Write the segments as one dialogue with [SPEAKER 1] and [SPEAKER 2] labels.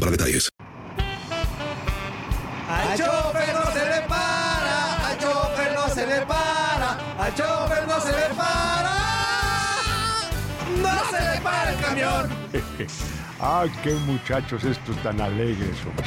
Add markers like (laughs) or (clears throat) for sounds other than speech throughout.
[SPEAKER 1] para detalles.
[SPEAKER 2] Al chofer no se le para, al chofer no se le para, al chofer no se le para. No se le para el
[SPEAKER 3] (laughs)
[SPEAKER 2] camión.
[SPEAKER 3] Ah, qué muchachos estos tan alegres. hombre.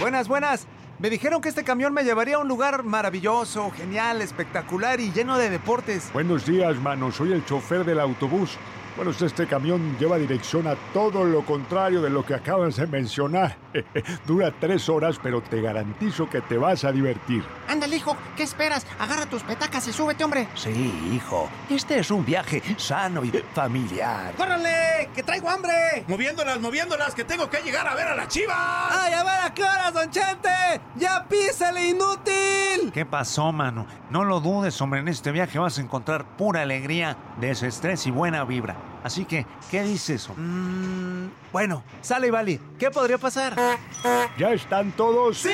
[SPEAKER 2] Buenas, buenas. Me dijeron que este camión me llevaría a un lugar maravilloso, genial, espectacular y lleno de deportes.
[SPEAKER 3] Buenos días, mano. Soy el chofer del autobús. Bueno, este camión lleva dirección a todo lo contrario de lo que acabas de mencionar. (laughs) Dura tres horas, pero te garantizo que te vas a divertir.
[SPEAKER 4] Ándale, hijo, ¿qué esperas? Agarra tus petacas y súbete, hombre.
[SPEAKER 5] Sí, hijo. Este es un viaje sano y familiar.
[SPEAKER 2] ¡Córranle! ¡Que traigo hambre!
[SPEAKER 6] Moviéndolas, moviéndolas, que tengo que llegar a ver a la chiva.
[SPEAKER 2] ¡Ay, a ver a qué horas, don Chente! ¡Ya písele, inútil!
[SPEAKER 7] ¿Qué pasó, mano? No lo dudes, hombre, en este viaje vas a encontrar pura alegría, desestrés y buena vibra. Así que, ¿qué dices? hombre?
[SPEAKER 2] Mm, bueno, sale y vale. ¿Qué podría pasar?
[SPEAKER 3] ¿Ya están todos? ¡Sí!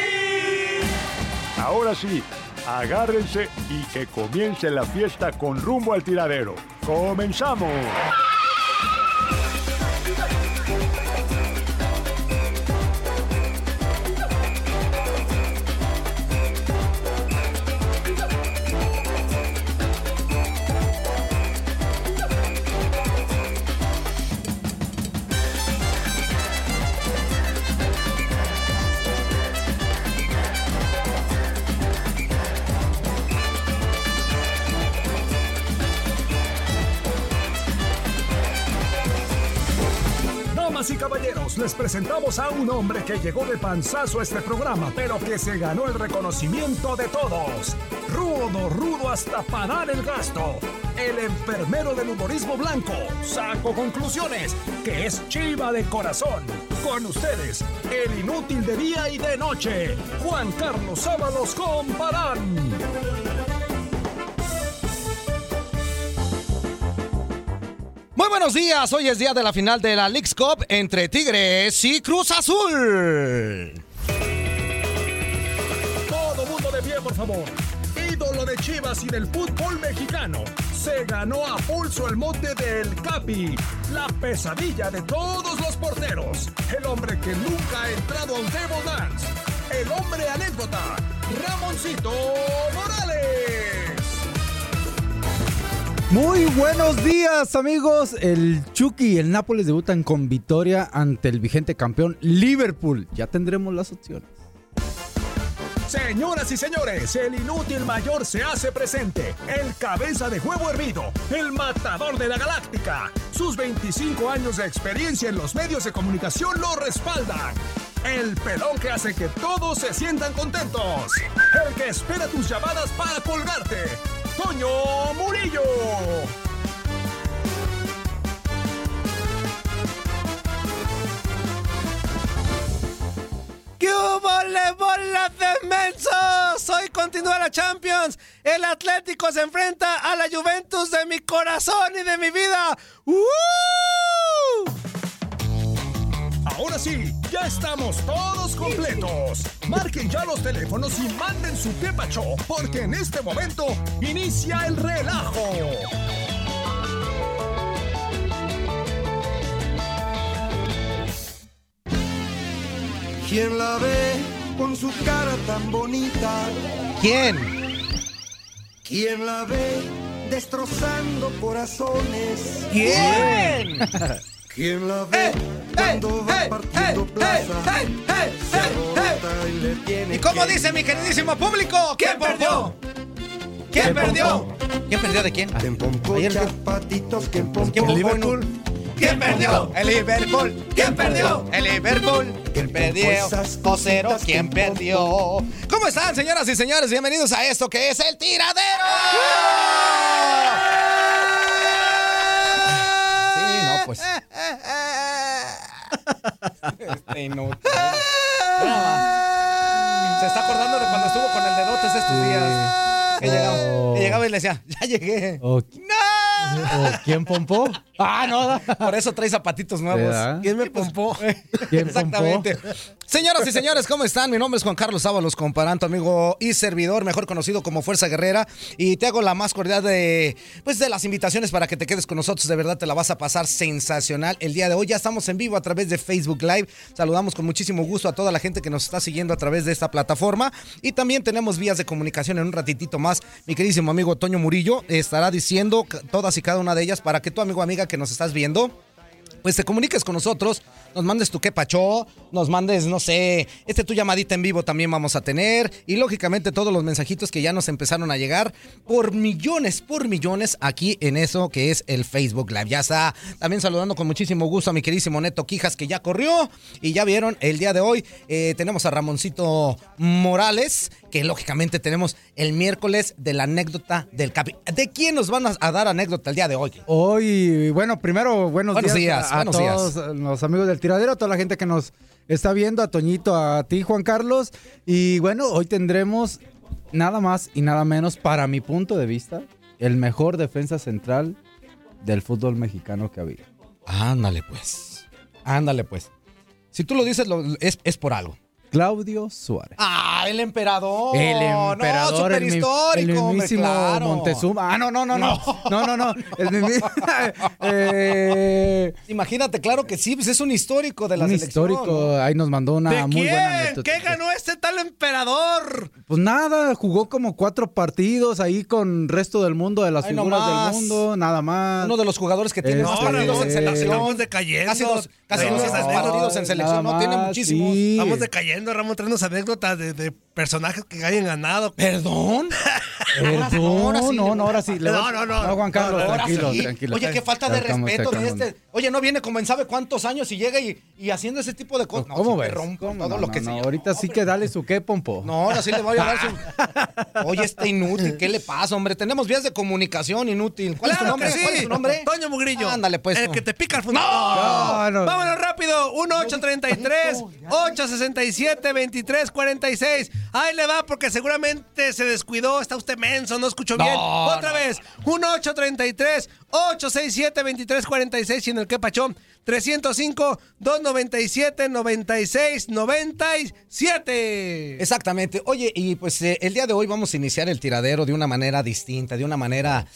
[SPEAKER 3] Ahora sí, agárrense y que comience la fiesta con rumbo al tiradero. ¡Comenzamos!
[SPEAKER 8] Damas y caballeros, les presentamos a un hombre que llegó de panzazo a este programa, pero que se ganó el reconocimiento de todos. Rudo, rudo hasta parar el gasto. El enfermero del humorismo blanco. Saco conclusiones, que es chiva de corazón. Con ustedes, el inútil de día y de noche, Juan Carlos Sábalos Comparán.
[SPEAKER 9] Muy buenos días, hoy es día de la final de la Leagues Cup entre Tigres y Cruz Azul.
[SPEAKER 8] Todo mundo de pie, por favor. Ídolo de Chivas y del fútbol mexicano. Se ganó a pulso el mote del Capi, la pesadilla de todos los porteros. El hombre que nunca ha entrado a un table dance. El hombre anécdota, Ramoncito Morales.
[SPEAKER 10] Muy buenos días amigos, el Chucky y el Nápoles debutan con victoria ante el vigente campeón Liverpool. Ya tendremos las opciones.
[SPEAKER 8] Señoras y señores, el inútil mayor se hace presente. El cabeza de huevo hervido, el matador de la galáctica. Sus 25 años de experiencia en los medios de comunicación lo respaldan. El pelón que hace que todos se sientan contentos. El que espera tus llamadas para colgarte. Toño Murillo.
[SPEAKER 9] ¡Qué hubo, le bola de mensos! Hoy continúa la Champions. El Atlético se enfrenta a la Juventus de mi corazón y de mi vida. ¡Uh!
[SPEAKER 8] Ahora sí, ya estamos todos completos. Marquen ya los teléfonos y manden su tepacho, porque en este momento inicia el relajo.
[SPEAKER 11] ¿Quién la ve con su cara tan bonita?
[SPEAKER 9] ¿Quién?
[SPEAKER 11] ¿Quién la ve destrozando corazones?
[SPEAKER 9] ¿Quién?
[SPEAKER 11] ¿Quién la ve cuando va partiendo plaza? Se arrebata y le tiene
[SPEAKER 9] ¿Y cómo
[SPEAKER 11] que-
[SPEAKER 9] dice mi queridísimo público? ¿Quién perdió? ¿Quién perdió? ¿Quién perdió de quién?
[SPEAKER 11] Muchas patitos que pon-
[SPEAKER 9] ¿Quién
[SPEAKER 11] pon-
[SPEAKER 9] ¿Quién perdió? El Liverpool. ¿Quién perdió? El Liverpool. ¿Quién perdió? 2-0. ¿Quién perdió? ¿Cómo están, señoras y señores? Bienvenidos a esto que es el tiradero. Sí, no, pues. (laughs) Este inútil. Se está acordando de cuando estuvo con el dedotes estos días. Que llegaba, que llegaba y le decía, ya llegué.
[SPEAKER 10] ¿O, o quién pompó?
[SPEAKER 9] Ah, no. Por eso trae zapatitos nuevos.
[SPEAKER 10] ¿Verdad?
[SPEAKER 9] ¿Quién me pompó?
[SPEAKER 10] (laughs) ¿Quién
[SPEAKER 9] Exactamente.
[SPEAKER 10] pompó?
[SPEAKER 9] Señoras y señores, ¿cómo están? Mi nombre es Juan Carlos Ábalos Comparando, amigo y servidor, mejor conocido como Fuerza Guerrera. Y te hago la más cordial de, pues, de las invitaciones para que te quedes con nosotros. De verdad, te la vas a pasar sensacional el día de hoy. Ya estamos en vivo a través de Facebook Live. Saludamos con muchísimo gusto a toda la gente que nos está siguiendo a través de esta plataforma. Y también tenemos vías de comunicación en un ratitito más. Mi queridísimo amigo Toño Murillo estará diciendo ca- todas y cada una de ellas para que tu amigo o amiga que nos estás viendo pues te comuniques con nosotros, nos mandes tu quepacho, nos mandes, no sé, este tu llamadita en vivo también vamos a tener. Y lógicamente todos los mensajitos que ya nos empezaron a llegar por millones, por millones aquí en eso que es el Facebook Live. Ya está. También saludando con muchísimo gusto a mi queridísimo Neto Quijas que ya corrió y ya vieron el día de hoy. eh, tenemos a Ramoncito Morales, que lógicamente tenemos el miércoles de la anécdota del Capi. ¿De quién nos van a- a dar anécdota el día de hoy?
[SPEAKER 10] Hoy, bueno, primero, buenos,
[SPEAKER 9] Buenos días,
[SPEAKER 10] días, a, a
[SPEAKER 9] buenos
[SPEAKER 10] todos los amigos del tiradero, a toda la gente que nos está viendo, a Toñito, a ti, Juan Carlos. Y bueno, hoy tendremos nada más y nada menos, para mi punto de vista, el mejor defensa central del fútbol mexicano que ha habido.
[SPEAKER 9] Ándale pues. Ándale pues. Si tú lo dices, lo- es, es por algo.
[SPEAKER 10] Claudio Suárez.
[SPEAKER 9] Ah, el emperador.
[SPEAKER 10] El
[SPEAKER 9] Oh, No,
[SPEAKER 10] emperador, el, mi- el
[SPEAKER 9] superhistórico, hombre,
[SPEAKER 10] mismísimo
[SPEAKER 9] claro.
[SPEAKER 10] Montezuma. Ah, no, no, no, no. No, no, no. El mismísimo- (laughs) eh,
[SPEAKER 9] Imagínate, claro que sí, pues es un histórico de la
[SPEAKER 10] un
[SPEAKER 9] selección.
[SPEAKER 10] histórico. Ahí nos mandó una muy buena anécdota.
[SPEAKER 9] ¿Qué ganó este tal emperador?
[SPEAKER 10] Pues nada, jugó como cuatro partidos ahí con resto del mundo, de las
[SPEAKER 9] Ay, no
[SPEAKER 10] figuras
[SPEAKER 9] más.
[SPEAKER 10] del mundo, nada más.
[SPEAKER 9] Uno de los jugadores que tiene
[SPEAKER 10] Eh,
[SPEAKER 9] más
[SPEAKER 10] no,
[SPEAKER 9] partidos
[SPEAKER 10] no,
[SPEAKER 9] en
[SPEAKER 10] no,
[SPEAKER 9] selección.
[SPEAKER 10] estamos
[SPEAKER 2] decayendo.
[SPEAKER 9] Casi dos, casi
[SPEAKER 2] No,
[SPEAKER 9] doscientos
[SPEAKER 2] no,
[SPEAKER 9] partidos en selección. No,
[SPEAKER 10] nada
[SPEAKER 9] tiene
[SPEAKER 10] más,
[SPEAKER 9] muchísimos.
[SPEAKER 10] Ah, sí.
[SPEAKER 2] Vamos decayendo, Ramón, traernos anécdotas de, de personajes que hayan ganado. (laughs)
[SPEAKER 9] ¿Perdón?
[SPEAKER 10] Perdón,
[SPEAKER 9] ahora sí,
[SPEAKER 10] no, no, ahora sí. le
[SPEAKER 2] No,
[SPEAKER 10] voy-
[SPEAKER 2] no, no.
[SPEAKER 10] Juan Carlos,
[SPEAKER 9] Ahora
[SPEAKER 10] tranquilo,
[SPEAKER 9] sí.
[SPEAKER 10] tranquilo.
[SPEAKER 9] Oye, qué falta de
[SPEAKER 10] Ya estamos, ya
[SPEAKER 9] respeto. de
[SPEAKER 10] estamos.
[SPEAKER 9] este. Oye, no viene como en sabe cuántos años y llega y, y haciendo ese tipo de cosas. No,
[SPEAKER 10] Pues, ¿Cómo
[SPEAKER 9] sí te
[SPEAKER 10] ves?
[SPEAKER 9] rompo
[SPEAKER 10] ¿Cómo?
[SPEAKER 9] todo
[SPEAKER 10] No,
[SPEAKER 9] lo
[SPEAKER 10] no,
[SPEAKER 9] que
[SPEAKER 10] no,
[SPEAKER 9] se-
[SPEAKER 10] ahorita sí que dale su qué, Pompo.
[SPEAKER 9] No, ahora sí le voy a dar su.
[SPEAKER 2] (laughs)
[SPEAKER 9] Oye, este inútil, ¿qué le pasa, hombre? Tenemos vías de comunicación inútil. ¿Cuál es tu
[SPEAKER 2] Claro que
[SPEAKER 9] nombre? ¿Cuál es
[SPEAKER 2] sí.
[SPEAKER 9] tu nombre?
[SPEAKER 2] Toño Mugrillo.
[SPEAKER 9] Ándale, pues.
[SPEAKER 2] El
[SPEAKER 9] tú.
[SPEAKER 2] que te pica el fundón.
[SPEAKER 9] No, no, no.
[SPEAKER 2] Vámonos rápido. 1-833-867-2346. Ahí le va porque seguramente se descuidó. Está usted menso, no escuchó bien.
[SPEAKER 9] No,
[SPEAKER 2] Otra vez. 1-833-867-2346. Y en el que pachón. 305-297-96-97.
[SPEAKER 9] Exactamente. Oye, y pues eh, el día de hoy vamos a iniciar el tiradero de una manera distinta, de una manera.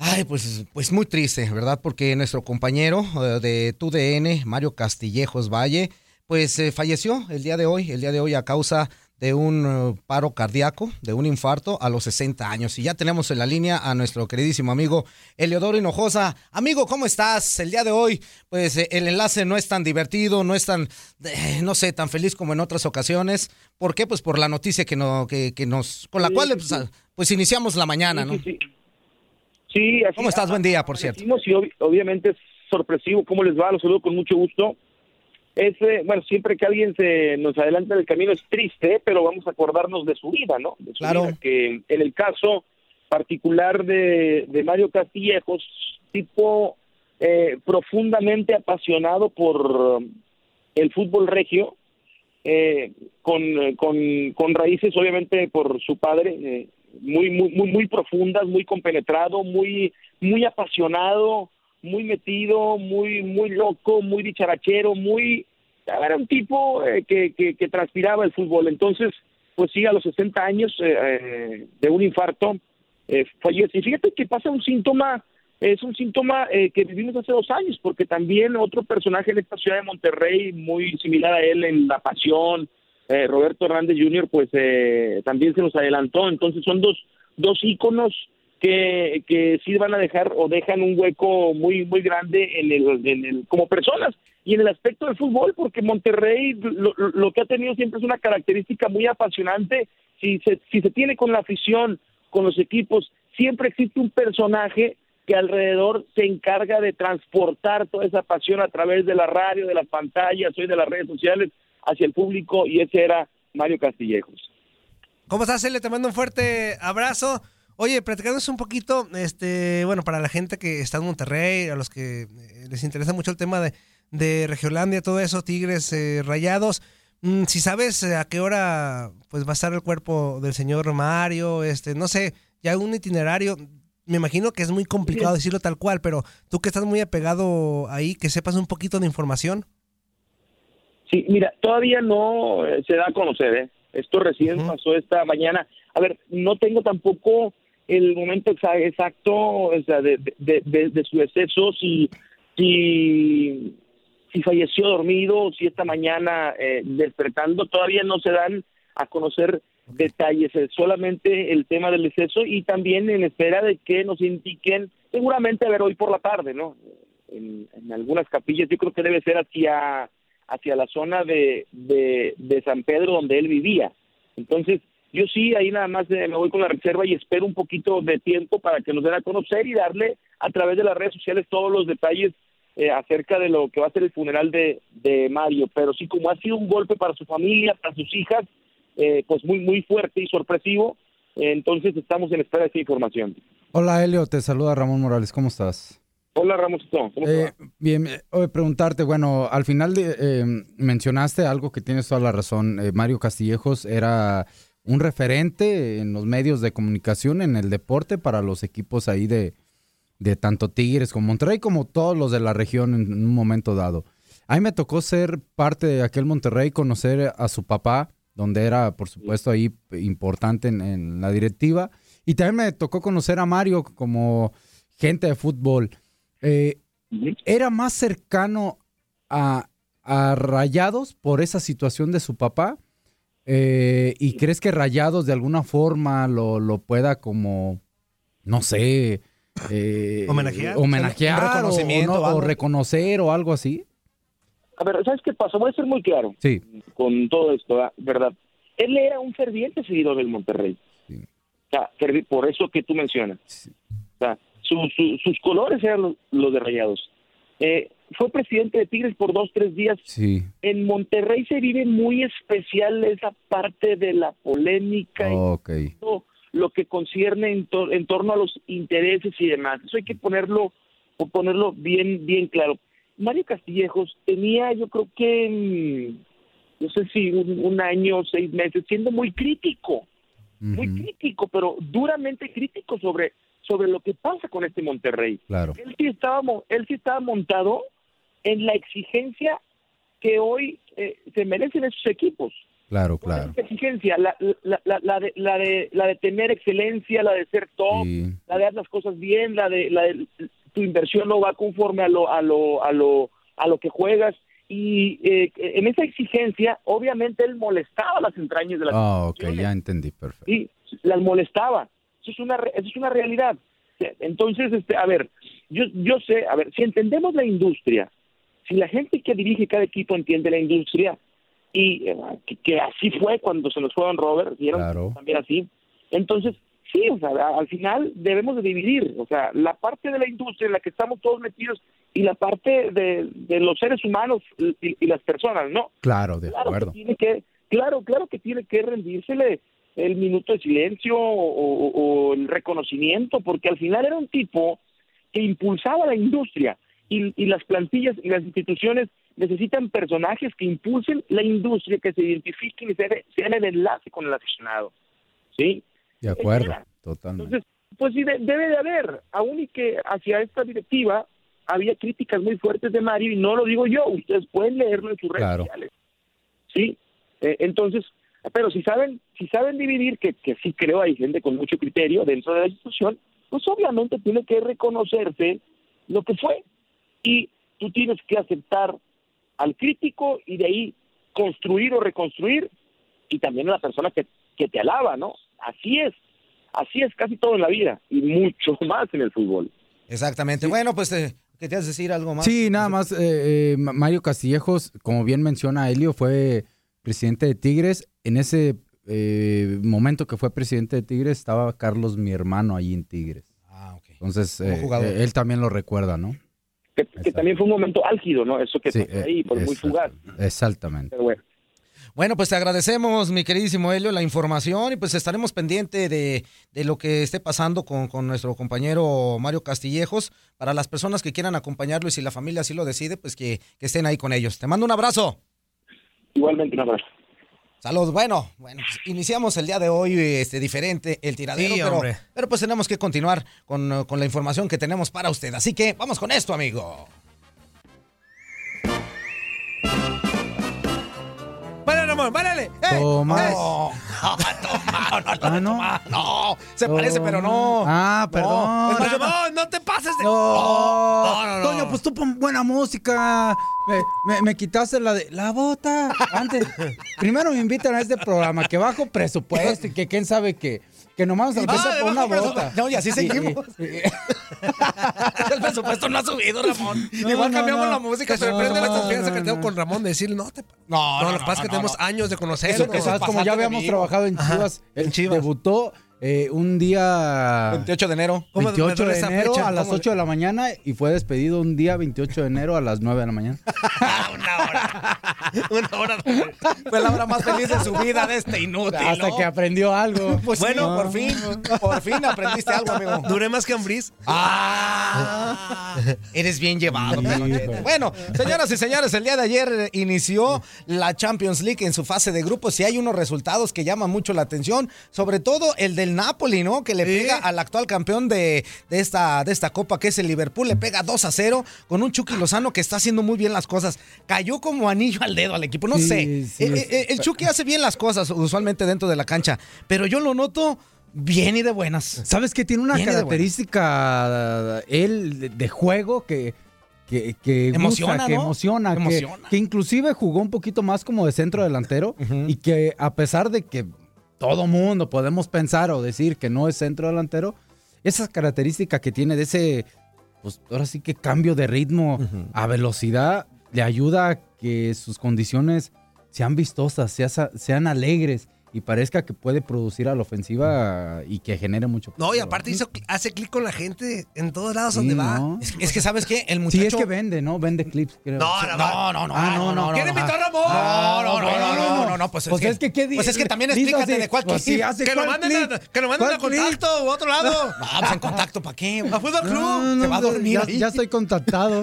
[SPEAKER 9] Ay, pues, pues muy triste, ¿verdad? Porque nuestro compañero eh, de TUDN, Mario Castillejos Valle, pues eh, falleció el día de hoy, el día de hoy a causa de un eh, paro cardíaco, de un infarto a los 60 años. Y ya tenemos en la línea a nuestro queridísimo amigo Eleodoro Hinojosa. Amigo, ¿cómo estás? El día de hoy, pues eh, el enlace no es tan divertido, no es tan, eh, no sé, tan feliz como en otras ocasiones. ¿Por qué? Pues por la noticia que, no, que, que nos, con la
[SPEAKER 12] Sí,
[SPEAKER 9] cual
[SPEAKER 12] sí,
[SPEAKER 9] pues,
[SPEAKER 12] sí.
[SPEAKER 9] a- pues iniciamos la mañana, ¿no?
[SPEAKER 12] Sí, así
[SPEAKER 9] ¿Cómo estás? Buen día, por cierto.
[SPEAKER 12] decimos y ob- obviamente es sorpresivo cómo les va, los saludo con mucho gusto. Es, eh, bueno, siempre que alguien se nos adelanta en el camino es triste, pero vamos a acordarnos de su vida, ¿no? De su
[SPEAKER 9] Claro.
[SPEAKER 12] vida, que en el caso particular de, de Mario Castillejos, tipo eh, profundamente apasionado por eh, el fútbol regio, eh, con, eh, con, con raíces obviamente por su padre eh, muy, muy muy muy profundas muy compenetrado muy muy apasionado muy metido muy muy loco muy dicharachero muy era un tipo eh, que, que, que transpiraba el fútbol entonces pues sí a los 60 años eh, eh, de un infarto eh, fallece y fíjate que pasa un síntoma es un síntoma eh, que vivimos hace dos años, porque también otro personaje en esta ciudad de Monterrey, muy similar a él en La Pasión, eh, Roberto Hernández Jr., pues eh, también se nos adelantó. Entonces son dos, dos íconos que, que sí van a dejar o dejan un hueco muy, muy grande en el, en el- como personas y en el aspecto del fútbol, porque Monterrey lo, lo- lo que ha tenido siempre es una característica muy apasionante. Si se, si se tiene con la afición, con los equipos, siempre existe un personaje que alrededor se encarga de transportar toda esa pasión a través de la radio, de las pantallas, hoy de las redes sociales hacia el público y ese era Mario Castillejos.
[SPEAKER 2] ¿Cómo estás, Ele? Te mando un fuerte abrazo. Oye, platicándonos un poquito, este, bueno, para la gente que está en Monterrey, a los que eh, les interesa mucho el tema de, de Regiolandia, todo eso, Tigres eh, Rayados, mm, si sabes eh, a qué hora pues va a estar el cuerpo del señor Mario, este, no sé, ya un itinerario, me imagino que es muy complicado decirlo tal cual, pero tú que estás muy apegado ahí, que sepas un poquito de información.
[SPEAKER 12] Sí, mira, todavía no eh, se da a conocer, ¿eh? Esto recién pasó esta mañana. A ver, no tengo tampoco el momento exa- exacto o sea, de, de- de- de su deceso, si, si, si falleció dormido, si esta mañana eh, despertando, todavía no se dan a conocer detalles, eh, solamente el tema del deceso y también en espera de que nos indiquen, seguramente a ver hoy por la tarde, ¿no? En, en algunas capillas, yo creo que debe ser hacia hacia la zona de, de, de San Pedro donde él vivía. Entonces, yo sí, ahí nada más eh, me voy con la reserva y espero un poquito de tiempo para que nos den a conocer y darle a través de las redes sociales todos los detalles eh, acerca de lo que va a ser el funeral de, de Mario. Pero sí, como ha sido un golpe para su familia, para sus hijas, eh, pues muy, muy fuerte y sorpresivo, eh, entonces estamos en espera de esa información.
[SPEAKER 10] (laughs) Hola, Helio, te saluda Ramón Morales, ¿cómo estás?
[SPEAKER 12] Hola, Ramos, ¿cómo te va?
[SPEAKER 10] Eh, bien, eh, oye, preguntarte, bueno, al final de, eh, mencionaste algo que tienes toda la razón. eh, Mario Castillejos era un referente en los medios de comunicación, en el deporte, para los equipos ahí de, de tanto Tigres como Monterrey, como todos los de la región en un momento dado. A mí me tocó ser parte de aquel Monterrey, conocer a su papá, donde era, por supuesto, ahí importante en, en la directiva. Y también me tocó conocer a Mario como gente de fútbol. Eh, ¿Era más cercano a, a Rayados por esa situación de su papá? Eh, ¿Y crees que Rayados de alguna forma lo, lo pueda como, no sé, eh,
[SPEAKER 2] Homenajear.
[SPEAKER 10] homenajear
[SPEAKER 2] Un
[SPEAKER 10] o-
[SPEAKER 2] reconocimiento
[SPEAKER 10] o, no-
[SPEAKER 2] o algo.
[SPEAKER 10] o reconocer o algo así?
[SPEAKER 12] A ver, ¿sabes qué pasa? Voy a ser muy claro.
[SPEAKER 10] Sí.
[SPEAKER 12] con todo esto, ¿verdad? ¿verdad? Él era un ferviente seguidor del Monterrey. O sea, fervi- por eso que tú mencionas. O sea, su- su- sus colores eran los, los de Rayados. Eh, fue presidente de Tigres por dos, tres días.
[SPEAKER 10] Sí.
[SPEAKER 12] En Monterrey se vive muy especial esa parte de la polémica
[SPEAKER 10] Ok.
[SPEAKER 12] y todo lo que concierne en, tor- en torno a los intereses y demás. Eso hay que ponerlo o ponerlo bien bien claro. Mario Castillejos tenía, yo creo que mm, no sé si un, un año, seis meses, siendo muy crítico, muy crítico, pero duramente crítico sobre, sobre lo que pasa con este Monterrey.
[SPEAKER 10] Claro.
[SPEAKER 12] Él sí estaba, mo- él sí estaba montado en la exigencia que hoy eh, se merecen esos equipos.
[SPEAKER 10] Claro, claro.
[SPEAKER 12] Esa exigencia, la, la, la, la de, la, de, la de tener excelencia, la de ser top, la de hacer las cosas bien, la de, la de tu inversión no va conforme a lo, a lo, a lo, a lo que juegas. y eh, en esa exigencia, obviamente él molestaba las entrañas de las
[SPEAKER 10] Ah, ok, ya entendí, perfecto.
[SPEAKER 12] Sí, las molestaba. Eso es una, re- eso es una realidad. Entonces, este, a ver, yo, yo sé, a ver, si entendemos la industria, si la gente que dirige cada equipo entiende la industria, y eh, que, que así fue cuando se nos fueron Robert, ¿vieron? También así. Entonces, sí, o sea, a- al final debemos de dividir, o sea, la parte de la industria en la que estamos todos metidos y la parte de, de los seres humanos y- y- y las personas, ¿no?
[SPEAKER 10] Claro, de
[SPEAKER 12] claro
[SPEAKER 10] acuerdo.
[SPEAKER 12] Que tiene que, claro, claro que tiene que rendírsele el minuto de silencio o, o- o el reconocimiento, porque al final era un tipo que impulsaba la industria y, y las plantillas y las instituciones necesitan personajes que impulsen la industria, que se identifiquen y se- sean el enlace con el aficionado. ¿Sí?
[SPEAKER 10] De acuerdo, totalmente.
[SPEAKER 12] Entonces, pues sí, de- debe de haber, aún y que hacia esta directiva había críticas muy fuertes de Mario, y no lo digo yo, ustedes pueden leerlo en sus redes
[SPEAKER 10] Claro.
[SPEAKER 12] sociales. Sí, Eh, entonces, pero si saben, si saben dividir, que, que sí creo hay gente con mucho criterio dentro de la institución, pues obviamente tiene que reconocerse lo que fue, y tú tienes que aceptar al crítico y de ahí construir o reconstruir, y también a la persona que, que te alaba, ¿no? Así es. Así es casi todo en la vida y mucho (laughs) más en el fútbol.
[SPEAKER 9] Exactamente. Bueno, pues, eh, ¿querías decir algo más?
[SPEAKER 10] Sí, nada más, eh, eh, Ma- Mario Castillejos, como bien menciona Helio, fue presidente de Tigres. En ese eh, momento que fue presidente de Tigres estaba Carlos, mi hermano, ahí en Tigres. Ah, ok. Entonces,
[SPEAKER 12] Como
[SPEAKER 10] eh,
[SPEAKER 12] jugador.
[SPEAKER 10] eh, él también lo recuerda, ¿no?
[SPEAKER 12] Que, que también fue un momento álgido, ¿no? Eso que
[SPEAKER 10] Sí,
[SPEAKER 12] pasó
[SPEAKER 10] eh,
[SPEAKER 12] ahí, por muy
[SPEAKER 10] exacto.
[SPEAKER 12] fugaz.
[SPEAKER 10] Exactamente.
[SPEAKER 12] Pero bueno.
[SPEAKER 9] Bueno, pues te agradecemos, mi queridísimo Helio, la información y pues estaremos pendiente de, de lo que esté pasando con, con nuestro compañero Mario Castillejos. Para las personas que quieran acompañarlo y si la familia así lo decide, pues que, que estén ahí con ellos. Te mando un abrazo.
[SPEAKER 12] Igualmente, un abrazo.
[SPEAKER 9] Saludos. Bueno, bueno, pues, iniciamos el día de hoy este diferente el tiradero,
[SPEAKER 2] Sí,
[SPEAKER 9] pero,
[SPEAKER 2] hombre.
[SPEAKER 9] pero pues tenemos que continuar con, eh, con la información que tenemos para usted. Así que vamos con esto, amigo.
[SPEAKER 2] ¡Bárale, Ramón! ¡Bárale! ¡Eh!
[SPEAKER 10] Toma. (laughs)
[SPEAKER 2] ¡Eh!
[SPEAKER 10] Ah, no.
[SPEAKER 9] No, se parece, pero no.
[SPEAKER 10] Ah,
[SPEAKER 2] No,
[SPEAKER 10] perdón.
[SPEAKER 2] Ramón, no te pases de. Oh, No,
[SPEAKER 10] No.
[SPEAKER 2] no, no.
[SPEAKER 10] Toño, pues tú pon buena música. Me, me- me quitaste la de la bota. Antes, (laughs) primero me invitan a este programa que bajo presupuesto y que quién sabe qué. Que nomás
[SPEAKER 2] Ah,
[SPEAKER 10] nos alcanza
[SPEAKER 9] de
[SPEAKER 10] por una
[SPEAKER 9] bajo presupuesto.
[SPEAKER 10] bota.
[SPEAKER 9] No, y así seguimos.
[SPEAKER 10] y- y-
[SPEAKER 2] (laughs)
[SPEAKER 9] El presupuesto no ha subido,
[SPEAKER 4] (laughs)
[SPEAKER 9] Ramón.
[SPEAKER 2] No,
[SPEAKER 9] Igual
[SPEAKER 2] no,
[SPEAKER 9] cambiamos
[SPEAKER 2] no.
[SPEAKER 9] la música.
[SPEAKER 2] Te
[SPEAKER 9] pero el
[SPEAKER 2] sorprende la
[SPEAKER 9] presupuesto-
[SPEAKER 2] confianza que tengo con Ramón de decirle, no te.
[SPEAKER 9] No, no,
[SPEAKER 2] lo que
[SPEAKER 9] no,
[SPEAKER 2] pasa es que
[SPEAKER 9] no,
[SPEAKER 2] tenemos
[SPEAKER 9] no.
[SPEAKER 2] años de conocerlo.
[SPEAKER 10] Eso que sabes, como ya habíamos trabajado en
[SPEAKER 2] Ajá,
[SPEAKER 10] Chivas, él
[SPEAKER 2] en Chivas.
[SPEAKER 10] debutó eh, un día
[SPEAKER 9] 28 de enero.
[SPEAKER 2] ¿Cómo me
[SPEAKER 10] 28
[SPEAKER 2] duele
[SPEAKER 10] de
[SPEAKER 2] esa
[SPEAKER 10] enero
[SPEAKER 2] fecha?
[SPEAKER 10] a las
[SPEAKER 2] ¿Cómo?
[SPEAKER 10] 8 de la mañana y fue despedido un día 28 de enero a las 9 de la mañana.
[SPEAKER 2] Una hora.
[SPEAKER 9] Fue la hora
[SPEAKER 10] (laughs)
[SPEAKER 9] más feliz de su vida de este inútil.
[SPEAKER 10] Hasta
[SPEAKER 9] ¿no?
[SPEAKER 10] que aprendió algo.
[SPEAKER 9] Pues bueno,
[SPEAKER 10] No.
[SPEAKER 9] por fin, por fin aprendiste algo, amigo.
[SPEAKER 2] Duré más que Ambris.
[SPEAKER 9] Ah, eres bien llevado.
[SPEAKER 2] Hijo.
[SPEAKER 9] Pinochete. Bueno, señoras y señores, el día de ayer eh, inició la Champions League en su fase de grupos y hay unos resultados que llaman mucho la atención, sobre todo el del Napoli, ¿no? Que le pega al actual campeón de, de esta, de esta copa, que es el Liverpool, le pega 2 a 0 con un Chucky Lozano que está haciendo muy bien las cosas. Cayó como anillo al dedo al equipo, no
[SPEAKER 10] Sí,
[SPEAKER 9] sé.
[SPEAKER 10] sí.
[SPEAKER 9] Eh, eh, el Chucky hace bien las cosas usualmente dentro de la cancha, pero yo lo noto bien y de buenas.
[SPEAKER 10] ¿Sabes que tiene una
[SPEAKER 9] Viene de
[SPEAKER 10] característica él de- de juego que que, que gusta,
[SPEAKER 9] Emociona,
[SPEAKER 10] que
[SPEAKER 9] ¿no?
[SPEAKER 10] emociona, que,
[SPEAKER 9] Emociona.
[SPEAKER 10] que inclusive jugó un poquito más como de centro delantero y que a pesar de que todo mundo podemos pensar o decir que no es centro delantero, esa característica que tiene de ese pues ahora sí que cambio de ritmo a velocidad le ayuda a que sus condiciones sean vistosas, sea- sean alegres y parezca que puede producir a la ofensiva y que genere mucho.
[SPEAKER 2] No, y aparte hizo, cl- hace clic con la gente en todos lados donde
[SPEAKER 10] Sí,
[SPEAKER 2] va.
[SPEAKER 10] ¿no?
[SPEAKER 9] Es que, ¿sabes qué? El
[SPEAKER 10] Sí,
[SPEAKER 9] muchacho...
[SPEAKER 10] es que vende, ¿no? Vende clips, creo.
[SPEAKER 9] No, no, no, no, no.
[SPEAKER 10] Ah, no, no. Ah,
[SPEAKER 9] ¿Quién invitó a
[SPEAKER 2] Ramón?
[SPEAKER 9] No, no, no, no, no, no, no, pues,
[SPEAKER 10] Pues es que, ¿qué di-
[SPEAKER 9] Pues es que también
[SPEAKER 10] dices
[SPEAKER 9] explícate
[SPEAKER 10] así,
[SPEAKER 9] de cuál
[SPEAKER 10] pues sí,
[SPEAKER 9] clip.
[SPEAKER 10] hace
[SPEAKER 2] Que lo
[SPEAKER 10] cuál
[SPEAKER 2] manden a,
[SPEAKER 10] clip,
[SPEAKER 2] que lo manden a
[SPEAKER 10] cuál clip.
[SPEAKER 2] contacto u otro lado.
[SPEAKER 9] No, pues en contacto, ¿para qué?
[SPEAKER 2] A Fútbol Club.
[SPEAKER 10] No, no,
[SPEAKER 9] Se va a
[SPEAKER 10] no,
[SPEAKER 9] dormir
[SPEAKER 10] ya,
[SPEAKER 9] ahí.
[SPEAKER 10] ya
[SPEAKER 9] (laughs)
[SPEAKER 10] estoy contactado.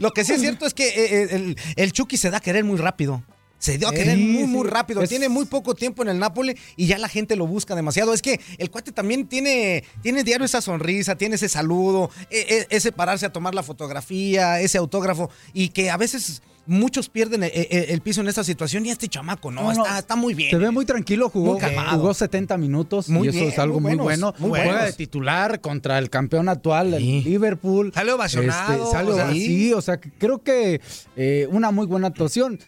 [SPEAKER 9] Lo que sí es cierto es que eh, eh, el, el Chucky se da a querer muy rápido. Se dio a querer muy, muy rápido. Tiene muy poco tiempo en el Napoli y ya la gente lo busca demasiado. Es que el cuate también tiene, tiene diario esa sonrisa, tiene ese saludo, e- e- ese pararse a tomar la fotografía, ese autógrafo y que a veces muchos pierden e- e- el, piso en esta situación y este chamaco no,
[SPEAKER 10] No, no.
[SPEAKER 9] Está, está muy bien.
[SPEAKER 10] Se ve muy tranquilo, jugó,
[SPEAKER 9] Muy calmado.
[SPEAKER 10] jugó 70 minutos
[SPEAKER 9] Muy
[SPEAKER 10] y eso
[SPEAKER 9] bien,
[SPEAKER 10] es algo
[SPEAKER 9] muy
[SPEAKER 10] muy,
[SPEAKER 9] buenos,
[SPEAKER 10] bueno.
[SPEAKER 9] muy
[SPEAKER 10] Juega
[SPEAKER 9] buenos.
[SPEAKER 10] de titular contra el campeón actual, el Liverpool. Este,
[SPEAKER 2] Salió ovacionado,
[SPEAKER 10] salió
[SPEAKER 2] o sea,
[SPEAKER 10] así,
[SPEAKER 2] sí.
[SPEAKER 10] o sea, que creo que eh, una muy buena actuación.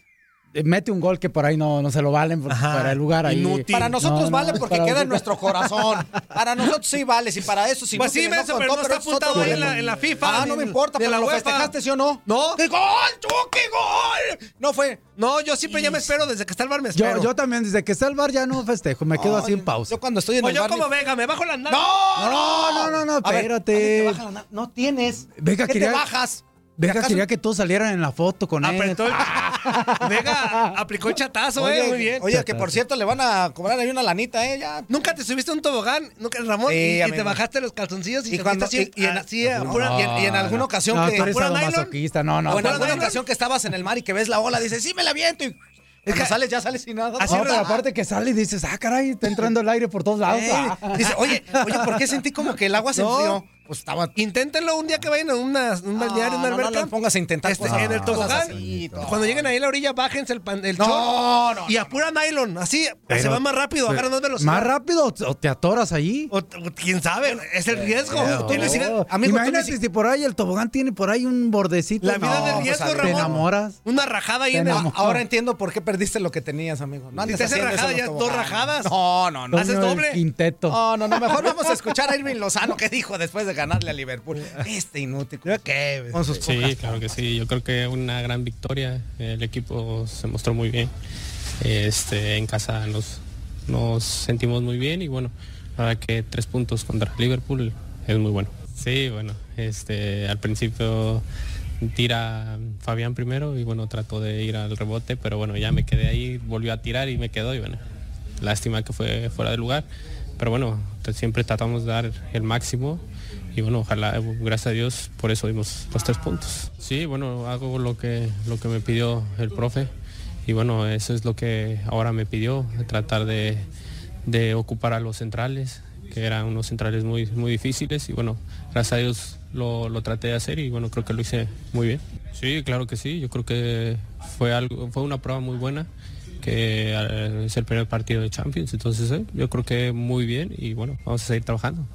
[SPEAKER 10] Eh, Mete un gol que por ahí no, no se lo valen porque para el lugar ahí.
[SPEAKER 9] Para nosotros
[SPEAKER 10] No, no,
[SPEAKER 9] vale pues, porque
[SPEAKER 10] para
[SPEAKER 9] queda en nuestro
[SPEAKER 10] nosotros-
[SPEAKER 9] corazón. Para nosotros sí vale, si para eso sí
[SPEAKER 2] Pues sí, menso, pero no está apuntado ahí en la- en la FIFA,
[SPEAKER 9] Ah, no
[SPEAKER 2] ni
[SPEAKER 9] me
[SPEAKER 2] en-
[SPEAKER 9] importa,
[SPEAKER 2] de
[SPEAKER 9] pero
[SPEAKER 2] la
[SPEAKER 9] lo
[SPEAKER 2] UEFA.
[SPEAKER 9] festejaste, ¿sí o no?
[SPEAKER 2] No.
[SPEAKER 9] ¡Qué gol, Chucky, gol! No fue.
[SPEAKER 2] No, yo siempre ya me espero desde que está el bar, me espero.
[SPEAKER 10] Yo, yo también, desde que está el bar ya no festejo, me quedo así en pausa.
[SPEAKER 9] Yo cuando estoy
[SPEAKER 2] o yo como Vega, me bajo la nada.
[SPEAKER 9] ¡No!
[SPEAKER 10] No, no, no, no,
[SPEAKER 9] A ver,
[SPEAKER 10] espérate.
[SPEAKER 9] alguien te baja la na- no tienes.
[SPEAKER 10] Vega
[SPEAKER 9] ¿Qué
[SPEAKER 10] quería-
[SPEAKER 9] te bajas?
[SPEAKER 10] Vega
[SPEAKER 9] ¿Acaso-
[SPEAKER 10] quería que todos salieran en la foto con él. Ah,
[SPEAKER 2] Vega aplicó el chatazo, eh, muy bien.
[SPEAKER 9] Oye, que por cierto le van a cobrar ahí una lanita, eh, ya.
[SPEAKER 2] Nunca te subiste a un tobogán, nunca, Ramón,
[SPEAKER 9] Sí,
[SPEAKER 2] y- y,
[SPEAKER 9] amigo.
[SPEAKER 2] te bajaste los calzoncillos y,
[SPEAKER 9] Y
[SPEAKER 2] te
[SPEAKER 9] cuando-
[SPEAKER 2] fuiste así,
[SPEAKER 9] y- y en-
[SPEAKER 2] así a
[SPEAKER 9] No,
[SPEAKER 2] pura-
[SPEAKER 9] y en- y en alguna ocasión
[SPEAKER 10] no,
[SPEAKER 9] que-
[SPEAKER 10] tú eres
[SPEAKER 9] ¿pura
[SPEAKER 10] sadomasoquista, no, no.
[SPEAKER 9] o en
[SPEAKER 10] no,
[SPEAKER 9] alguna ocasión que estabas en el mar y que ves la ola, dices, sí, me la viento. Y cuando sales, ya sales sin nada.
[SPEAKER 10] No, pero aparte que sale y dices, ah, caray, está entrando el aire por todos lados.
[SPEAKER 9] Ey,
[SPEAKER 10] Ah.
[SPEAKER 9] eh, dice, oye, oye, ¿por qué sentí como que el agua se
[SPEAKER 2] No.
[SPEAKER 9] enfrió? Pues estaba.
[SPEAKER 2] Inténtenlo un día que vayan a una, un balneario, una
[SPEAKER 9] no, no,
[SPEAKER 2] alberca.
[SPEAKER 9] no pongas a intentar
[SPEAKER 2] Este,
[SPEAKER 9] cosas-
[SPEAKER 2] en el
[SPEAKER 9] cosas
[SPEAKER 2] tobogán,
[SPEAKER 9] así, no.
[SPEAKER 2] cuando lleguen ahí a la orilla, bájense el, pan, el
[SPEAKER 9] No,
[SPEAKER 2] short
[SPEAKER 9] no,
[SPEAKER 2] y a pura nylon, así Ah, se
[SPEAKER 10] Pero-
[SPEAKER 2] va más rápido,
[SPEAKER 10] pero-
[SPEAKER 2] agarran dos velocidades.
[SPEAKER 10] ¿Más rápido o te atoras ahí?
[SPEAKER 2] O- o quién sabe, es el riesgo.
[SPEAKER 10] Pero-
[SPEAKER 2] Tú ni siquiera-
[SPEAKER 9] amigo, tú ni
[SPEAKER 10] Imagínate si por ahí el tobogán tiene por ahí un bordecito.
[SPEAKER 2] La vida
[SPEAKER 10] No,
[SPEAKER 2] de
[SPEAKER 10] pues,
[SPEAKER 2] riesgo,
[SPEAKER 10] ¿Te
[SPEAKER 2] Ramón.
[SPEAKER 10] enamoras?
[SPEAKER 2] Una rajada ahí
[SPEAKER 10] Te
[SPEAKER 2] en el-
[SPEAKER 10] enamor-
[SPEAKER 9] Ahora entiendo por qué perdiste lo que tenías, amigo.
[SPEAKER 2] Si
[SPEAKER 9] No andes
[SPEAKER 2] te haces
[SPEAKER 9] haciendo eso
[SPEAKER 2] rajada,
[SPEAKER 9] en
[SPEAKER 2] ya
[SPEAKER 9] los
[SPEAKER 2] dos
[SPEAKER 9] toboganes.
[SPEAKER 2] rajadas.
[SPEAKER 9] No, no, no.
[SPEAKER 2] Haces
[SPEAKER 10] Toño, el
[SPEAKER 2] doble.
[SPEAKER 10] Quinteto.
[SPEAKER 9] No, no, no. Mejor vamos a escuchar a Irving Lozano que dijo después de ganarle a Liverpool. Este inútil. Con sus
[SPEAKER 13] Sí,
[SPEAKER 9] pocas
[SPEAKER 13] claro que sí. Yo creo que una gran victoria. El equipo se mostró muy bien. Este, en casa nos, nos sentimos muy bien y bueno, la verdad que tres puntos contra Liverpool es muy bueno. Sí, bueno, este, al principio tira Fabián primero y bueno, trató de ir al rebote, pero bueno, ya me quedé ahí, volvió a tirar y me quedó y bueno, lástima que fue fuera de lugar. Pero bueno, siempre tratamos de dar el máximo y bueno, ojalá, eh, gracias a Dios, por eso dimos los tres puntos. Sí, bueno, hago lo que, lo que me pidió el profe y bueno, eso es lo que ahora me pidió, tratar de, de ocupar a los centrales, que eran unos centrales muy, muy difíciles y bueno, gracias a Dios lo, lo traté de hacer y bueno, creo que lo hice muy bien. Sí, claro que sí, yo creo que fue, algo, fue una prueba muy buena que eh, es el primer partido de Champions, entonces eh, yo creo que muy bien y bueno, vamos a seguir trabajando.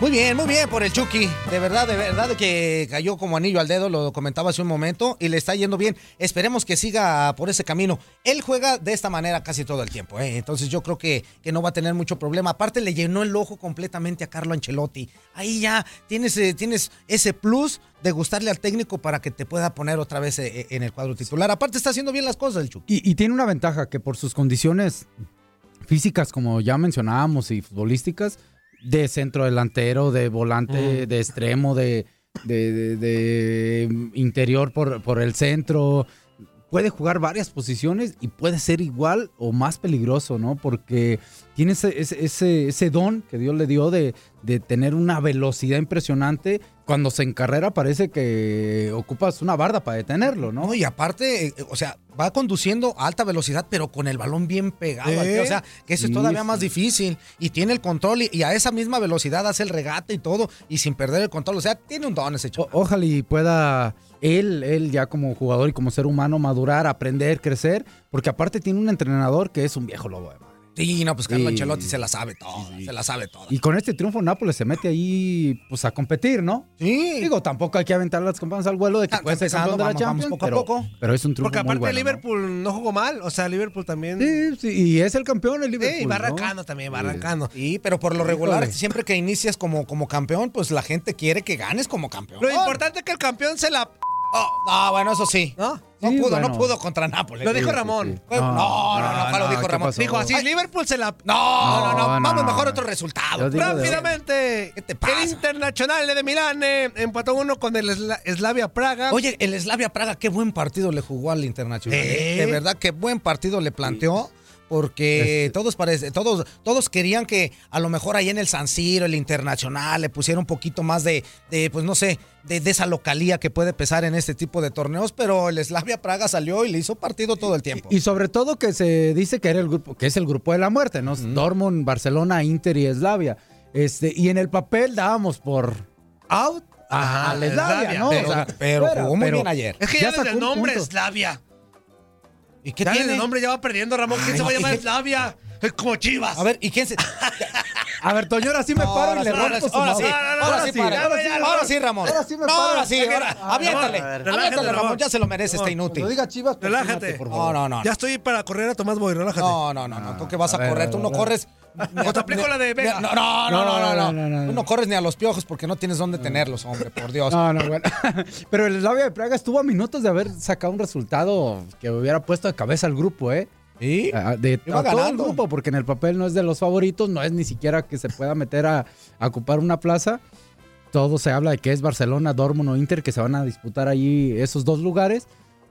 [SPEAKER 9] Muy bien, muy bien por el Chucky. De verdad, de verdad que cayó como anillo al dedo, lo comentaba hace un momento, y le está yendo bien. Esperemos que siga por ese camino. Él juega de esta manera casi todo el tiempo, ¿eh? entonces yo creo que, que no va a tener mucho problema. Aparte, le llenó el ojo completamente a Carlo Ancelotti. Ahí ya tienes, eh, tienes ese plus de gustarle al técnico para que te pueda poner otra vez eh, en el cuadro titular. Aparte, está haciendo bien las cosas el Chucky.
[SPEAKER 10] Y, y tiene una ventaja que por sus condiciones físicas, como ya mencionábamos, y futbolísticas, de centro delantero, de volante, de extremo, de, de- de- de interior por, por el centro, puede jugar varias posiciones y puede ser igual o más peligroso, ¿no? Porque tiene ese, ese, ese- ese don que Dios le dio de, de tener una velocidad impresionante. Cuando se encarrera parece que ocupas una barda para detenerlo, ¿no?
[SPEAKER 9] No, y aparte, eh, o sea, va conduciendo a alta velocidad, pero con el balón bien pegado. al pie,
[SPEAKER 10] ¿Eh?
[SPEAKER 9] O sea, que eso es
[SPEAKER 10] Sí,
[SPEAKER 9] todavía
[SPEAKER 10] sí.
[SPEAKER 9] más difícil. Y tiene el control y, y a esa misma velocidad hace el regate y todo, y sin perder el control. O sea, tiene un don ese
[SPEAKER 10] O-
[SPEAKER 9] chavo.
[SPEAKER 10] ojalá y pueda él, él ya como jugador y como ser humano madurar, aprender, crecer, porque aparte tiene un entrenador que es un viejo lobo. de madre.
[SPEAKER 9] Sí, no, pues Carlo
[SPEAKER 10] Sí.
[SPEAKER 9] Ancelotti se la sabe toda, se la sabe toda.
[SPEAKER 10] Y con este triunfo Nápoles se mete ahí pues a competir, ¿no?
[SPEAKER 9] Sí.
[SPEAKER 10] Digo, tampoco hay que aventar las campanas al vuelo de que
[SPEAKER 9] Ah,
[SPEAKER 2] Pues
[SPEAKER 10] puede ser
[SPEAKER 9] empezando,
[SPEAKER 10] campeón de la
[SPEAKER 9] vamos, vamos
[SPEAKER 10] Champions,
[SPEAKER 9] poco a
[SPEAKER 10] pero,
[SPEAKER 9] poco.
[SPEAKER 10] pero es un triunfo
[SPEAKER 2] Porque
[SPEAKER 10] muy
[SPEAKER 2] aparte
[SPEAKER 10] bueno. ¿no?
[SPEAKER 2] Liverpool ¿no? jugó mal, o sea, Liverpool también.
[SPEAKER 10] Sí, sí, y es el campeón el Liverpool.
[SPEAKER 2] Sí, va
[SPEAKER 10] ¿no?
[SPEAKER 2] arrancando también, va arrancando.
[SPEAKER 9] Sí, pero por lo regular,
[SPEAKER 10] Híjole.
[SPEAKER 9] siempre que inicias como, como campeón, pues la gente quiere que ganes como campeón.
[SPEAKER 2] Lo importante es que el campeón se la.
[SPEAKER 9] Oh, no, bueno, eso sí.
[SPEAKER 2] ¿No?
[SPEAKER 9] No
[SPEAKER 10] Sí,
[SPEAKER 9] pudo, no
[SPEAKER 10] bueno.
[SPEAKER 9] pudo contra Nápoles.
[SPEAKER 2] Lo dijo
[SPEAKER 10] sí,
[SPEAKER 2] Ramón.
[SPEAKER 10] sí.
[SPEAKER 9] Fue- No, no, no, ¿cuál lo dijo
[SPEAKER 10] ¿qué
[SPEAKER 9] Ramón?
[SPEAKER 10] pasó?
[SPEAKER 2] Dijo así, Liverpool se la.
[SPEAKER 9] No, no,
[SPEAKER 10] No,
[SPEAKER 9] no,
[SPEAKER 10] no,
[SPEAKER 9] Vamos
[SPEAKER 10] no.
[SPEAKER 9] mejor a otro resultado.
[SPEAKER 10] Yo digo de-
[SPEAKER 2] Rápidamente,
[SPEAKER 9] te pasa?
[SPEAKER 2] el Internacional de Milán eh, empató uno con el Sla- Slavia Praga.
[SPEAKER 9] Oye, el Slavia Praga, qué buen partido le jugó al Internacional. ¿eh?
[SPEAKER 2] ¿Eh?
[SPEAKER 9] De verdad, qué buen partido le planteó. porque
[SPEAKER 2] Este
[SPEAKER 9] todos parece, todos, todos querían que a lo mejor ahí en el San Siro, el Internacional, le pusiera un poquito más de, de, pues no sé, de, de esa localía que puede pesar en este tipo de torneos, pero el Slavia Praga salió y le hizo partido todo el tiempo.
[SPEAKER 10] Y sobre todo que se dice que era el grupo, que es el grupo de la muerte, ¿no? Dortmund, Barcelona, Inter y Eslavia. Este, y en el papel dábamos por out a, a la Eslavia, ¿no?
[SPEAKER 9] Pero,
[SPEAKER 10] O sea,
[SPEAKER 9] pero
[SPEAKER 10] fuera,
[SPEAKER 9] jugó muy
[SPEAKER 10] pero
[SPEAKER 9] bien ayer.
[SPEAKER 2] Es que ya,
[SPEAKER 10] sacó
[SPEAKER 2] desde el
[SPEAKER 10] un
[SPEAKER 2] nombre
[SPEAKER 10] punto.
[SPEAKER 2] Eslavia.
[SPEAKER 9] ¿Y qué
[SPEAKER 2] ya
[SPEAKER 9] tiene?
[SPEAKER 2] desde el nombre ya va perdiendo, Ramón. ¿Quién
[SPEAKER 9] Ay,
[SPEAKER 2] se va a
[SPEAKER 9] no,
[SPEAKER 2] llamar
[SPEAKER 9] ¿y qué-
[SPEAKER 2] Eslavia? Es como Chivas.
[SPEAKER 9] A ver, ¿y quién se...?
[SPEAKER 10] A ver, Toño, ahora sí me paro y le
[SPEAKER 9] ahora,
[SPEAKER 10] rompo
[SPEAKER 9] sí,
[SPEAKER 10] su
[SPEAKER 9] ahora sí,
[SPEAKER 10] madre.
[SPEAKER 9] ahora sí, padre. ahora sí, ahora sí, Ramón.
[SPEAKER 10] Ahora sí me
[SPEAKER 9] No,
[SPEAKER 10] paro.
[SPEAKER 9] ahora sí, ahora- aviéntale,
[SPEAKER 10] Ah, no, a ver,
[SPEAKER 9] aviéntale,
[SPEAKER 10] relájate,
[SPEAKER 9] Ramón, ya se lo merece este inútil.
[SPEAKER 10] Cuando diga Chivas,
[SPEAKER 2] Relájate.
[SPEAKER 10] por
[SPEAKER 9] No,
[SPEAKER 10] favor.
[SPEAKER 9] no, no.
[SPEAKER 2] Ya estoy para correr a Tomás Boy, relájate.
[SPEAKER 9] No, no, no, no, tú que vas
[SPEAKER 2] A
[SPEAKER 9] a,
[SPEAKER 2] ver,
[SPEAKER 9] correr,
[SPEAKER 2] a
[SPEAKER 9] tú
[SPEAKER 2] ver,
[SPEAKER 9] no
[SPEAKER 2] a ver.
[SPEAKER 9] corres.
[SPEAKER 2] (laughs) O te aplico la de Vega.
[SPEAKER 9] No, no, no, no, no, no,
[SPEAKER 10] No, no, no, no.
[SPEAKER 9] Tú no corres ni a los piojos porque no tienes dónde tenerlos, hombre, por Dios.
[SPEAKER 10] No, no, bueno. (laughs) Pero el Slavia de Praga estuvo a minutos de haber sacado un resultado que hubiera puesto de cabeza al grupo, ¿eh?
[SPEAKER 9] Sí.
[SPEAKER 10] Ah, De
[SPEAKER 9] Iba
[SPEAKER 10] a todo el
[SPEAKER 9] ganando.
[SPEAKER 10] grupo, porque en el papel no es de los favoritos, no es ni siquiera que se pueda meter a, a ocupar una plaza. Todo se habla de que es Barcelona, Dortmund o Inter que se van a disputar allí esos dos lugares.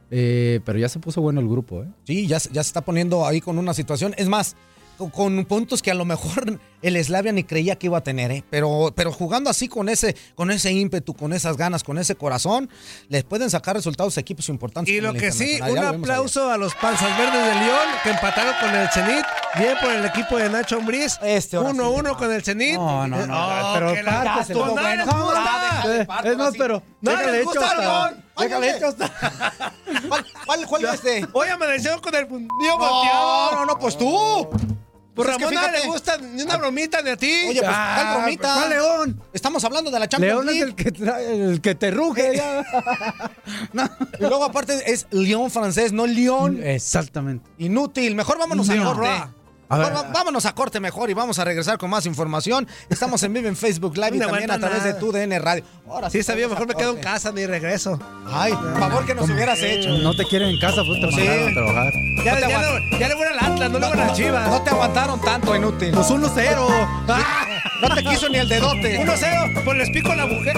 [SPEAKER 10] Eh, pero ya se puso bueno el grupo, ¿eh?
[SPEAKER 9] Sí, ya, se- ya se está poniendo ahí con una situación. Es más, con, con puntos que a lo mejor (laughs) el Slavia ni creía que iba a tener, ¿eh? Pero, pero jugando así con ese, con ese ímpetu, con esas ganas, con ese corazón, les pueden sacar resultados a equipos importantes.
[SPEAKER 2] Y
[SPEAKER 9] como
[SPEAKER 2] lo
[SPEAKER 9] el
[SPEAKER 2] que sí,
[SPEAKER 9] Internacional.
[SPEAKER 2] un
[SPEAKER 9] Ya lo vimos ayer.
[SPEAKER 2] aplauso a los panzas verdes de León que empataron con el Zenit. Bien por el equipo de Nacho Ambriz.
[SPEAKER 9] Este,
[SPEAKER 2] 1-1 con el Zenit.
[SPEAKER 10] No, no, no,
[SPEAKER 2] Oh,
[SPEAKER 10] pero
[SPEAKER 2] que la-
[SPEAKER 10] parte
[SPEAKER 2] Pues
[SPEAKER 10] se tuvo
[SPEAKER 2] nada
[SPEAKER 10] bueno.
[SPEAKER 2] les
[SPEAKER 10] No,
[SPEAKER 2] gusta.
[SPEAKER 10] no, Es más, pero
[SPEAKER 2] No,
[SPEAKER 10] déjale
[SPEAKER 2] les
[SPEAKER 10] hecho
[SPEAKER 2] gusta,
[SPEAKER 10] hasta-
[SPEAKER 2] Ramón.
[SPEAKER 10] déjale hecho hasta-
[SPEAKER 9] ¿Cuál, cuál, cuál es este?
[SPEAKER 2] Hoy amaneció con el fundido
[SPEAKER 9] No,
[SPEAKER 2] volteado.
[SPEAKER 9] no, no, pues tú.
[SPEAKER 2] Pues
[SPEAKER 9] es que
[SPEAKER 2] Ramón, nada le
[SPEAKER 9] fíjate. Ah.
[SPEAKER 2] gusta ni una bromita ni a ti.
[SPEAKER 9] Oye, pues,
[SPEAKER 10] Ah,
[SPEAKER 9] ¿cuál bromita?
[SPEAKER 10] pues, ¿cuál León?
[SPEAKER 9] Estamos hablando de la Champions
[SPEAKER 10] León es
[SPEAKER 9] League.
[SPEAKER 10] el que, trae- el que te
[SPEAKER 9] (laughs)
[SPEAKER 10] ruge. ya.
[SPEAKER 9] Y luego, aparte, es León francés, no León.
[SPEAKER 10] Exactamente.
[SPEAKER 9] Inútil. Mejor vámonos a
[SPEAKER 10] León.
[SPEAKER 9] corte.
[SPEAKER 10] A ver.
[SPEAKER 9] Mejor va- vámonos a corte mejor y vamos a regresar con más información. Estamos en vivo en Facebook Live y
[SPEAKER 2] No
[SPEAKER 9] también a
[SPEAKER 2] aguanto
[SPEAKER 9] través de
[SPEAKER 2] nada.
[SPEAKER 9] tu DN Radio. Ahora
[SPEAKER 2] Sí, sabía,
[SPEAKER 9] vamos a
[SPEAKER 2] mejor me quedo en
[SPEAKER 9] corte.
[SPEAKER 2] casa ni regreso.
[SPEAKER 9] Ay, favor que nos hubieras hecho.
[SPEAKER 10] No te quieren en casa, pues te
[SPEAKER 9] Sí.
[SPEAKER 10] mandaron a trabajar.
[SPEAKER 2] Ya,
[SPEAKER 9] No te
[SPEAKER 2] ya
[SPEAKER 9] aguanto.
[SPEAKER 2] le- ya le voy al Atlas, no, le voy a las Chivas.
[SPEAKER 9] No te aguantaron tanto, inútil.
[SPEAKER 10] Pues 1-0.
[SPEAKER 2] Ah.
[SPEAKER 9] No te quiso ni el dedote.
[SPEAKER 2] 1-0, pues les pico la mujer.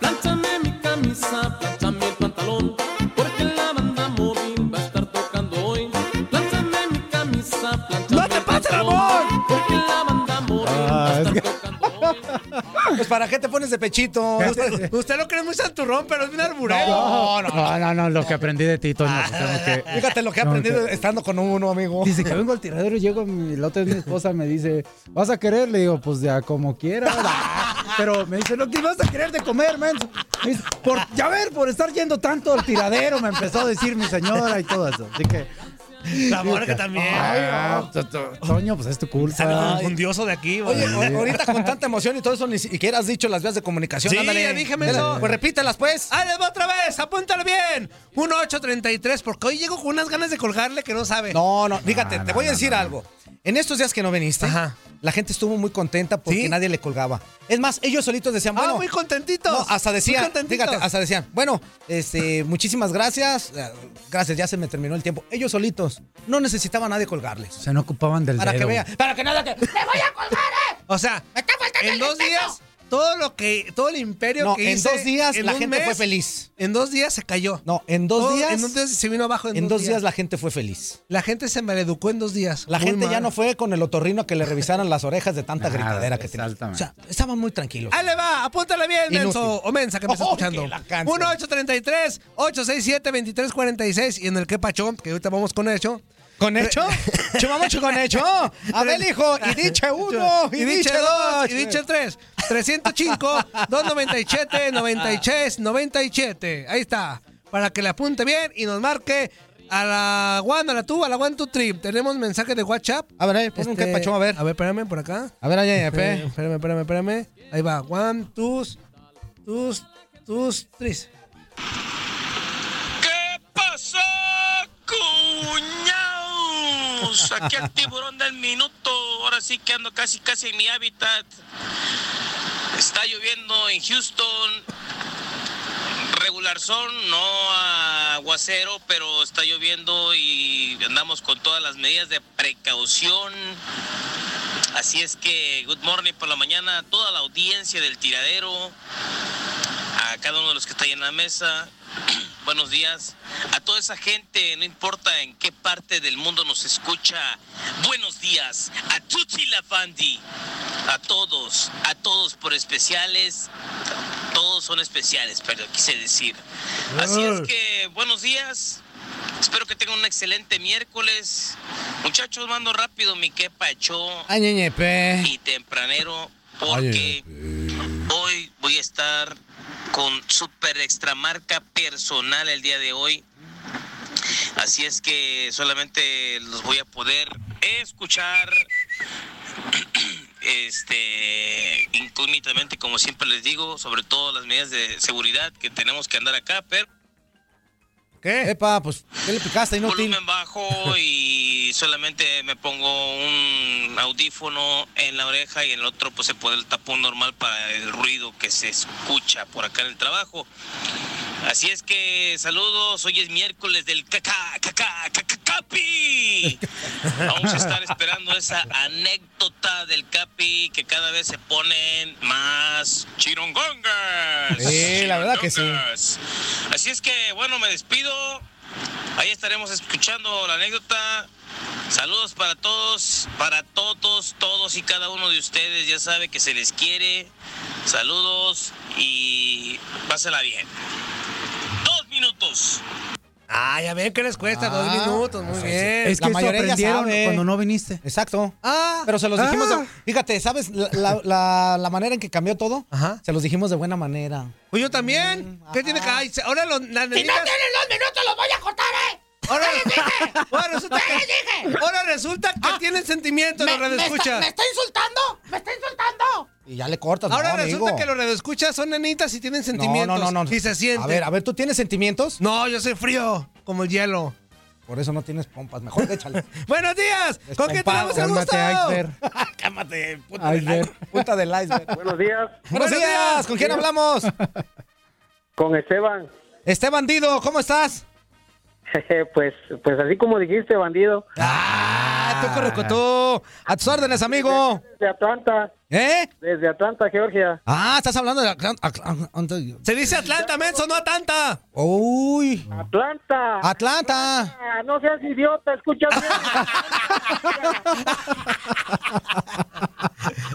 [SPEAKER 14] Plánchame mi camisa, plánchame el pantalón, porque la banda móvil va a estar tocando hoy. Plánchame mi camisa, plánchame ¡No te pases, Ramón! Porque la banda móvil
[SPEAKER 9] Ah,
[SPEAKER 14] va a estar tocando hoy.
[SPEAKER 9] Pues para qué te pones de pechito. (laughs)
[SPEAKER 2] Usted, usted lo cree muy santurrón, pero es bien arburero.
[SPEAKER 9] No, no, no. Ah.
[SPEAKER 10] No, no, no, lo que aprendí de ti, Toño. pues, tengo que-
[SPEAKER 9] Fíjate lo que he
[SPEAKER 10] No,
[SPEAKER 9] aprendido
[SPEAKER 10] que-
[SPEAKER 9] estando con uno, amigo.
[SPEAKER 10] Dice que vengo al tiradero y llego, mi- la otra vez mi esposa me dice, ¿vas a querer? Le digo, pues ya
[SPEAKER 9] (laughs)
[SPEAKER 10] como quieras. Pero me dice, no, ¿qué vas a querer de comer, menso? Me dice, por, ya ver, por estar yendo tanto al tiradero, me empezó a decir mi señora y todo eso. Así que...
[SPEAKER 2] La morga también.
[SPEAKER 10] Ah, to- to- Toño, pues es tu
[SPEAKER 2] Sale
[SPEAKER 10] culpa.
[SPEAKER 2] confundioso de aquí, güey.
[SPEAKER 9] Oye, o- ahorita con tanta emoción y todo eso, ni siquiera has dicho las vías de comunicación.
[SPEAKER 2] Sí,
[SPEAKER 9] ándale.
[SPEAKER 2] ya dije,
[SPEAKER 9] Dale,
[SPEAKER 2] menso.
[SPEAKER 9] Pues repítelas, pues.
[SPEAKER 2] ¡Ah, les va otra vez! ¡Apúntalo bien! 1833, porque hoy llego con unas ganas de colgarle que no sabe.
[SPEAKER 9] No, no, fíjate, te voy a decir algo. En estos días que no viniste,
[SPEAKER 2] Ajá.
[SPEAKER 9] la gente estuvo muy contenta porque
[SPEAKER 2] ¿Sí?
[SPEAKER 9] nadie le colgaba. Es más, ellos solitos decían,
[SPEAKER 2] ah,
[SPEAKER 9] bueno,
[SPEAKER 2] muy contentitos.
[SPEAKER 9] No, hasta decían,
[SPEAKER 2] Muy contentitos.
[SPEAKER 9] fíjate, hasta decían, bueno, este, muchísimas gracias, eh, gracias, ya se me terminó el tiempo. Ellos solitos, no necesitaba a nadie colgarles.
[SPEAKER 10] Se no ocupaban del
[SPEAKER 9] Para que
[SPEAKER 10] dedo.
[SPEAKER 9] vea, para que nada que...
[SPEAKER 2] O sea, en dos días, todo lo que, todo el imperio
[SPEAKER 9] No,
[SPEAKER 2] que
[SPEAKER 9] en
[SPEAKER 2] hice.
[SPEAKER 9] dos días
[SPEAKER 2] en
[SPEAKER 9] la
[SPEAKER 2] un
[SPEAKER 9] gente
[SPEAKER 2] mes,
[SPEAKER 9] fue feliz.
[SPEAKER 2] En dos días se cayó.
[SPEAKER 9] No, en dos
[SPEAKER 2] Todo-
[SPEAKER 9] días,
[SPEAKER 2] En dos días se vino abajo. En,
[SPEAKER 9] en dos días la gente fue feliz.
[SPEAKER 2] La gente se maleducó en dos días.
[SPEAKER 9] La
[SPEAKER 2] Muy
[SPEAKER 9] gente ya
[SPEAKER 2] mal.
[SPEAKER 9] no fue con el otorrino a que le revisaran las orejas de tanta
[SPEAKER 10] Nada,
[SPEAKER 9] gritadera que tenían. O
[SPEAKER 10] exactamente.
[SPEAKER 9] sea, estaban muy tranquilos.
[SPEAKER 2] Ahí le va, apúntale bien,
[SPEAKER 9] Inútil.
[SPEAKER 2] Menso. O Mensa, que me
[SPEAKER 9] (laughs)
[SPEAKER 2] está
[SPEAKER 9] Oh,
[SPEAKER 2] escuchando.
[SPEAKER 9] que la canso.
[SPEAKER 2] 1-833-867-2346. Y en el que pachón, que ahorita vamos con hecho.
[SPEAKER 9] ¿Con
[SPEAKER 2] (laughs)
[SPEAKER 9] hecho? (laughs) Chumamos con hecho. A ver, hijo, y dicha uno, y, dicha
[SPEAKER 2] dos,
[SPEAKER 9] dos.
[SPEAKER 2] y dicha tres. 305-297-96-97. Ahí está. Para que le apunte bien y nos marque a la One, a la Tu, a la One, Tu Trip. Tenemos mensaje de WhatsApp. Este,
[SPEAKER 9] A ver, ahí, pon un quepacho, a ver.
[SPEAKER 2] A ver, espérame por acá.
[SPEAKER 9] A ver, allá,
[SPEAKER 2] Espérame, espérame, espérame, espérame. Ahí va. One, tus, tus, tus, tris.
[SPEAKER 15] ¿Qué pasó, cuñados? Aquí el tiburón del minuto. Ahora sí que ando casi, casi en mi hábitat. Está lloviendo en Houston. Regular son, no aguacero, pero está lloviendo y andamos con todas las medidas de precaución. Así es que, good morning por la mañana a toda la audiencia del tiradero, a cada uno de los que está ahí en la mesa. (clears throat) Buenos días. A toda esa gente, no importa en qué parte del mundo nos escucha, buenos días. A Tutti la Fandi. A todos, a todos por especiales. Todos son especiales, pero quise decir. Así es
[SPEAKER 4] Ah.
[SPEAKER 15] que, buenos días. Espero que tengan un excelente miércoles. Muchachos, mando rápido mi quepa echó
[SPEAKER 9] Ay, ñeñepe.
[SPEAKER 15] y tempranero porque hoy voy a estar con super extra marca personal el día de hoy. Así es que solamente los voy a poder escuchar (clears throat) este incógnitamente como siempre les digo, sobre todo las medidas de seguridad que tenemos que andar acá, pero
[SPEAKER 9] ¿Qué? Epa, pues, ¿qué le picaste, inútil?
[SPEAKER 15] volumen bajo y solamente me pongo un audífono en la oreja y en el otro pues se puede el tapón normal para el ruido que se escucha por acá en el trabajo. Así es que saludos, hoy es miércoles del caca, caca, caca, capi. Vamos a estar esperando esa anécdota del capi que cada vez se ponen más chirongongas.
[SPEAKER 9] Sí, la verdad que sí.
[SPEAKER 15] Chirongongas. Así es que bueno, me despido. Ahí estaremos escuchando la anécdota. Saludos para todos, para todos, todos y cada uno de ustedes. Ya sabe que se les quiere. Saludos y pásela bien. Dos minutos.
[SPEAKER 2] Ah, ya ven que les cuesta dos minutos. Muy bien.
[SPEAKER 10] Es que eso aprendieron cuando no viniste.
[SPEAKER 9] Exacto.
[SPEAKER 2] Ah,
[SPEAKER 9] Pero se los dijimos. de-
[SPEAKER 2] ah.
[SPEAKER 9] fíjate, ¿sabes la, la- la- la manera en que cambió todo? Se los dijimos de buena manera.
[SPEAKER 2] Pues yo también. ¿Qué tiene que.? Ay, se- ahora los. las nenitas-
[SPEAKER 14] los minutos, los voy a cortar, ¿eh?
[SPEAKER 2] Ahora, (laughs) ahora resulta
[SPEAKER 14] ¿Qué les
[SPEAKER 2] que,
[SPEAKER 14] dije?
[SPEAKER 2] ahora resulta que tienen sentimientos los
[SPEAKER 14] está,
[SPEAKER 2] radioescuchas.
[SPEAKER 14] ¿Me está insultando? ¿Me está insultando?
[SPEAKER 9] Y ya le cortas.
[SPEAKER 2] Ahora
[SPEAKER 9] no,
[SPEAKER 2] resulta
[SPEAKER 9] amigo.
[SPEAKER 2] que los radioescuchas son nenitas y tienen
[SPEAKER 9] no,
[SPEAKER 2] sentimientos.
[SPEAKER 9] no, no, no.
[SPEAKER 2] Y se sienten.
[SPEAKER 9] A ver, a ver, ¿tú tienes sentimientos?
[SPEAKER 2] No, yo soy frío, como el hielo.
[SPEAKER 9] Por eso no tienes pompas. Mejor échale.
[SPEAKER 2] (laughs) ¡Buenos días! ¿Con qué
[SPEAKER 9] Despompado.
[SPEAKER 2] tenemos el gusto?
[SPEAKER 9] Cálmate, iceberg. (laughs) Cálmate, puta del
[SPEAKER 4] Iceberg.
[SPEAKER 9] iceberg. Puta del iceberg.
[SPEAKER 4] Buenos días.
[SPEAKER 9] Buenos días, ¿con quién hablamos?
[SPEAKER 4] Con Esteban.
[SPEAKER 9] Este bandido, ¿cómo estás?
[SPEAKER 4] (laughs) pues, pues así como dijiste, bandido.
[SPEAKER 9] Ah, tú correcotó. A tus órdenes, amigo.
[SPEAKER 4] Desde Atlanta.
[SPEAKER 9] ¿Eh?
[SPEAKER 4] Desde Atlanta, Georgia.
[SPEAKER 9] Ah, estás hablando de Atlanta. Atl- Atl-
[SPEAKER 2] Se dice Atlanta, menso, no
[SPEAKER 9] ah.
[SPEAKER 2] Atlanta.
[SPEAKER 9] Uy.
[SPEAKER 4] Atlanta.
[SPEAKER 9] Atlanta.
[SPEAKER 4] Ah, no seas idiota, escúchame.
[SPEAKER 2] (laughs)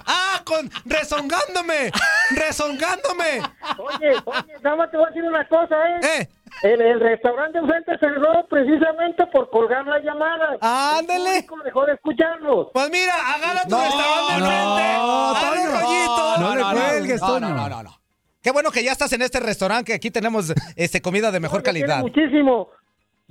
[SPEAKER 2] ¡Ah, con rezongándome! ¡Rezongándome!
[SPEAKER 4] oye, oye, nada más te voy a decir una cosa, ¿eh? El, el restaurante enfrente cerró precisamente por colgar las llamadas.
[SPEAKER 9] Ándele.
[SPEAKER 4] El público dejó de escucharnos.
[SPEAKER 2] Ah, Pues mira, agarra tu
[SPEAKER 9] No,
[SPEAKER 2] restaurante al
[SPEAKER 9] no,
[SPEAKER 2] frente. Dale
[SPEAKER 9] Toño.
[SPEAKER 2] un rollito.
[SPEAKER 9] No, no, no.
[SPEAKER 10] cuelgues,
[SPEAKER 9] No,
[SPEAKER 10] Toño.
[SPEAKER 9] no, no, no, no. Qué bueno que ya estás en este restaurante, que aquí tenemos este, comida de mejor
[SPEAKER 4] Ya tiene
[SPEAKER 9] calidad.
[SPEAKER 4] muchísimo.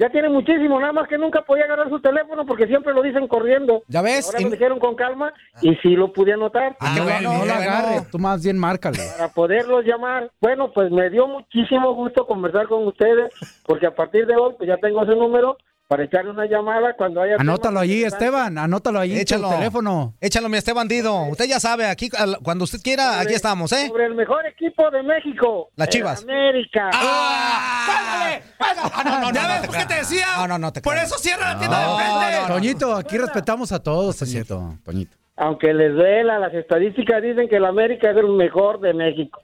[SPEAKER 4] Ya tiene muchísimo, nada más que nunca podía agarrar su teléfono porque siempre lo dicen corriendo.
[SPEAKER 9] ¿Ya ves?
[SPEAKER 4] Ahora
[SPEAKER 9] Y-
[SPEAKER 4] lo dijeron con calma y sí lo pude anotar.
[SPEAKER 10] Ah. no, no lo agarres. Tú más bien márcalo.
[SPEAKER 4] Para poderlos llamar. Bueno, pues me dio muchísimo gusto conversar con ustedes porque a partir de hoy pues ya tengo su número para echarle una llamada cuando haya...
[SPEAKER 10] Anótalo
[SPEAKER 4] temas
[SPEAKER 10] allí,
[SPEAKER 4] interesantes.
[SPEAKER 10] Esteban. Anótalo allí. en
[SPEAKER 9] Échalo.
[SPEAKER 10] Tu teléfono.
[SPEAKER 9] Échalo, mi este bandido. Usted ya sabe, aquí al- cuando usted quiera, aquí estamos, ¿eh?
[SPEAKER 4] Sobre el mejor equipo de México.
[SPEAKER 9] Las Chivas. Ah.
[SPEAKER 4] El América.
[SPEAKER 2] ¡Pásale! ¡Pásale! ¿Ya ves por qué te decía?
[SPEAKER 9] No, no, no te
[SPEAKER 2] Por eso cierra la tienda de frente.
[SPEAKER 10] Toñito, aquí respetamos a todos, Toñito. Toñito.
[SPEAKER 4] Aunque les duela, las estadísticas dicen que el América es el mejor de México.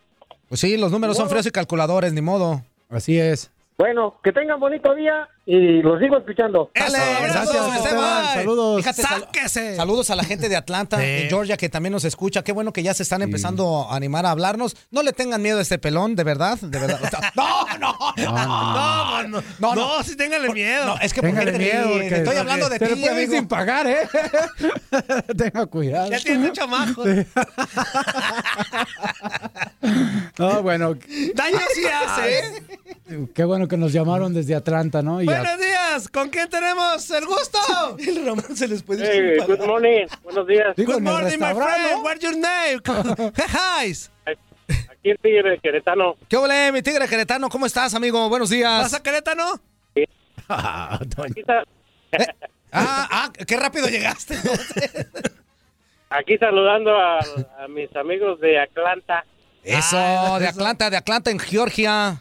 [SPEAKER 9] Pues sí, los números son fríos y calculadores, ni modo.
[SPEAKER 10] Así es.
[SPEAKER 4] Bueno, que tengan bonito día y los sigo escuchando.
[SPEAKER 9] Gracias, Esteban. Saludos. Fíjate, sal-
[SPEAKER 2] ¡Sáquese!
[SPEAKER 9] saludos a la gente de Atlanta, de Georgia, que también nos escucha. Qué bueno que ya se están empezando a animar a hablarnos. No le tengan miedo a este pelón, de verdad,
[SPEAKER 2] (laughs)
[SPEAKER 9] de verdad. O sea, no, no,
[SPEAKER 10] Ah.
[SPEAKER 2] No, no, no, no, (laughs) sí, téngale miedo.
[SPEAKER 9] no, es que ¿por qué te ríes? Estoy hablando de
[SPEAKER 10] te lo
[SPEAKER 9] ti,
[SPEAKER 10] puedes ir
[SPEAKER 9] amigo.
[SPEAKER 10] sin pagar, ¿eh? (laughs) Tenga cuidado.
[SPEAKER 2] Ya tienes un chamaco.
[SPEAKER 10] (laughs) No, bueno.
[SPEAKER 9] (laughs)
[SPEAKER 2] Daño sí hace, ¿eh?
[SPEAKER 10] Qué bueno que nos llamaron desde Atlanta, ¿no? Y a-
[SPEAKER 2] Buenos días, ¿con quién tenemos el gusto?
[SPEAKER 9] El Ramón se les puede
[SPEAKER 4] Hey,
[SPEAKER 2] disculpar.
[SPEAKER 4] good morning, buenos días.
[SPEAKER 10] Digo,
[SPEAKER 2] Good
[SPEAKER 10] en el
[SPEAKER 2] morning, my
[SPEAKER 10] restaurante,
[SPEAKER 2] friend. What's your name?
[SPEAKER 9] (laughs)
[SPEAKER 2] Hi.
[SPEAKER 4] Aquí el tigre de Querétano.
[SPEAKER 9] ¿Qué ole, mi tigre queretano? ¿Cómo estás, amigo? Buenos días.
[SPEAKER 2] ¿Vas a Querétano?
[SPEAKER 9] ah,
[SPEAKER 4] (laughs)
[SPEAKER 9] Eh,
[SPEAKER 4] Aquí, sa-
[SPEAKER 9] ah, qué rápido llegaste.
[SPEAKER 4] (laughs) aquí saludando a, a mis amigos de Atlanta,
[SPEAKER 9] Eso,
[SPEAKER 2] Ah,
[SPEAKER 9] de Atlanta, de Atlanta en Georgia.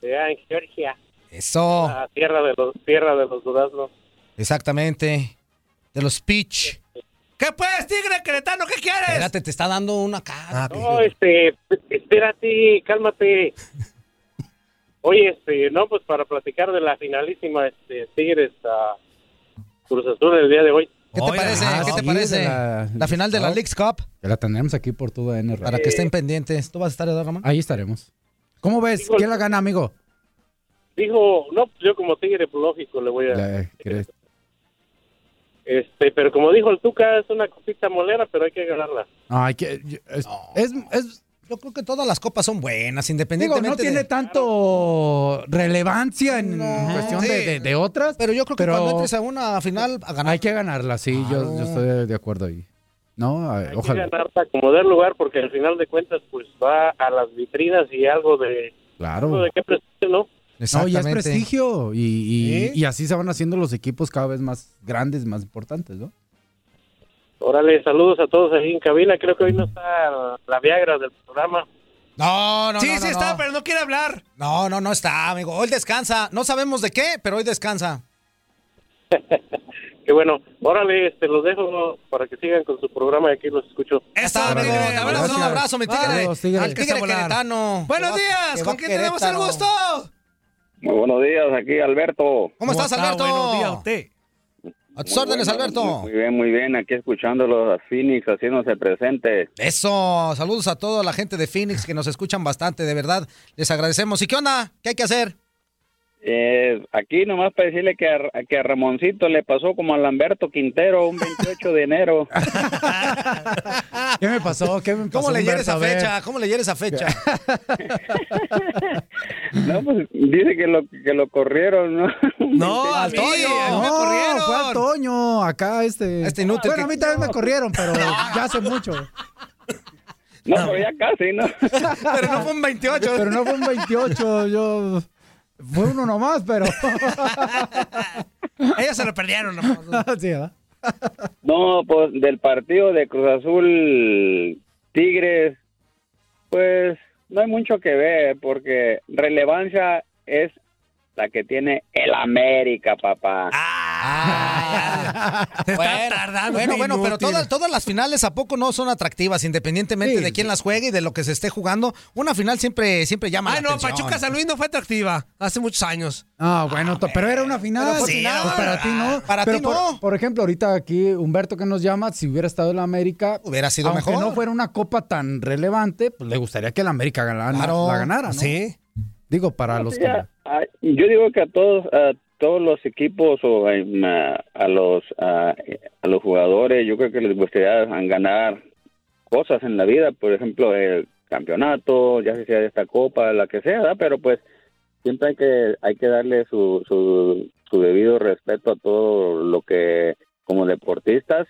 [SPEAKER 4] de allá en Georgia,
[SPEAKER 9] Eso,
[SPEAKER 4] la tierra de los tierra de los duraznos.
[SPEAKER 9] exactamente. De los Peach.
[SPEAKER 2] ¿Qué puedes, tigre queretano? ¿Qué quieres?
[SPEAKER 9] Espérate, te está dando una cara.
[SPEAKER 2] Ah, pues.
[SPEAKER 4] No, este, espérate, cálmate. Oye, este, no, pues para platicar de la finalísima, este, Tigres a Cruz Azul el día de hoy.
[SPEAKER 9] ¿Qué te parece? ¿Qué
[SPEAKER 2] Ah,
[SPEAKER 9] te
[SPEAKER 10] sí,
[SPEAKER 9] parece?
[SPEAKER 10] de
[SPEAKER 9] La...
[SPEAKER 10] la-
[SPEAKER 9] final de la
[SPEAKER 10] Oh.
[SPEAKER 9] Leagues Cup.
[SPEAKER 10] que la tendremos aquí por tu DN.
[SPEAKER 9] Para que estén pendientes. ¿Tú vas a estar, Eduardo Ramón?
[SPEAKER 10] Ahí estaremos. ¿Cómo ves? ¿Quién la gana, amigo?
[SPEAKER 4] Dijo, no, pues yo como Tigre, pues lógico, le voy a...
[SPEAKER 10] La- ¿crees?
[SPEAKER 4] Este, pero como dijo el Tuca, es una copita molera, pero hay que ganarla.
[SPEAKER 10] Ay, que, yo- es, es- es-
[SPEAKER 9] Yo creo que todas las copas son buenas,
[SPEAKER 10] digo,
[SPEAKER 9] independientemente.
[SPEAKER 10] no tiene
[SPEAKER 9] de-
[SPEAKER 10] tanto relevancia en cuestión de, de- de otras.
[SPEAKER 9] Pero yo creo que
[SPEAKER 10] pero-
[SPEAKER 9] cuando entres a una final, a ganar.
[SPEAKER 10] Hay que ganarla, sí, yo, yo estoy de acuerdo ahí. No, a-
[SPEAKER 4] Hay que
[SPEAKER 10] ojalá.
[SPEAKER 4] ganarla como dar lugar, porque al final de cuentas, pues va a las vitrinas y algo de... algo
[SPEAKER 10] Claro.
[SPEAKER 4] de qué prestigio, ¿no?
[SPEAKER 10] No, ya es
[SPEAKER 9] Exactamente.
[SPEAKER 10] prestigio y, y-
[SPEAKER 4] ¿Eh?
[SPEAKER 10] y así se van haciendo los equipos cada vez más grandes, más importantes, ¿no?
[SPEAKER 4] Órale, saludos a todos ahí en cabina. Creo que hoy no está la Viagra del programa.
[SPEAKER 9] No, no,
[SPEAKER 2] sí,
[SPEAKER 9] no. no,
[SPEAKER 2] sí
[SPEAKER 9] no.
[SPEAKER 2] está, pero no quiere hablar.
[SPEAKER 9] No, no, no está, amigo. Hoy descansa. No sabemos de qué, pero hoy descansa.
[SPEAKER 4] Que bueno, órale, este, los dejo para que sigan con su programa y aquí los escucho.
[SPEAKER 2] Eso,
[SPEAKER 9] Está, amigo.
[SPEAKER 2] tigre,
[SPEAKER 9] Te abrazo, un
[SPEAKER 2] gracias.
[SPEAKER 9] abrazo, mi
[SPEAKER 2] Bye.
[SPEAKER 9] tigre.
[SPEAKER 10] Saludos, tigre.
[SPEAKER 9] Al tigre
[SPEAKER 2] Está volar.
[SPEAKER 9] queretano.
[SPEAKER 2] Buenos
[SPEAKER 9] Que va-
[SPEAKER 2] días,
[SPEAKER 9] que
[SPEAKER 2] ¿con
[SPEAKER 9] va
[SPEAKER 2] quién tenemos el
[SPEAKER 9] Querétaro.
[SPEAKER 2] gusto?
[SPEAKER 16] Muy buenos días, aquí Alberto.
[SPEAKER 9] ¿Cómo estás,
[SPEAKER 2] está?
[SPEAKER 9] Alberto?
[SPEAKER 2] Buenos días a usted.
[SPEAKER 9] A tus órdenes,
[SPEAKER 16] Bueno,
[SPEAKER 9] Alberto.
[SPEAKER 16] Muy bien, muy bien, aquí escuchándolos a Phoenix haciéndose presente.
[SPEAKER 9] Eso, saludos a toda la gente de Phoenix que nos escuchan bastante, de verdad. Les agradecemos. ¿Y qué onda? ¿Qué hay que hacer?
[SPEAKER 16] Eh, aquí nomás para decirle que a, que a Ramoncito le pasó como a Lamberto Quintero un 28 de enero.
[SPEAKER 10] (laughs) ¿Qué me pasó? ¿Qué me
[SPEAKER 2] Pues
[SPEAKER 10] pasó?
[SPEAKER 9] ¿Cómo le
[SPEAKER 10] Humberto?
[SPEAKER 9] hieres
[SPEAKER 10] A
[SPEAKER 9] a
[SPEAKER 10] ver.
[SPEAKER 9] fecha? ¿Cómo le hieres
[SPEAKER 2] (laughs)
[SPEAKER 9] a fecha?
[SPEAKER 16] No, pues dice que lo, que lo corrieron, ¿no?
[SPEAKER 2] No, al
[SPEAKER 10] Toño,
[SPEAKER 2] Toño, me
[SPEAKER 10] no,
[SPEAKER 2] corrieron.
[SPEAKER 10] fue a Toño, acá este.
[SPEAKER 9] Este inútil
[SPEAKER 10] Bueno,
[SPEAKER 9] que-
[SPEAKER 10] a mí también me corrieron, pero ya hace mucho.
[SPEAKER 16] No, pero ya casi, ¿no?
[SPEAKER 9] (laughs) Pero no fue un 28.
[SPEAKER 10] Pero no fue un 28, yo. Fue uno nomás, pero.
[SPEAKER 9] (laughs)
[SPEAKER 2] Ellos se lo perdieron. nomás.
[SPEAKER 10] (laughs) Sí, ¿verdad?
[SPEAKER 16] No, pues del partido de Cruz Azul Tigres, pues no hay mucho que ver porque relevancia es la que tiene el América, papá.
[SPEAKER 2] Te estás
[SPEAKER 9] Bueno,
[SPEAKER 2] tardando.
[SPEAKER 9] Bueno, bueno, pero
[SPEAKER 2] inútil.
[SPEAKER 9] todas, todas las finales a poco no son atractivas, independientemente
[SPEAKER 10] Sí,
[SPEAKER 9] de quién las juegue y de lo que se esté jugando. Una final siempre, siempre llama
[SPEAKER 2] Ah,
[SPEAKER 9] la
[SPEAKER 2] no,
[SPEAKER 9] atención.
[SPEAKER 2] Pachuca San Luis no fue atractiva hace muchos años.
[SPEAKER 10] Ah, bueno, to- pero era una final.
[SPEAKER 9] pero fue
[SPEAKER 10] Sí,
[SPEAKER 9] final.
[SPEAKER 10] pues para ti no.
[SPEAKER 9] Para
[SPEAKER 10] Pero
[SPEAKER 9] ti
[SPEAKER 10] por,
[SPEAKER 9] no.
[SPEAKER 10] Por ejemplo, ahorita aquí Humberto que nos llama, si hubiera estado en la América.
[SPEAKER 9] Hubiera sido
[SPEAKER 10] aunque
[SPEAKER 9] mejor.
[SPEAKER 10] no fuera una copa tan relevante, pues le gustaría que la América ganara,
[SPEAKER 9] Claro.
[SPEAKER 10] la ganara, ¿no?
[SPEAKER 2] Sí.
[SPEAKER 10] Digo, para los que.
[SPEAKER 16] Ya, ah, yo digo que a todos a todos los equipos o em, a, a los a, a los jugadores yo creo que les gustaría ganar cosas en la vida por ejemplo el campeonato ya sea esta copa la que sea ¿verdad? pero pues siempre hay que hay que darle su, su, su debido respeto a todo lo que como deportistas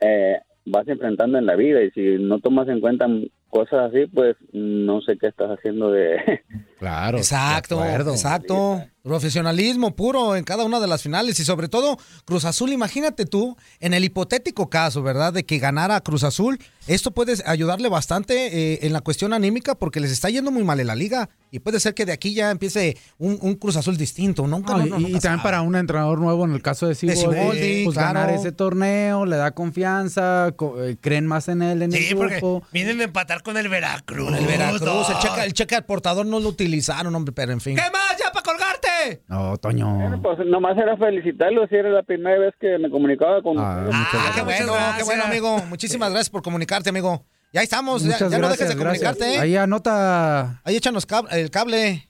[SPEAKER 16] eh, vas enfrentando en la vida y si no tomas en cuenta cosas así pues no sé qué estás haciendo de
[SPEAKER 10] Claro.
[SPEAKER 9] Exacto,
[SPEAKER 10] de acuerdo.
[SPEAKER 9] exacto. Profesionalismo puro en cada una de las finales y sobre todo Cruz Azul. Imagínate tú, en el hipotético caso, ¿verdad? De que ganara Cruz Azul, esto puede ayudarle bastante eh, en la cuestión anímica porque les está yendo muy mal en la liga y puede ser que de aquí ya empiece un, un Cruz Azul distinto. Nunca,
[SPEAKER 10] No,
[SPEAKER 9] no,
[SPEAKER 10] y,
[SPEAKER 9] no,
[SPEAKER 10] y
[SPEAKER 9] nunca
[SPEAKER 10] también
[SPEAKER 9] sabe.
[SPEAKER 10] para un entrenador nuevo, en el caso de
[SPEAKER 9] Siboldi,
[SPEAKER 10] Siboldi, pues
[SPEAKER 9] claro.
[SPEAKER 10] ganar ese torneo le da confianza, co- eh, creen más en él, en
[SPEAKER 2] Sí,
[SPEAKER 10] el
[SPEAKER 2] porque
[SPEAKER 10] grupo.
[SPEAKER 2] vienen a empatar con el Veracruz.
[SPEAKER 9] Con el Veracruz, el
[SPEAKER 2] Ay.
[SPEAKER 9] cheque, el cheque al portador no lo utilizaron, hombre, pero en fin.
[SPEAKER 2] ¿Qué más? ¡Ya para colgarte!
[SPEAKER 10] No, Toño.
[SPEAKER 16] Bueno, pues nomás era felicitarlos si era la primera vez que me comunicaba con
[SPEAKER 10] Ah,
[SPEAKER 16] ustedes.
[SPEAKER 10] muchas
[SPEAKER 9] Ah, qué
[SPEAKER 10] gracias.
[SPEAKER 9] bueno,
[SPEAKER 2] gracias.
[SPEAKER 9] qué bueno, amigo. Muchísimas gracias por comunicarte, amigo. Ya estamos, ya,
[SPEAKER 10] Muchas
[SPEAKER 9] ya no dejes
[SPEAKER 10] gracias,
[SPEAKER 9] de
[SPEAKER 10] gracias.
[SPEAKER 9] comunicarte. ¿eh?
[SPEAKER 10] Ahí anota.
[SPEAKER 9] Ahí échanos cab- el cable.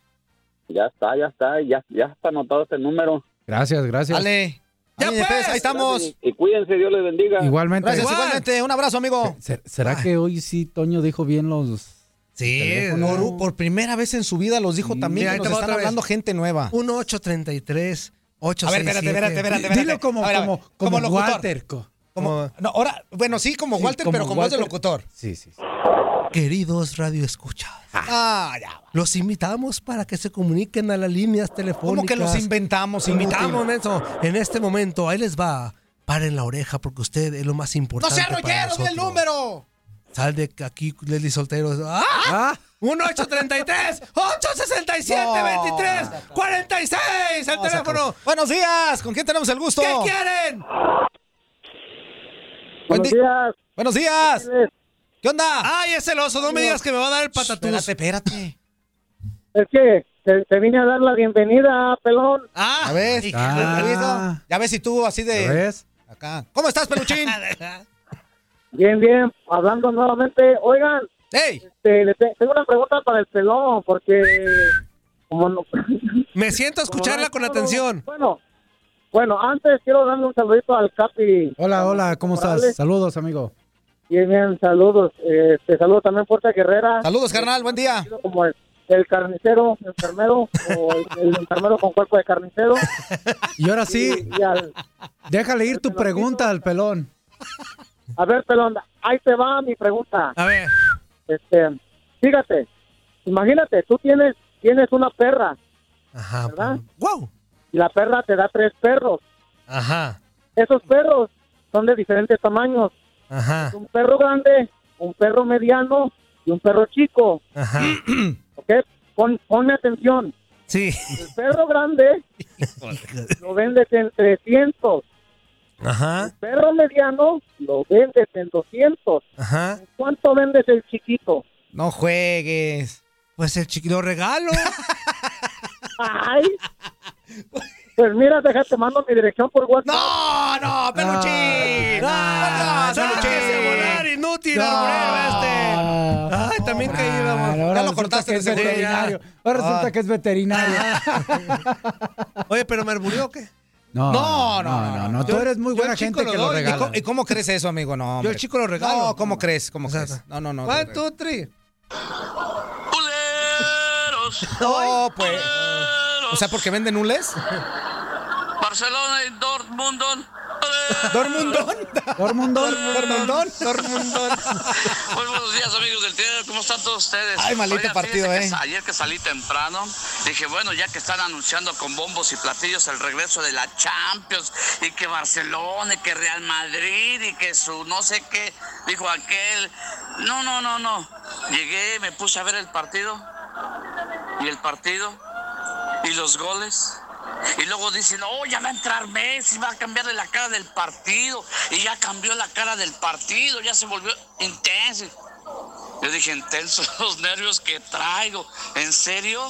[SPEAKER 16] Ya
[SPEAKER 4] Ah,
[SPEAKER 16] está, ya está, ya, ya está anotado este número.
[SPEAKER 10] Gracias, gracias.
[SPEAKER 9] Dale.
[SPEAKER 2] Ya,
[SPEAKER 9] Ándale,
[SPEAKER 2] pues.
[SPEAKER 9] ahí estamos.
[SPEAKER 16] Y cuídense, Dios les bendiga.
[SPEAKER 10] Igualmente.
[SPEAKER 9] Gracias,
[SPEAKER 2] Igual.
[SPEAKER 9] igualmente. Un abrazo, amigo.
[SPEAKER 10] ¿Será que hoy sí Toño dijo bien los
[SPEAKER 2] Sí.
[SPEAKER 9] teléfono. Oru, por primera vez en su vida los dijo también
[SPEAKER 2] Mira, ahí
[SPEAKER 9] que
[SPEAKER 2] te
[SPEAKER 9] nos
[SPEAKER 2] va
[SPEAKER 9] están
[SPEAKER 2] otra vez.
[SPEAKER 9] hablando gente nueva.
[SPEAKER 2] 1833 867.
[SPEAKER 9] A ver, espérate, espérate, espérate, espérate.
[SPEAKER 2] Dilo como,
[SPEAKER 9] A ver, a ver,
[SPEAKER 2] como,
[SPEAKER 9] como
[SPEAKER 2] como,
[SPEAKER 9] locutor.
[SPEAKER 2] Walter. co-
[SPEAKER 9] Como, no, ahora, bueno, sí, como
[SPEAKER 2] Sí,
[SPEAKER 9] Walter,
[SPEAKER 2] como
[SPEAKER 9] pero con voz de
[SPEAKER 2] Walter.
[SPEAKER 9] locutor.
[SPEAKER 2] Sí, sí. Queridos Radio Escucha.
[SPEAKER 9] Ah, ya.
[SPEAKER 2] Los invitamos para que se comuniquen a las líneas telefónicas.
[SPEAKER 9] que los inventamos, inútil?
[SPEAKER 2] Invitamos, menso. En este momento, ahí les va. Paren la oreja porque usted es lo más
[SPEAKER 9] ¡No
[SPEAKER 2] importante.
[SPEAKER 9] sea
[SPEAKER 2] para
[SPEAKER 9] rollero, di
[SPEAKER 2] nosotros.
[SPEAKER 9] el número!
[SPEAKER 2] Sal de aquí, Leslie Soltero. ¡Ah!
[SPEAKER 9] ¿Ah? (laughs)
[SPEAKER 2] 1833 867 23 46 el
[SPEAKER 9] No, se acabó.
[SPEAKER 2] teléfono.
[SPEAKER 9] Buenos días, ¿con quién tenemos el gusto?
[SPEAKER 2] ¿Qué quieren?
[SPEAKER 9] Buen di- Buenos días. ¿Qué onda?
[SPEAKER 2] Ay, es celoso, no me digas que me va a dar el patatús.
[SPEAKER 9] Espérate, espérate.
[SPEAKER 4] Es que te, te vine a dar la bienvenida, pelón.
[SPEAKER 2] Ah,
[SPEAKER 9] ¿Ya ves?
[SPEAKER 4] Ah.
[SPEAKER 9] ¿Ya ves? Ya ves si tú así de...
[SPEAKER 4] ¿Ya ves?
[SPEAKER 9] Acá. ¿Cómo estás, peluchín?
[SPEAKER 4] Bien, bien. Hablando nuevamente, oigan. este, le te- tengo una pregunta para el pelón, porque como
[SPEAKER 9] (laughs)
[SPEAKER 4] no-
[SPEAKER 2] Me siento a escucharla con atención.
[SPEAKER 4] bueno, bueno, antes quiero darle un saludito al Capi.
[SPEAKER 10] Hola, hola, ¿cómo
[SPEAKER 4] Morales.
[SPEAKER 10] estás? Saludos, amigo.
[SPEAKER 4] Bien, bien, saludos. Este, saludos también Puerta Guerrera.
[SPEAKER 9] Saludos, carnal, buen día.
[SPEAKER 4] Como el, el carnicero, el enfermero, o el, el enfermero con cuerpo de carnicero.
[SPEAKER 10] Y ahora sí,
[SPEAKER 4] Y al,
[SPEAKER 10] déjale ir tu pregunta al pelón.
[SPEAKER 4] A ver, pelón, ahí te va mi pregunta.
[SPEAKER 2] A ver.
[SPEAKER 4] Este, fíjate, imagínate, tú tienes tienes una perra,
[SPEAKER 2] Ajá.
[SPEAKER 4] ¿verdad?
[SPEAKER 2] Wow.
[SPEAKER 4] Y la perra te da tres perros.
[SPEAKER 2] Ajá.
[SPEAKER 4] Esos perros son de diferentes tamaños.
[SPEAKER 2] Ajá.
[SPEAKER 4] Un perro grande, un perro mediano y un perro chico.
[SPEAKER 2] Ajá.
[SPEAKER 4] ¿Ok? Pon, ponme atención.
[SPEAKER 2] Sí.
[SPEAKER 4] El perro grande lo vendes en 300.
[SPEAKER 2] Ajá.
[SPEAKER 4] El perro mediano lo vendes en 200.
[SPEAKER 2] Ajá.
[SPEAKER 4] ¿Cuánto vendes el chiquito?
[SPEAKER 9] No juegues.
[SPEAKER 2] Pues el chiquito regalo.
[SPEAKER 4] (laughs) Ay. Pues mira, déjate, mando mi dirección por WhatsApp.
[SPEAKER 9] ¡No, no,
[SPEAKER 10] Ah.
[SPEAKER 9] peluchín! ¡No, no,
[SPEAKER 2] ¡Sáquese a volar,
[SPEAKER 9] peluchín!
[SPEAKER 2] inútil, alburero este! ¡Ay, también caí, vamos!
[SPEAKER 10] Ah, Ahora
[SPEAKER 9] Ya lo
[SPEAKER 10] resulta
[SPEAKER 9] cortaste de
[SPEAKER 10] que es
[SPEAKER 9] seguro. Ah.
[SPEAKER 10] veterinario. Ahora resulta que
[SPEAKER 9] (laughs)
[SPEAKER 10] es veterinario.
[SPEAKER 2] Oye, ¿pero me arburió o qué?
[SPEAKER 10] No,
[SPEAKER 9] No, no, no, no.
[SPEAKER 10] Tú
[SPEAKER 9] Yo-
[SPEAKER 10] eres muy
[SPEAKER 9] yo
[SPEAKER 10] buena
[SPEAKER 9] al chico
[SPEAKER 10] gente
[SPEAKER 9] lo
[SPEAKER 10] que lo
[SPEAKER 9] doy. ¿Y
[SPEAKER 10] regala.
[SPEAKER 9] cómo- ¿Y cómo crees eso, amigo? No,
[SPEAKER 2] Yo
[SPEAKER 9] hombre.
[SPEAKER 2] el chico lo regalo.
[SPEAKER 9] No, ¿cómo crees? ¿Cómo crees? No, no, no.
[SPEAKER 2] One, two, three.
[SPEAKER 9] No, pues. O sea, porque venden (laughs) nules.
[SPEAKER 17] Barcelona y Dortmund. (laughs)
[SPEAKER 9] Dormundón.
[SPEAKER 10] Dormundón.
[SPEAKER 9] Dormundón. Dormundón.
[SPEAKER 17] Muy buenos días amigos del Tierra, ¿cómo están todos ustedes?
[SPEAKER 9] Ay, maldito
[SPEAKER 17] Oigan,
[SPEAKER 9] partido,
[SPEAKER 17] fíjense
[SPEAKER 9] eh.
[SPEAKER 17] que sa- ayer que salí temprano, dije, bueno, ya que están anunciando con bombos y platillos el regreso de la Champions, y que Barcelona, y que Real Madrid, y que su no sé qué, dijo aquel. No, no, no, no. Llegué, me puse a ver el partido, y el partido, y los goles. Y luego dicen, oh, ya va a entrar Messi, va a cambiarle la cara del partido. Y ya cambió la cara del partido, ya se volvió intenso. Yo dije, intensos (laughs) los nervios que traigo. ¿En serio?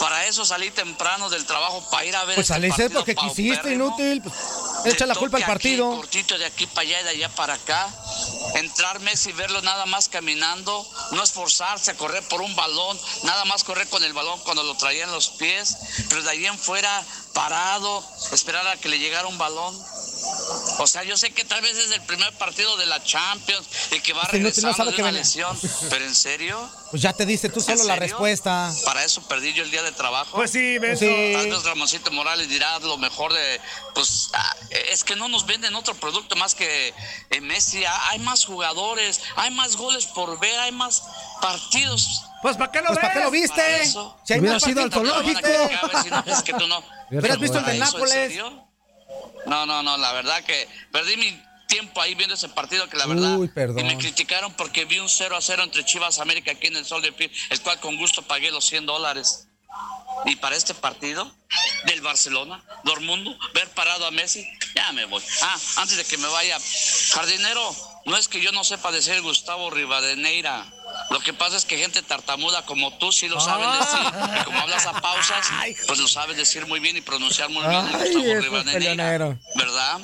[SPEAKER 17] Para eso salí temprano del trabajo, para ir a ver
[SPEAKER 9] Pues
[SPEAKER 17] este
[SPEAKER 9] saliste
[SPEAKER 17] partido
[SPEAKER 9] porque quisiste,
[SPEAKER 17] paupérrimo.
[SPEAKER 9] inútil. Pues,
[SPEAKER 17] De
[SPEAKER 9] Echa la culpa al
[SPEAKER 17] toque aquí,
[SPEAKER 9] partido.
[SPEAKER 17] cortito de aquí para allá y de allá para acá. Entrar Messi, verlo nada más caminando, no esforzarse a correr por un balón, nada más correr con el balón cuando lo traían los pies, pero de ahí en fuera parado, esperar a que le llegara un balón. O sea, yo sé que tal vez es el primer partido de la Champions y que va
[SPEAKER 9] Este inútil no
[SPEAKER 17] regresando
[SPEAKER 9] sabe
[SPEAKER 17] de
[SPEAKER 9] que
[SPEAKER 17] una
[SPEAKER 9] viene. (laughs)
[SPEAKER 17] lesión, pero en serio,
[SPEAKER 9] Pues ya te diste tú solo
[SPEAKER 17] ¿En
[SPEAKER 9] la
[SPEAKER 17] serio?
[SPEAKER 9] respuesta.
[SPEAKER 17] para eso perdí yo el día de trabajo.
[SPEAKER 2] Pues sí, menso.
[SPEAKER 17] Tal vez Ramoncito Morales dirá lo mejor de. Pues ah, es que no nos venden otro producto más que eh, Messi. Ah, Hay más jugadores, hay más goles por ver, hay más partidos.
[SPEAKER 2] Pues ¿para qué lo
[SPEAKER 9] Pues ¿para qué lo
[SPEAKER 2] ves?
[SPEAKER 9] viste?
[SPEAKER 17] Para eso.
[SPEAKER 9] Si hay
[SPEAKER 10] Hubiera
[SPEAKER 9] más
[SPEAKER 10] sido
[SPEAKER 9] partidos, te
[SPEAKER 10] al
[SPEAKER 9] van a
[SPEAKER 10] zoológico.
[SPEAKER 9] criticar,
[SPEAKER 17] Si no, es que tú no.
[SPEAKER 9] Hubieras visto el de
[SPEAKER 17] ¿Para eso, en
[SPEAKER 9] Nápoles.
[SPEAKER 17] serio? No, no, no, la verdad que perdí mi tiempo ahí viendo ese partido que la verdad
[SPEAKER 9] Uy, perdón.
[SPEAKER 17] y me criticaron porque vi un 0 a 0 entre Chivas América aquí en el Sol de Pie, el cual con gusto pagué los 100 dólares. Y para este partido del Barcelona, Dormundo, ver parado a Messi, ya me voy. Ah, antes de que me vaya, jardinero, no es que yo no sepa decir Gustavo Rivadeneira. Lo que pasa es que gente tartamuda como tú sí lo sabes
[SPEAKER 9] Ah.
[SPEAKER 17] decir. Y como hablas a pausas, pues lo sabes decir muy bien y pronunciar muy bien.
[SPEAKER 9] Ay,
[SPEAKER 17] Gustavo
[SPEAKER 9] ese
[SPEAKER 17] Rivadeneira,
[SPEAKER 9] peleonero.
[SPEAKER 17] ¿Verdad?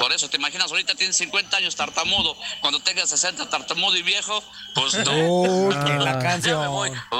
[SPEAKER 17] Por eso, te imaginas, ahorita tienes 50 años tartamudo. Cuando tengas 60 tartamudo y viejo, pues no.
[SPEAKER 9] Uy, que la
[SPEAKER 17] (laughs) Ya me voy.
[SPEAKER 9] canción.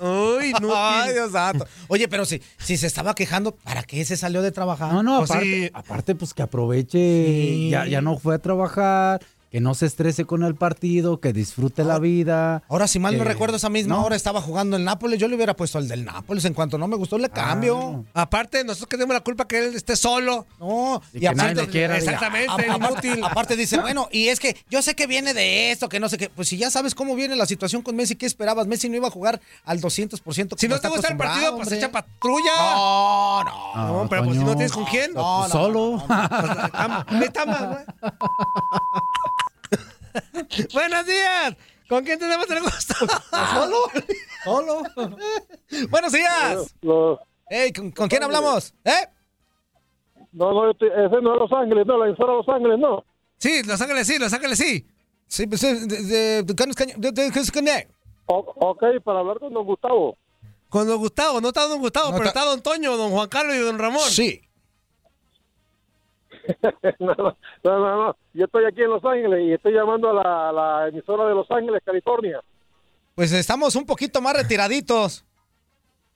[SPEAKER 17] Bye.
[SPEAKER 2] Uy, no.
[SPEAKER 9] (laughs) Ay, Dios santo. Oye, pero si, si se estaba quejando, ¿para qué se salió de trabajar?
[SPEAKER 10] Ah, No, no,
[SPEAKER 9] Pues
[SPEAKER 10] aparte,
[SPEAKER 9] sí.
[SPEAKER 10] aparte pues que aproveche,
[SPEAKER 9] Sí.
[SPEAKER 10] ya, ya no fue a trabajar, que no se estrese con el partido, que disfrute la vida.
[SPEAKER 9] Ah, Ahora, si mal
[SPEAKER 2] eh,
[SPEAKER 9] no
[SPEAKER 10] que-
[SPEAKER 9] recuerdo, esa misma hora estaba jugando el Nápoles. Yo le hubiera puesto al del Nápoles. En cuanto no me gustó, le
[SPEAKER 2] Ah.
[SPEAKER 9] cambio.
[SPEAKER 2] Aparte, nosotros que tenemos la culpa que él esté solo.
[SPEAKER 9] No,
[SPEAKER 2] y, aparte,
[SPEAKER 9] a-
[SPEAKER 2] Exactamente,
[SPEAKER 9] a- aparte,
[SPEAKER 2] inútil.
[SPEAKER 9] aparte dice, bueno, y es que yo sé que viene de esto, que no sé qué. Pues si ya sabes cómo viene la situación con Messi, ¿qué esperabas? Messi no iba a jugar al 200%.
[SPEAKER 2] Si no te gusta el partido, pues echa patrulla.
[SPEAKER 9] No, no.
[SPEAKER 2] No, pero pues si no tienes con quién.
[SPEAKER 9] Ah, No, no,
[SPEAKER 10] Solo.
[SPEAKER 2] (laughs) Buenos días. ¿Con quién tenemos el gusto?
[SPEAKER 9] (laughs) ¿Solo? ¿Solo? Buenos días.
[SPEAKER 18] No,
[SPEAKER 9] Ey, ¿con, con quién hablamos? ¿Eh?
[SPEAKER 18] no, no, yo estoy- ese no es Los Ángeles, no, la emisora de Los Ángeles, no.
[SPEAKER 2] Sí, Los Ángeles sí, Los Ángeles sí. eh,
[SPEAKER 9] Sí, pues de, de,
[SPEAKER 18] ok, para hablar con don Gustavo.
[SPEAKER 2] Con don Gustavo, no está don Gustavo, pero está... don Toño, don Juan Carlos y don Ramón.
[SPEAKER 9] Sí.
[SPEAKER 18] (laughs) no, no, no, no, yo estoy aquí en Los Ángeles y estoy llamando a la, a la emisora de Los Ángeles, California.
[SPEAKER 9] Pues estamos un poquito más retiraditos.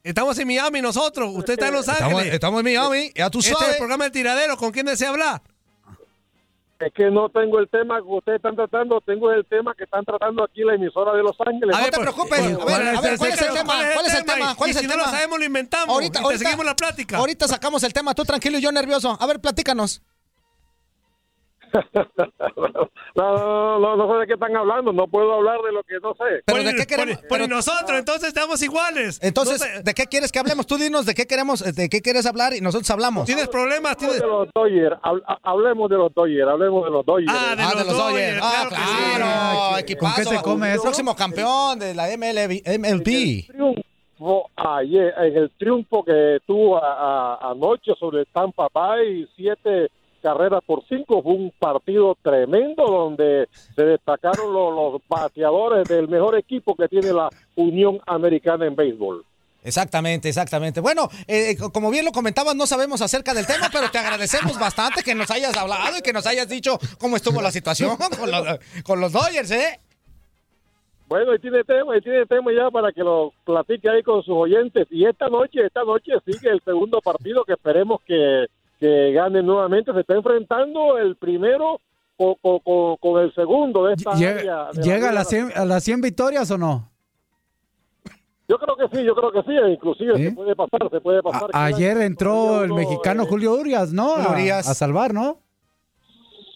[SPEAKER 2] Estamos en Miami nosotros, usted está en Los
[SPEAKER 9] Estamos-
[SPEAKER 2] Ángeles.
[SPEAKER 9] estamos en Miami, ya tú
[SPEAKER 2] Este es
[SPEAKER 9] sabes.
[SPEAKER 2] el programa del tiradero, ¿con quién desea hablar?
[SPEAKER 18] Es que no tengo el tema que ustedes están tratando, tengo el tema que están tratando aquí la emisora de Los Ángeles.
[SPEAKER 9] No te preocupes. A pues, eh, ver, a ver, ¿cuál es el tema? este, ¿Cuál es el tema? ¿Cuál es el tema? Ahorita, ahorita- Ahorita sacamos el tema, tú tranquilo y yo nervioso. A ver, platícanos.
[SPEAKER 18] (laughs) No, no, no, no sé de qué están hablando, no puedo hablar de lo que no sé.
[SPEAKER 9] Pero de qué queremos.
[SPEAKER 2] Pero nosotros, entonces estamos iguales.
[SPEAKER 9] Entonces,
[SPEAKER 2] No sé-
[SPEAKER 9] ¿de qué quieres que hablemos? Tú dinos de qué queremos, eh, de qué quieres hablar y nosotros hablamos.
[SPEAKER 2] ¿Tienes problemas?
[SPEAKER 18] Hablemos de los Dodgers, hab- ha- hablemos de los Dodgers, hablemos de los Dodgers.
[SPEAKER 9] Ah, de los Dodgers. Ah, claro, equipazo.
[SPEAKER 18] ¿Con qué se come eso?
[SPEAKER 9] Próximo campeón de la MLB. MLB.
[SPEAKER 18] triunfo ayer, en el triunfo que tuvo a- a- anoche sobre el Tampa Bay, siete carreras por cinco, fue un partido tremendo donde se destacaron lo- los, bateadores del mejor equipo que tiene la Unión Americana en béisbol.
[SPEAKER 9] Exactamente, exactamente. Bueno, eh, co- como bien lo comentabas, no sabemos acerca del tema, pero te agradecemos bastante que nos hayas hablado y que nos hayas dicho cómo estuvo la situación con los, con los Dodgers, ¿eh?
[SPEAKER 18] Bueno, y tiene tema, y tiene tema ya para que lo platique ahí con sus oyentes. Y esta noche, esta noche sigue el segundo partido que esperemos que, que gane nuevamente. Se está enfrentando el primero con, con- con- con el segundo de esta
[SPEAKER 10] Ah,
[SPEAKER 18] área.
[SPEAKER 10] Llega,
[SPEAKER 18] de la
[SPEAKER 10] llega a,
[SPEAKER 18] Liga
[SPEAKER 10] las 100, a las 100 victorias o no?
[SPEAKER 18] Yo creo que sí, yo creo que sí, inclusive
[SPEAKER 10] ¿Eh?
[SPEAKER 18] se puede pasar, se puede pasar.
[SPEAKER 10] Ayer entró el mexicano Pues Julio Urias, ¿no?
[SPEAKER 18] Julio
[SPEAKER 10] A,
[SPEAKER 18] Urias.
[SPEAKER 10] a salvar, ¿no?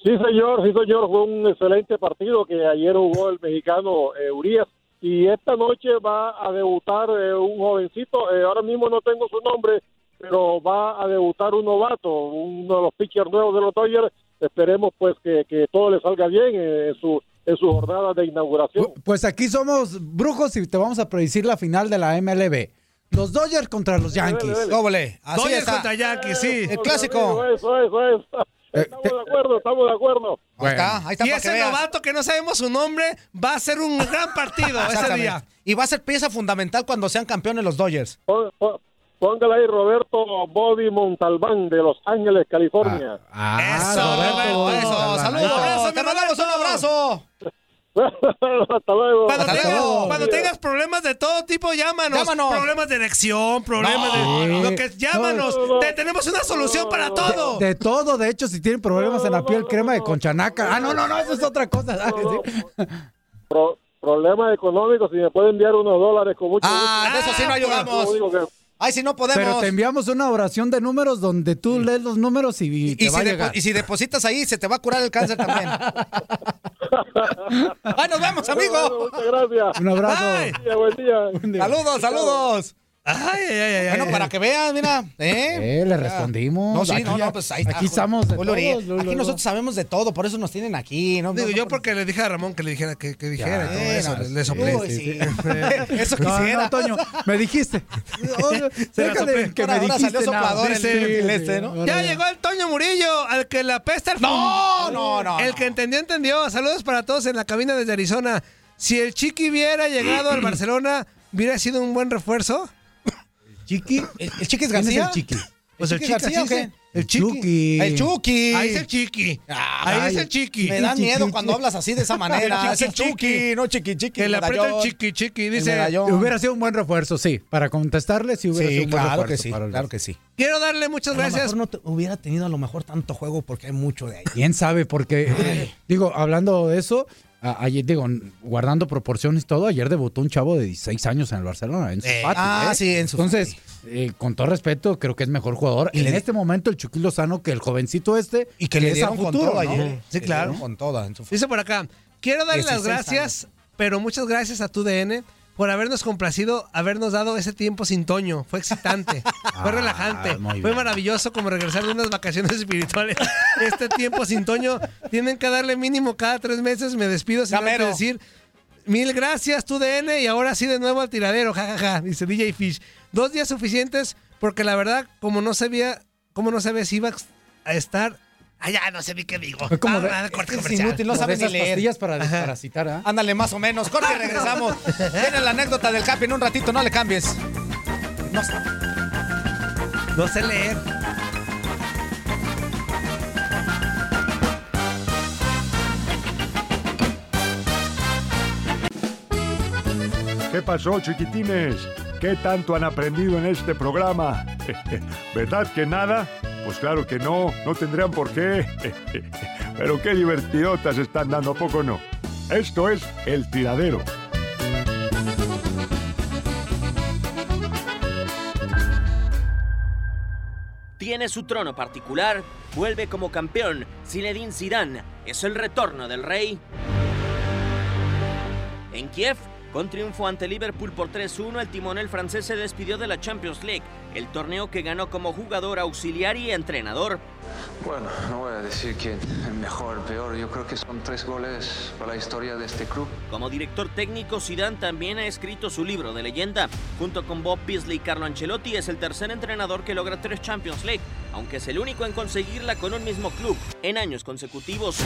[SPEAKER 18] Sí, señor, sí, señor, fue un excelente partido que ayer jugó el mexicano eh, Urias y esta noche va a debutar eh, un jovencito, eh, ahora mismo no tengo su nombre, pero va a debutar un novato, uno de los pitchers nuevos de los Dodgers. Esperemos pues que, que todo le salga bien eh, en su en su jornada de inauguración.
[SPEAKER 10] Pues aquí somos brujos y te vamos a predecir la final de la MLB. Los Dodgers contra los Yankees.
[SPEAKER 9] Doble. Así
[SPEAKER 10] Dodgers
[SPEAKER 9] está.
[SPEAKER 10] contra Yankees,
[SPEAKER 4] Eh,
[SPEAKER 10] sí.
[SPEAKER 9] El clásico.
[SPEAKER 18] Eso, eso, eso. Estamos de acuerdo, estamos de acuerdo.
[SPEAKER 2] y ese novato que no sabemos su nombre va a ser un gran
[SPEAKER 9] (laughs)
[SPEAKER 2] partido ese
[SPEAKER 9] Exactamente.
[SPEAKER 2] día.
[SPEAKER 9] Y va a ser pieza fundamental cuando sean campeones los Dodgers.
[SPEAKER 18] Pon- pon- Póngale ahí Roberto Bobby Montalbán de Los Ángeles, California.
[SPEAKER 9] Eso, Roberto, eso. Saludos. Te mandamos un abrazo.
[SPEAKER 18] Hasta luego.
[SPEAKER 2] Cuando, tengas,
[SPEAKER 18] Oh,
[SPEAKER 2] cuando tengas problemas de todo tipo, llámanos.
[SPEAKER 9] Llámanos.
[SPEAKER 2] Problemas de elección, problemas
[SPEAKER 10] No,
[SPEAKER 2] de lo
[SPEAKER 10] no.
[SPEAKER 2] que llámanos. Te- tenemos una solución para todo.
[SPEAKER 10] De todo, de hecho, si tienen problemas en la piel, crema de conchanaca. Ah, no, no, no, eso es otra cosa. Ah, sí.
[SPEAKER 18] Pro- problemas económicos, si me puede enviar unos dólares con mucho
[SPEAKER 9] Ah, de eso sí no ayudamos. Ay, si no podemos.
[SPEAKER 10] Pero te enviamos una oración de números donde tú lees los números y, te
[SPEAKER 9] Y
[SPEAKER 10] va
[SPEAKER 9] si,
[SPEAKER 10] a
[SPEAKER 9] depo-
[SPEAKER 10] llegar.
[SPEAKER 9] y si depositas ahí, se te va a curar el cáncer también. ¡Ay, nos vemos, amigo!
[SPEAKER 18] Muchas gracias.
[SPEAKER 10] Un abrazo.
[SPEAKER 18] Buen día,
[SPEAKER 9] buen día. Saludos, saludos. bueno, para que vean, mira. ¿eh?
[SPEAKER 10] Eh, le respondimos.
[SPEAKER 9] No, sí,
[SPEAKER 10] Aquí
[SPEAKER 9] no,
[SPEAKER 10] ya-
[SPEAKER 9] no, pues ahí está.
[SPEAKER 10] Aquí estamos de
[SPEAKER 9] Julio Urias.
[SPEAKER 10] todos, Lolo.
[SPEAKER 9] Aquí nosotros sabemos de todo, por eso nos tienen aquí. ¿no?
[SPEAKER 2] Digo,
[SPEAKER 9] No,
[SPEAKER 2] yo porque le dije a Ramón que le dijera que, que dijera y todo eso, le, le soplé. (laughs)
[SPEAKER 9] Uy, sí. Eso quisiera.
[SPEAKER 10] Toño, me dijiste.
[SPEAKER 2] Se la
[SPEAKER 10] Déjale
[SPEAKER 2] soplé.
[SPEAKER 10] que me
[SPEAKER 2] Ahora- ahora
[SPEAKER 10] dijiste.
[SPEAKER 2] salió
[SPEAKER 10] nada.
[SPEAKER 2] soplador el-
[SPEAKER 10] Dice-
[SPEAKER 2] el este, ¿no? Ya llegó el Toño Murillo, al que la pesta el
[SPEAKER 9] No, no, no,
[SPEAKER 2] El que entendió, entendió. Saludos para todos en la cabina desde Arizona. Si el Chiqui hubiera llegado al Barcelona, ¿hubiera sido un buen refuerzo?
[SPEAKER 10] ¿Chiqui?
[SPEAKER 9] ¿El, Chiquis
[SPEAKER 2] ¿Quién es
[SPEAKER 9] García?
[SPEAKER 2] el Chiqui? Pues el
[SPEAKER 9] Chiqui
[SPEAKER 2] chiqui,
[SPEAKER 9] García,
[SPEAKER 2] así
[SPEAKER 9] ¿o qué?
[SPEAKER 2] dice. El chiqui.
[SPEAKER 9] El Chucky.
[SPEAKER 2] Ahí es el chiqui. Ahí es el chiqui.
[SPEAKER 9] Me da miedo cuando hablas
[SPEAKER 2] (laughs)
[SPEAKER 9] así de esa manera. Es el Chucky, no Chiqui Chiqui.
[SPEAKER 2] Que le aprieta el
[SPEAKER 9] medallón.
[SPEAKER 2] chiqui chiqui.
[SPEAKER 9] El
[SPEAKER 2] Dice,
[SPEAKER 9] medallón.
[SPEAKER 10] Hubiera sido un buen refuerzo, sí. Para contestarle, sí hubiera
[SPEAKER 9] Sí,
[SPEAKER 10] sido un buen
[SPEAKER 9] claro
[SPEAKER 10] refuerzo.
[SPEAKER 9] que sí, claro que sí.
[SPEAKER 2] Quiero darle muchas gracias.
[SPEAKER 9] A lo mejor no te- hubiera tenido a lo mejor tanto juego porque hay mucho de ahí.
[SPEAKER 10] ¿Quién sabe? Porque, digo, hablando de eso, a- ayer, digo, guardando proporciones y todo, ayer debutó un chavo de 16 años en el Barcelona, en su
[SPEAKER 9] Eh, ah, sí, en
[SPEAKER 10] Entonces, eh, con todo respeto, creo que es mejor jugador en este momento el Chucky Lozano que el jovencito este.
[SPEAKER 9] Y que le
[SPEAKER 10] es a
[SPEAKER 9] dieron con
[SPEAKER 10] futuro,
[SPEAKER 9] todo
[SPEAKER 10] ¿no?
[SPEAKER 9] ayer.
[SPEAKER 2] Sí,
[SPEAKER 9] Le
[SPEAKER 2] claro.
[SPEAKER 9] dieron Con toda. en su-
[SPEAKER 2] Dice por acá, quiero darle las
[SPEAKER 9] 16
[SPEAKER 2] gracias, pero muchas gracias a tu DN por habernos complacido, habernos dado ese tiempo sin Toño. Fue
[SPEAKER 10] (laughs)
[SPEAKER 2] excitante, fue relajante,
[SPEAKER 10] Ah, muy
[SPEAKER 2] fue
[SPEAKER 10] bien.
[SPEAKER 2] maravilloso como regresar de unas vacaciones (laughs) espirituales. Este tiempo sin Toño tienen que darle mínimo cada tres meses. Me despido sin antes decir mil gracias tu DN y ahora sí de nuevo al tiradero, jajaja, dice DJ Fish. Dos días suficientes porque la verdad, como no sabía, como no sabía si iba a estar... Ah, ya, no sé ni qué digo.
[SPEAKER 10] Fue como
[SPEAKER 2] Ah,
[SPEAKER 10] de-
[SPEAKER 2] ah, corte
[SPEAKER 9] es
[SPEAKER 2] comercial.
[SPEAKER 9] inútil, no
[SPEAKER 10] Como de
[SPEAKER 9] sabe ni
[SPEAKER 10] esas
[SPEAKER 9] leer.
[SPEAKER 10] pastillas para
[SPEAKER 9] Ajá.
[SPEAKER 10] desparasitar, ¿ah?
[SPEAKER 9] Ándale, más o menos. (laughs) Corte, regresamos. Tiene la anécdota del Capi en un ratito, no le cambies. No está.
[SPEAKER 2] No sé leer.
[SPEAKER 3] ¿Qué pasó, chiquitines? ¿Qué tanto han aprendido en este programa? (laughs) ¿Verdad que nada? Pues claro que no, no tendrían por qué. (laughs) Pero qué divertidotas están dando, ¿a poco no? Esto es El Tiradero.
[SPEAKER 19] Tiene su trono particular, vuelve como campeón. Zinedine Zidane es el retorno del rey. En Kiev, con triunfo ante Liverpool por 3-1, el timonel francés se despidió de la Champions League, el torneo que ganó como jugador auxiliar y entrenador.
[SPEAKER 20] Bueno, no voy a decir que mejor, peor. Yo creo que son tres goles para la historia de este club.
[SPEAKER 19] Como director técnico, Zidane también ha escrito su libro de leyenda. Junto con Bob Beasley y Carlo Ancelotti es el tercer entrenador que logra tres Champions League, aunque es el único en conseguirla con un mismo club en años consecutivos.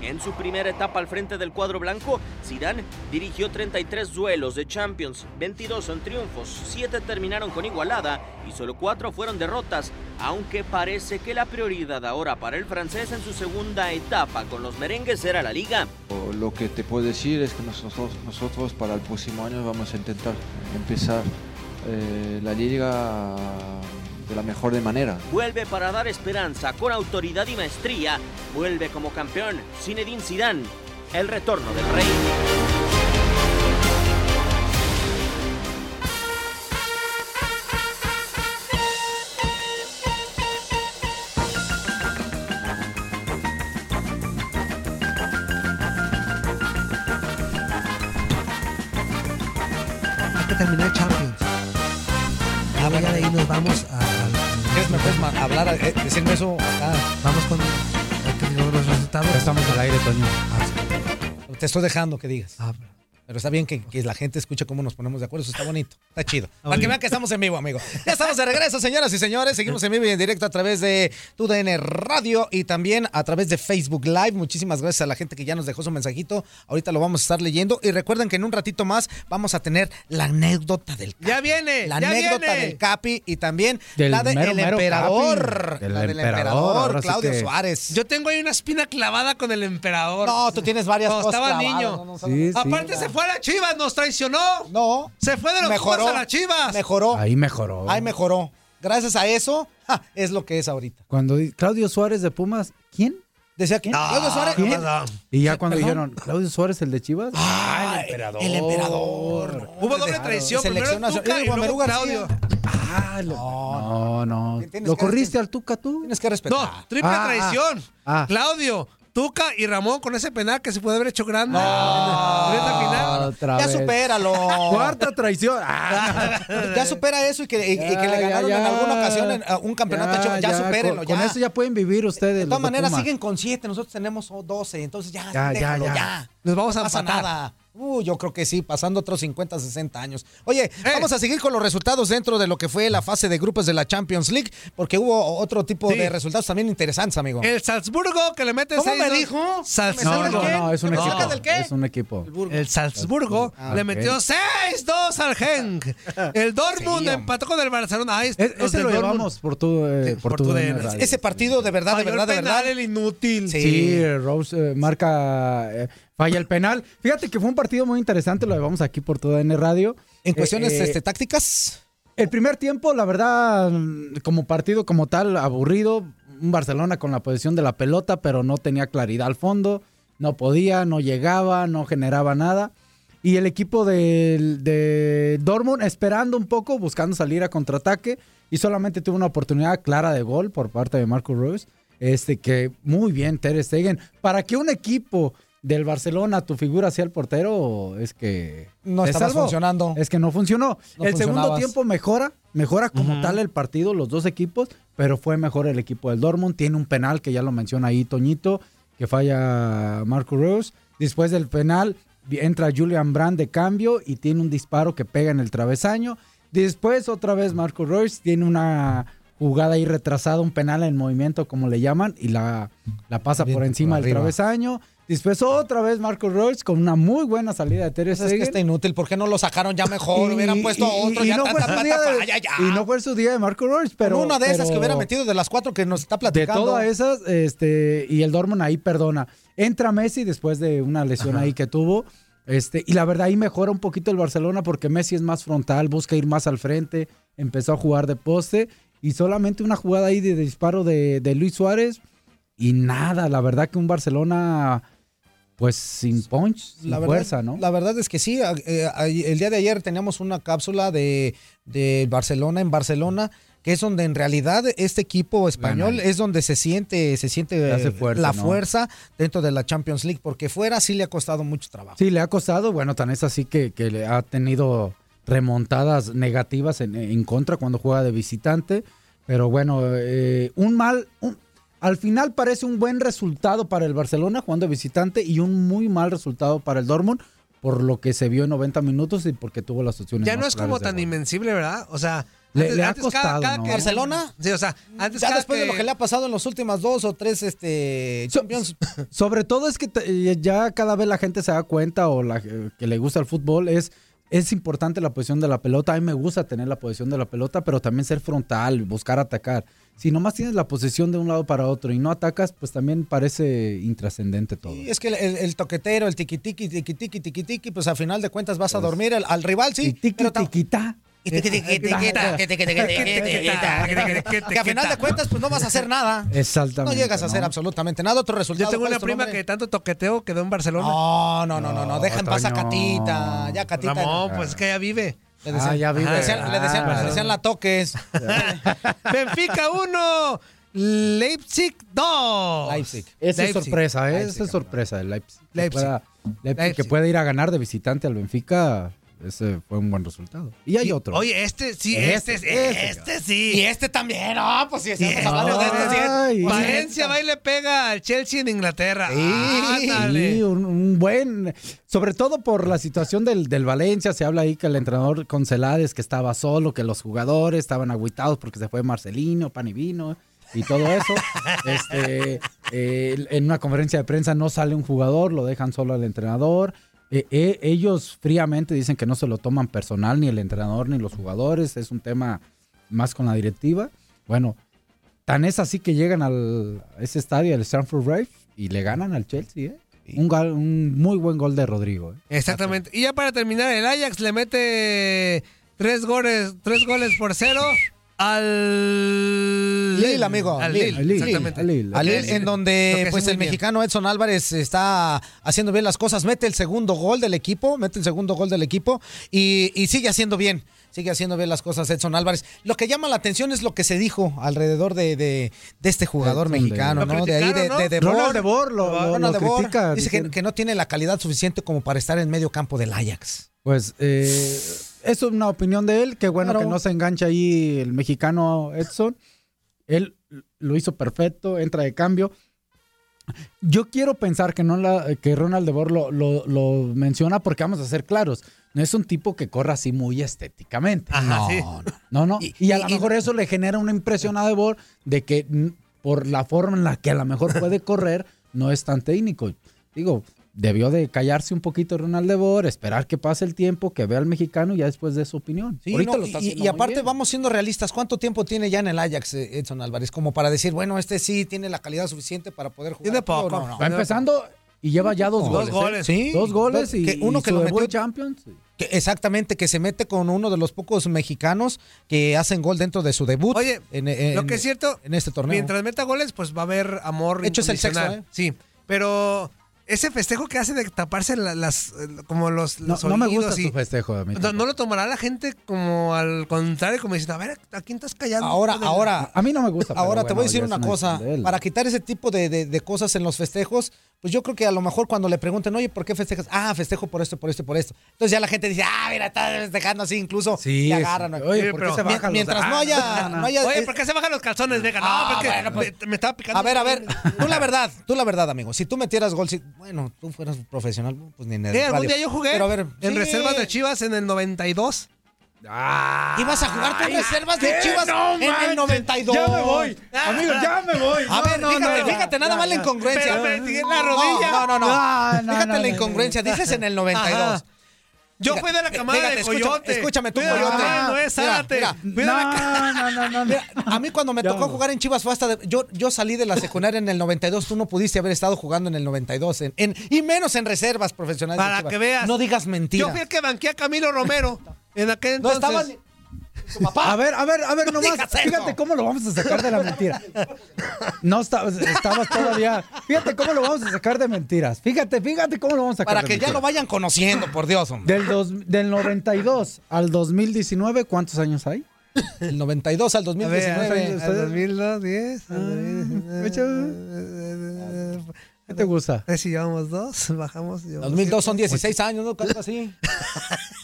[SPEAKER 19] En su primera etapa al frente del cuadro blanco, Zidane dirigió 33 duelos de Champions, 22 son triunfos, 7 terminaron con igualada y solo 4 fueron derrotas, aunque parece que la prioridad ahora para el francés en su segunda etapa con los merengues era la liga.
[SPEAKER 20] O Lo que te puedo decir es que nosotros, nosotros para el próximo año vamos a intentar empezar eh, la liga de la mejor de manera.
[SPEAKER 19] Vuelve para dar esperanza con autoridad y maestría. Vuelve como campeón Zinedine Zidane. El retorno del rey.
[SPEAKER 2] Hay que terminar Champions. Y luego ya de ahí nos vamos a.
[SPEAKER 9] ¿Quieres me puedes ma- hablar, eh, decirme eso acá?
[SPEAKER 2] Vamos con hay que digo los resultados.
[SPEAKER 9] estamos al aire, Toño. Te estoy dejando que digas. Ah, Pero está bien que, que la gente escuche cómo nos ponemos de acuerdo. Eso está bonito. Está chido. Para que
[SPEAKER 11] bien.
[SPEAKER 9] vean que estamos en vivo, amigo. Ya estamos de regreso, señoras y
[SPEAKER 2] (laughs)
[SPEAKER 9] señores. Seguimos en vivo y en directo a través de TUDN Radio y también a través de Facebook Live. Muchísimas gracias a la gente que ya nos dejó su mensajito. Ahorita lo vamos a estar leyendo. Y recuerden que en un ratito más vamos a tener la anécdota del Capi.
[SPEAKER 2] Ya viene.
[SPEAKER 9] La
[SPEAKER 2] ya
[SPEAKER 9] anécdota
[SPEAKER 2] viene.
[SPEAKER 9] del Capi y también
[SPEAKER 10] Del
[SPEAKER 9] la del
[SPEAKER 10] mero, mero
[SPEAKER 9] emperador.
[SPEAKER 10] Capi. Del
[SPEAKER 9] la del
[SPEAKER 10] emperador,
[SPEAKER 9] emperador,
[SPEAKER 10] ahora sí
[SPEAKER 9] Claudio
[SPEAKER 10] que-
[SPEAKER 9] Suárez.
[SPEAKER 2] Yo tengo ahí una espina clavada con el emperador.
[SPEAKER 9] No, tú tienes varias
[SPEAKER 2] Cuando
[SPEAKER 9] cosas
[SPEAKER 2] estaba
[SPEAKER 9] clavadas,
[SPEAKER 2] niño.
[SPEAKER 9] no, no,
[SPEAKER 10] Sí, sí.
[SPEAKER 2] Aparte se fue a las Chivas, nos traicionó.
[SPEAKER 9] No.
[SPEAKER 2] Se fue de los
[SPEAKER 9] Mejoró,
[SPEAKER 2] Chivas a las Chivas.
[SPEAKER 9] Mejoró.
[SPEAKER 10] Ahí mejoró.
[SPEAKER 9] Ahí mejoró. Gracias a eso, ja, es lo que es ahorita.
[SPEAKER 10] Cuando di- Claudio Suárez de Pumas, ¿quién?
[SPEAKER 9] Decía que
[SPEAKER 2] Ah,
[SPEAKER 9] Claudio Suárez.
[SPEAKER 10] ¿Quién?
[SPEAKER 9] ¿Quién?
[SPEAKER 10] Y ya cuando
[SPEAKER 9] ¿Perdón?
[SPEAKER 10] dijeron, Claudio Suárez el de Chivas.
[SPEAKER 9] Ah, el emperador. El emperador.
[SPEAKER 2] Hubo doble traición. Primero
[SPEAKER 9] Selección
[SPEAKER 2] Tuca
[SPEAKER 9] nacional.
[SPEAKER 2] y
[SPEAKER 9] Era
[SPEAKER 2] luego
[SPEAKER 9] Guamerú García.
[SPEAKER 2] Claudio.
[SPEAKER 10] No, no.
[SPEAKER 9] Tienes
[SPEAKER 10] Lo
[SPEAKER 9] que-
[SPEAKER 10] corriste al Tuca tú.
[SPEAKER 9] Tienes que respetar.
[SPEAKER 2] No, triple
[SPEAKER 10] Ah,
[SPEAKER 2] traición.
[SPEAKER 10] ah, ah.
[SPEAKER 2] Claudio, Tuca y Ramón con ese penal que se puede haber hecho grande. en esta final.
[SPEAKER 10] Otra
[SPEAKER 9] ya
[SPEAKER 10] vez.
[SPEAKER 9] supéralo.
[SPEAKER 10] Cuarta traición. Ah,
[SPEAKER 9] Ya supera eso y que, y- y que
[SPEAKER 10] Ya,
[SPEAKER 9] le ganaron
[SPEAKER 10] ya,
[SPEAKER 9] en
[SPEAKER 10] ya.
[SPEAKER 9] alguna ocasión en, a un campeonato a Chivas. Ya, supérenlo.
[SPEAKER 10] Con,
[SPEAKER 9] ya.
[SPEAKER 10] con eso ya pueden vivir ustedes.
[SPEAKER 9] de todas maneras, siguen con 7. Nosotros tenemos oh, 12. Entonces ya,
[SPEAKER 10] Ya, ya,
[SPEAKER 9] déjalo, ya.
[SPEAKER 10] ya.
[SPEAKER 2] Nos vamos a
[SPEAKER 9] No pasa
[SPEAKER 2] empatar.
[SPEAKER 9] nada. Uh, yo creo que sí, pasando otros 50, 60 años. Oye,
[SPEAKER 10] Eh.
[SPEAKER 9] vamos a seguir con los resultados dentro de lo que fue la fase de grupos de la Champions League, porque hubo otro tipo
[SPEAKER 2] Sí.
[SPEAKER 9] de resultados también interesantes, amigo.
[SPEAKER 2] (laughs)
[SPEAKER 10] Eh,
[SPEAKER 2] El Salzburgo que le mete
[SPEAKER 9] ¿Cómo
[SPEAKER 2] seis
[SPEAKER 9] me
[SPEAKER 2] dos-
[SPEAKER 9] dijo?
[SPEAKER 2] Salzburgo.
[SPEAKER 10] No, no, no, es un
[SPEAKER 2] ¿Me
[SPEAKER 10] equipo.
[SPEAKER 2] sacas del qué?
[SPEAKER 10] Es un equipo.
[SPEAKER 2] El Salzburgo
[SPEAKER 10] Ah,
[SPEAKER 2] le
[SPEAKER 10] ok.
[SPEAKER 2] metió 6-2 al Genk. El Dortmund empató con el Barcelona. Ay,
[SPEAKER 10] E-
[SPEAKER 2] los
[SPEAKER 10] ese
[SPEAKER 2] del Dortmund.
[SPEAKER 10] lo llevamos por tu, eh, por tu DN Radio.
[SPEAKER 9] Ese partido de verdad, de
[SPEAKER 2] Falló el
[SPEAKER 9] verdad, de
[SPEAKER 2] penal,
[SPEAKER 9] verdad.
[SPEAKER 2] el inútil.
[SPEAKER 9] Sí.
[SPEAKER 10] Sí, eh, Rose eh, marca, eh, falla el penal. Fíjate que fue un partido muy interesante, lo llevamos aquí por toda N Radio. Eh,
[SPEAKER 9] En cuestiones, este, tácticas.
[SPEAKER 10] El primer tiempo, la verdad, mm, como partido como tal, aburrido. Un Barcelona con la posición de la pelota, pero no tenía claridad al fondo. No podía, no llegaba, no generaba nada. Y el equipo del- de, Dortmund esperando un poco, buscando salir a contraataque. Y solamente tuvo una oportunidad clara de gol por parte de Marco Rose. Este que muy bien, Ter Stegen. Para que un equipo del Barcelona, tu figura sea el portero, es que.
[SPEAKER 9] No
[SPEAKER 10] te
[SPEAKER 9] estabas
[SPEAKER 10] salvó.
[SPEAKER 9] funcionando.
[SPEAKER 10] Es que no funcionó.
[SPEAKER 9] No
[SPEAKER 10] el segundo
[SPEAKER 9] funcionabas.
[SPEAKER 10] tiempo mejora, mejora como tal el partido, los dos equipos, pero fue mejor el equipo del Dortmund. Tiene un penal que ya lo menciona ahí Toñito, que falla Marco Rose. Después del penal entra Julian Brand de cambio y tiene un disparo que pega en el travesaño. Después otra vez Marco Rose tiene una jugada ahí retrasada, un penal en movimiento como le llaman y la, la pasa por encima del
[SPEAKER 9] arriba.
[SPEAKER 10] travesaño. Después otra vez Marco Rose con una muy buena salida de Ter
[SPEAKER 9] Pues es que
[SPEAKER 10] Stegen.
[SPEAKER 9] está inútil. ¿Por qué no lo sacaron ya mejor?
[SPEAKER 10] Y-
[SPEAKER 9] Hubieran puesto a
[SPEAKER 10] y-
[SPEAKER 9] otro.
[SPEAKER 10] y
[SPEAKER 9] ya
[SPEAKER 10] no
[SPEAKER 9] tanta,
[SPEAKER 10] fue su
[SPEAKER 9] tanta
[SPEAKER 10] día de-
[SPEAKER 9] falla, ya.
[SPEAKER 10] Y no fue su día de Marco Rose, pero.
[SPEAKER 9] una de esas
[SPEAKER 10] pero
[SPEAKER 9] que hubiera metido de las cuatro que nos está
[SPEAKER 10] De
[SPEAKER 9] platicando.
[SPEAKER 10] todas esas, este, y el Dortmund ahí perdona. Entra Messi después de una lesión ahí que tuvo. Este, y la verdad ahí mejora un poquito el Barcelona porque Messi es más frontal, busca ir más al frente, empezó a jugar de poste y solamente una jugada ahí de disparo de, de Luis Suárez y nada, la verdad que un Barcelona pues sin punch, sin
[SPEAKER 9] la verdad,
[SPEAKER 10] fuerza, ¿no?
[SPEAKER 9] La verdad es que sí. a- eh, a- el día de ayer teníamos una cápsula de, de Barcelona en Barcelona, que es donde en realidad este equipo español
[SPEAKER 10] Gana.
[SPEAKER 9] es donde se siente, se siente
[SPEAKER 10] Se hace
[SPEAKER 9] eh,
[SPEAKER 10] fuerte,
[SPEAKER 9] la
[SPEAKER 10] ¿no?
[SPEAKER 9] fuerza dentro de la Champions League, porque fuera sí le ha costado mucho trabajo.
[SPEAKER 10] Sí, le ha costado. Bueno, tan es así que, que le ha tenido remontadas negativas en, en contra cuando juega de visitante. Pero bueno, eh, un mal. un- al final parece un buen resultado para el Barcelona jugando de visitante y un muy mal resultado para el Dortmund por lo que se vio en 90 minutos y porque tuvo las opciones.
[SPEAKER 2] Ya
[SPEAKER 10] más
[SPEAKER 2] no es como
[SPEAKER 10] claras de
[SPEAKER 2] tan invencible, ¿verdad? O sea,
[SPEAKER 10] Le- le ha costado, ¿no?
[SPEAKER 2] que-
[SPEAKER 10] ¿Barcelona?
[SPEAKER 2] Sí, o sea, antes
[SPEAKER 9] ya
[SPEAKER 2] cada
[SPEAKER 9] después de lo que le ha pasado en las últimas dos o tres este, Champions.
[SPEAKER 10] Sobre todo es que te- eh, ya cada vez la gente se da cuenta o la eh, que le gusta el fútbol es es importante la posición de la pelota. A mí me gusta tener la posición de la pelota, pero también ser frontal, buscar atacar. Si nomás tienes la posición de un lado para otro y no atacas, pues también parece intrascendente todo.
[SPEAKER 9] Y es que el, el- el toquetero, el tiquitiqui, tiquitiqui, tiquitiqui, pues a final de cuentas vas a dormir al, al rival, sí. pero ta- Y tiquitiquita, tiquitiquita. Que (laughs) a final de cuentas, pues no vas a hacer nada. No
[SPEAKER 10] Exactamente.
[SPEAKER 9] llegas a hacer
[SPEAKER 10] ¿no?
[SPEAKER 9] absolutamente nada. Otro resultado.
[SPEAKER 2] Yo tengo
[SPEAKER 9] ¿cuál
[SPEAKER 2] una
[SPEAKER 9] es tu
[SPEAKER 2] prima
[SPEAKER 9] nombre?
[SPEAKER 2] que tanto toqueteo quedó en Barcelona.
[SPEAKER 9] No, no, no, no, no. Deja en paz a Catita. Ya Catita.
[SPEAKER 2] Ramón, pues es que ya vive.
[SPEAKER 9] Le
[SPEAKER 10] Ah,
[SPEAKER 9] decían, le decían- le decían- le decían la toques.
[SPEAKER 2] (laughs) Benfica 1, Leipzig 2.
[SPEAKER 9] Leipzig.
[SPEAKER 10] Esa es
[SPEAKER 2] Leipzig.
[SPEAKER 10] sorpresa, ¿eh? Esa es sorpresa. El Leipzig. que
[SPEAKER 2] Leipzig.
[SPEAKER 10] pueda- Leipzig Que
[SPEAKER 2] Leipzig.
[SPEAKER 10] puede ir a ganar de visitante al Benfica. Ese fue un buen resultado. Y hay otro.
[SPEAKER 2] Oye, este sí, este, este, este, sí.
[SPEAKER 9] Y este también, no, pues si estamos
[SPEAKER 2] Este,
[SPEAKER 9] hablando de este, sí.
[SPEAKER 10] Ay.
[SPEAKER 2] Valencia va y le pega al Chelsea en Inglaterra.
[SPEAKER 10] Sí,
[SPEAKER 2] Ándale.
[SPEAKER 10] sí, un, un buen, sobre todo por la situación del, del Valencia, se habla ahí que el entrenador con Celades que estaba solo, que los jugadores estaban agüitados porque se fue Marcelino, pan y vino y todo eso. Este, eh, en una conferencia de prensa no sale un jugador, lo dejan solo al entrenador. Eh, eh, ellos fríamente dicen que no se lo toman personal ni el entrenador ni los jugadores, es un tema más con la directiva. Bueno, Tan es así que llegan al, a ese estadio, el Stanford Rafe, y le ganan al Chelsea, ¿eh? Un, gal- un muy buen gol de Rodrigo. ¿eh?
[SPEAKER 2] Exactamente. Y ya para terminar, el Ajax le mete tres goles, tres goles por cero al
[SPEAKER 9] Lille, amigo.
[SPEAKER 2] Al
[SPEAKER 9] Lille,
[SPEAKER 2] Lille,
[SPEAKER 9] Lille,
[SPEAKER 2] exactamente.
[SPEAKER 9] Lille. Al Lille, en
[SPEAKER 2] Lo que
[SPEAKER 9] donde
[SPEAKER 2] hace
[SPEAKER 9] pues
[SPEAKER 2] muy
[SPEAKER 9] el
[SPEAKER 2] bien.
[SPEAKER 9] mexicano Edson Álvarez está haciendo bien las cosas, mete el segundo gol del equipo, mete el segundo gol del equipo y, y sigue haciendo bien. Sigue haciendo bien las cosas Edson Álvarez. Lo que llama la atención es lo que se dijo alrededor de, de- de este jugador
[SPEAKER 10] Edson,
[SPEAKER 9] mexicano,
[SPEAKER 10] de-
[SPEAKER 9] ¿no?
[SPEAKER 10] Lo
[SPEAKER 9] De ahí, de,
[SPEAKER 10] criticaron,
[SPEAKER 9] de,
[SPEAKER 10] ¿no?
[SPEAKER 9] de
[SPEAKER 10] Ronald
[SPEAKER 9] Boer.
[SPEAKER 10] de Boer lo- lo-
[SPEAKER 9] Ronald de
[SPEAKER 10] lo
[SPEAKER 9] Boer.
[SPEAKER 10] critica,
[SPEAKER 9] Dice que,
[SPEAKER 10] dijeron.
[SPEAKER 9] que no tiene la calidad suficiente como para estar en medio campo del Ajax.
[SPEAKER 10] Pues eh, es una opinión de él, que bueno
[SPEAKER 9] Claro.
[SPEAKER 10] que no se engancha ahí el mexicano Edson. Él lo hizo perfecto, entra de cambio. Yo quiero pensar que, no la, que Ronald de Boer lo, lo- lo menciona porque vamos a ser claros. No es un tipo que corra así muy estéticamente. no,
[SPEAKER 2] sí.
[SPEAKER 10] no, no, no. Y, a lo mejor eso le genera una impresión a de Boer de que mm, por la forma en la que a lo mejor
[SPEAKER 9] (laughs)
[SPEAKER 10] puede correr, no es tan técnico. Digo, debió de callarse un poquito Ronald de Boer, esperar que pase el tiempo, que vea al mexicano y ya después de su opinión.
[SPEAKER 9] Sí,
[SPEAKER 10] Ahorita
[SPEAKER 9] no,
[SPEAKER 10] lo está
[SPEAKER 9] y-
[SPEAKER 10] haciendo
[SPEAKER 9] y,
[SPEAKER 10] muy
[SPEAKER 9] aparte
[SPEAKER 10] bien.
[SPEAKER 9] vamos siendo realistas, ¿cuánto tiempo tiene ya en el Ajax eh, Edson Álvarez? Como para decir, bueno, este sí tiene la calidad suficiente para poder jugar.
[SPEAKER 2] Tiene poco.
[SPEAKER 9] No, no, no.
[SPEAKER 10] Va empezando y lleva ya dos,
[SPEAKER 9] Dos
[SPEAKER 10] goles. ¿eh?
[SPEAKER 9] goles. Sí.
[SPEAKER 10] Dos goles y,
[SPEAKER 9] Que uno
[SPEAKER 10] y
[SPEAKER 9] que
[SPEAKER 10] su
[SPEAKER 9] lo
[SPEAKER 10] debut
[SPEAKER 9] metió-
[SPEAKER 10] en Champions.
[SPEAKER 9] Que- exactamente, que se mete con uno de los pocos mexicanos que hacen gol dentro de su debut. Oye,
[SPEAKER 2] lo que es cierto,
[SPEAKER 9] en este torneo.
[SPEAKER 2] Mientras meta goles, pues va a haber amor.
[SPEAKER 9] De hecho, es el sexto, ¿eh?
[SPEAKER 2] incondicional. Sí, pero ese festejo que hace de taparse la- las, eh, como los,
[SPEAKER 10] No,
[SPEAKER 2] los
[SPEAKER 10] no me
[SPEAKER 2] oídos
[SPEAKER 10] gusta
[SPEAKER 2] y-
[SPEAKER 10] su festejo a mí.
[SPEAKER 2] No, no lo tomará la gente como al contrario, como diciendo, a ver, ¿a quién estás callando?
[SPEAKER 9] Ahora,
[SPEAKER 2] hijo de la-"
[SPEAKER 9] ahora.
[SPEAKER 10] A mí no me gusta. pero
[SPEAKER 9] Ahora te
[SPEAKER 10] bueno,
[SPEAKER 9] voy a decir
[SPEAKER 10] ya es
[SPEAKER 9] una
[SPEAKER 10] una
[SPEAKER 9] cosa.
[SPEAKER 10] decisión de él.
[SPEAKER 9] Para quitar ese tipo de, de- de cosas en los festejos, pues yo creo que a lo mejor cuando le pregunten, oye, ¿por qué festejas? Ah, festejo por esto, por esto, por esto. Entonces ya la gente dice, ah, mira, está festejando así, incluso
[SPEAKER 10] Sí,
[SPEAKER 9] le
[SPEAKER 10] sí.
[SPEAKER 9] agarran.
[SPEAKER 10] Oye, ¿por qué se bajan los-
[SPEAKER 9] Mientras no
[SPEAKER 10] Ah,
[SPEAKER 9] haya,
[SPEAKER 10] no, no.
[SPEAKER 9] no haya-
[SPEAKER 2] Oye, ¿por qué se bajan los calzones, Vega? No,
[SPEAKER 9] Ah,
[SPEAKER 2] porque
[SPEAKER 9] bueno, pues.
[SPEAKER 2] me, me estaba picando.
[SPEAKER 9] A ver, a ver, tú la verdad, tú la verdad, amigo. Si tú metieras gol, si, bueno, tú fueras profesional, pues ni en el
[SPEAKER 2] Eh, algún
[SPEAKER 9] radio.
[SPEAKER 2] día yo jugué
[SPEAKER 9] Pero a ver,
[SPEAKER 2] en
[SPEAKER 9] sí.
[SPEAKER 2] reservas de Chivas en el 92.
[SPEAKER 9] Ibas a jugar tus reservas de
[SPEAKER 2] Ah. ¿qué?
[SPEAKER 9] Chivas
[SPEAKER 2] No
[SPEAKER 9] en el
[SPEAKER 2] manches,
[SPEAKER 9] 92.
[SPEAKER 2] ya me voy.
[SPEAKER 9] Amigo,
[SPEAKER 2] ya me voy.
[SPEAKER 9] A
[SPEAKER 2] No,
[SPEAKER 9] ver,
[SPEAKER 2] no,
[SPEAKER 9] fíjate,
[SPEAKER 2] no,
[SPEAKER 9] fíjate,
[SPEAKER 2] ya,
[SPEAKER 9] nada
[SPEAKER 2] ya,
[SPEAKER 9] más la
[SPEAKER 2] ya. Pero
[SPEAKER 9] incongruencia.
[SPEAKER 2] me tiré en la rodilla.
[SPEAKER 9] No, no, no.
[SPEAKER 2] No, no,
[SPEAKER 9] fíjate
[SPEAKER 2] no,
[SPEAKER 9] la
[SPEAKER 2] no,
[SPEAKER 9] incongruencia.
[SPEAKER 2] no.
[SPEAKER 9] Dices en el 92.
[SPEAKER 2] Ajá. Yo
[SPEAKER 9] Fíjate,
[SPEAKER 2] fui de la camada
[SPEAKER 9] Eh, fíjate,
[SPEAKER 2] de
[SPEAKER 9] escúchame-
[SPEAKER 2] Coyote.
[SPEAKER 9] Escúchame, tú,
[SPEAKER 2] Fui de la
[SPEAKER 9] Coyote.
[SPEAKER 2] camada de Noé
[SPEAKER 9] Mira,
[SPEAKER 2] Zárate.
[SPEAKER 9] mira.
[SPEAKER 2] Fui de la-
[SPEAKER 10] No, no, no, no.
[SPEAKER 9] Mira, a mí cuando me
[SPEAKER 2] Ya
[SPEAKER 9] tocó
[SPEAKER 2] vamos.
[SPEAKER 9] jugar en Chivas fue hasta de- yo yo salí de la secundaria en el 92, tú no pudiste haber estado jugando en el 92 en, en- y menos en reservas profesionales. de
[SPEAKER 2] Para
[SPEAKER 9] Chivas.
[SPEAKER 2] que veas.
[SPEAKER 9] No digas mentiras.
[SPEAKER 2] Yo fui el que banqué a Camilo Romero en aquel
[SPEAKER 9] No
[SPEAKER 2] entonces.
[SPEAKER 9] estaba
[SPEAKER 10] A ver, a ver, a ver,
[SPEAKER 9] No
[SPEAKER 10] nomás.
[SPEAKER 9] digas eso.
[SPEAKER 10] Fíjate cómo lo vamos a sacar de la mentira. (laughs) No estabas, estabas todavía. Fíjate cómo lo vamos a sacar de mentiras. Fíjate, fíjate cómo lo vamos a sacar.
[SPEAKER 9] para
[SPEAKER 10] de
[SPEAKER 9] que ya
[SPEAKER 10] mentiras.
[SPEAKER 9] lo vayan conociendo, por Dios. hombre.
[SPEAKER 10] Del, dos- del 92 al 2019, ¿cuántos años hay?
[SPEAKER 9] Del 92 al
[SPEAKER 2] A Ah, ver, al
[SPEAKER 9] 2019.
[SPEAKER 2] al 2010. al 2010.
[SPEAKER 10] ¿Qué te gusta?
[SPEAKER 2] Eh, Si llevamos dos, (laughs) bajamos. llevamos
[SPEAKER 9] 2002 son
[SPEAKER 2] siete.
[SPEAKER 9] 16 años, ¿no? Casi así.
[SPEAKER 2] (laughs)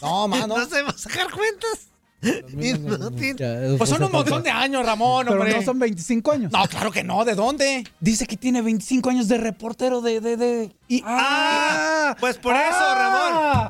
[SPEAKER 9] No, mano.
[SPEAKER 2] No se va a sacar cuentas. (laughs) Inútil.
[SPEAKER 9] Pues son un montón de años, Ramón,
[SPEAKER 10] Pero
[SPEAKER 9] hombre.
[SPEAKER 10] no son 25 años.
[SPEAKER 9] No, claro que no. ¿De dónde?
[SPEAKER 10] Dice que tiene 25 años de reportero de. de, de-
[SPEAKER 9] Y,
[SPEAKER 2] Ah, pues por eso, Ramón.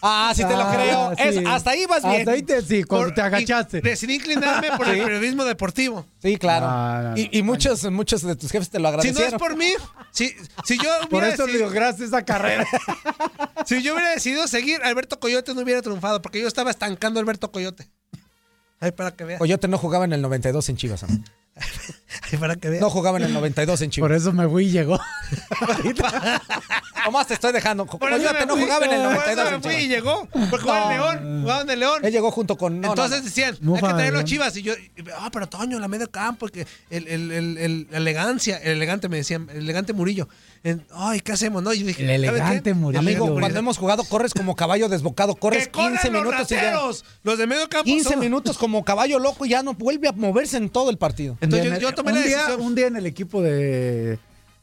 [SPEAKER 9] Ah, sí te lo
[SPEAKER 10] Ah,
[SPEAKER 9] creo.
[SPEAKER 10] sí.
[SPEAKER 9] Es, hasta ahí vas bien.
[SPEAKER 10] Hasta ahí te, sí, cuando
[SPEAKER 2] Por-
[SPEAKER 10] te agachaste.
[SPEAKER 2] y Decidí inclinarme por
[SPEAKER 9] Sí.
[SPEAKER 2] el periodismo deportivo.
[SPEAKER 9] Sí, claro.
[SPEAKER 10] No, no, no.
[SPEAKER 9] y y muchos, muchos de tus jefes te lo
[SPEAKER 2] Si no
[SPEAKER 9] agradecieron.
[SPEAKER 2] es por mí, si, si yo
[SPEAKER 10] Por
[SPEAKER 2] hubiera
[SPEAKER 10] eso le
[SPEAKER 2] decidido-
[SPEAKER 10] lograste esa carrera.
[SPEAKER 2] (laughs) Si yo hubiera decidido seguir, Alberto Coyote no hubiera triunfado, porque yo estaba estancando a Alberto Coyote. Ay, para que veas.
[SPEAKER 9] Coyote no jugaba en el 92 en Chivas. amigo.
[SPEAKER 2] Ay, para que veas.
[SPEAKER 9] No jugaba en el 92 en Chivas.
[SPEAKER 10] Por eso me fui y llegó.
[SPEAKER 9] Nomás te estoy dejando.
[SPEAKER 2] Por eso
[SPEAKER 9] Coyote
[SPEAKER 2] me
[SPEAKER 9] no
[SPEAKER 2] fui.
[SPEAKER 9] jugaba en el
[SPEAKER 2] Por eso
[SPEAKER 9] 92
[SPEAKER 2] me
[SPEAKER 9] en
[SPEAKER 2] fui y
[SPEAKER 9] Chivas.
[SPEAKER 2] llegó. Porque jugaba en
[SPEAKER 9] No.
[SPEAKER 2] León. Jugaba en el León.
[SPEAKER 9] Él llegó junto con. no, no,
[SPEAKER 2] Entonces
[SPEAKER 9] no.
[SPEAKER 2] decían, hay que
[SPEAKER 10] Mufa de
[SPEAKER 2] traer los
[SPEAKER 10] León.
[SPEAKER 2] chivas. Y yo, ah, pero Toño, la medio campo, que el, el, el, el- la elegancia, el elegante, me decían, el elegante Murillo. En- Ay, ¿qué hacemos? No, yo dije,
[SPEAKER 10] El
[SPEAKER 2] "¿Sabe qué?
[SPEAKER 10] elegante Murillo.
[SPEAKER 9] Amigo, cuando hemos jugado, corres como caballo desbocado. Corres
[SPEAKER 2] que corran
[SPEAKER 9] 15
[SPEAKER 2] los
[SPEAKER 9] minutos y ya.
[SPEAKER 2] rateros, los de medio campo.
[SPEAKER 9] 15
[SPEAKER 2] son-
[SPEAKER 9] minutos como caballo loco y ya no vuelve a moverse en todo el partido.
[SPEAKER 2] Entonces
[SPEAKER 10] Un día
[SPEAKER 2] yo,
[SPEAKER 10] en
[SPEAKER 2] yo
[SPEAKER 10] el-
[SPEAKER 2] tomé
[SPEAKER 10] eh, un
[SPEAKER 2] la
[SPEAKER 10] día-
[SPEAKER 2] decisión.
[SPEAKER 10] un día en el equipo de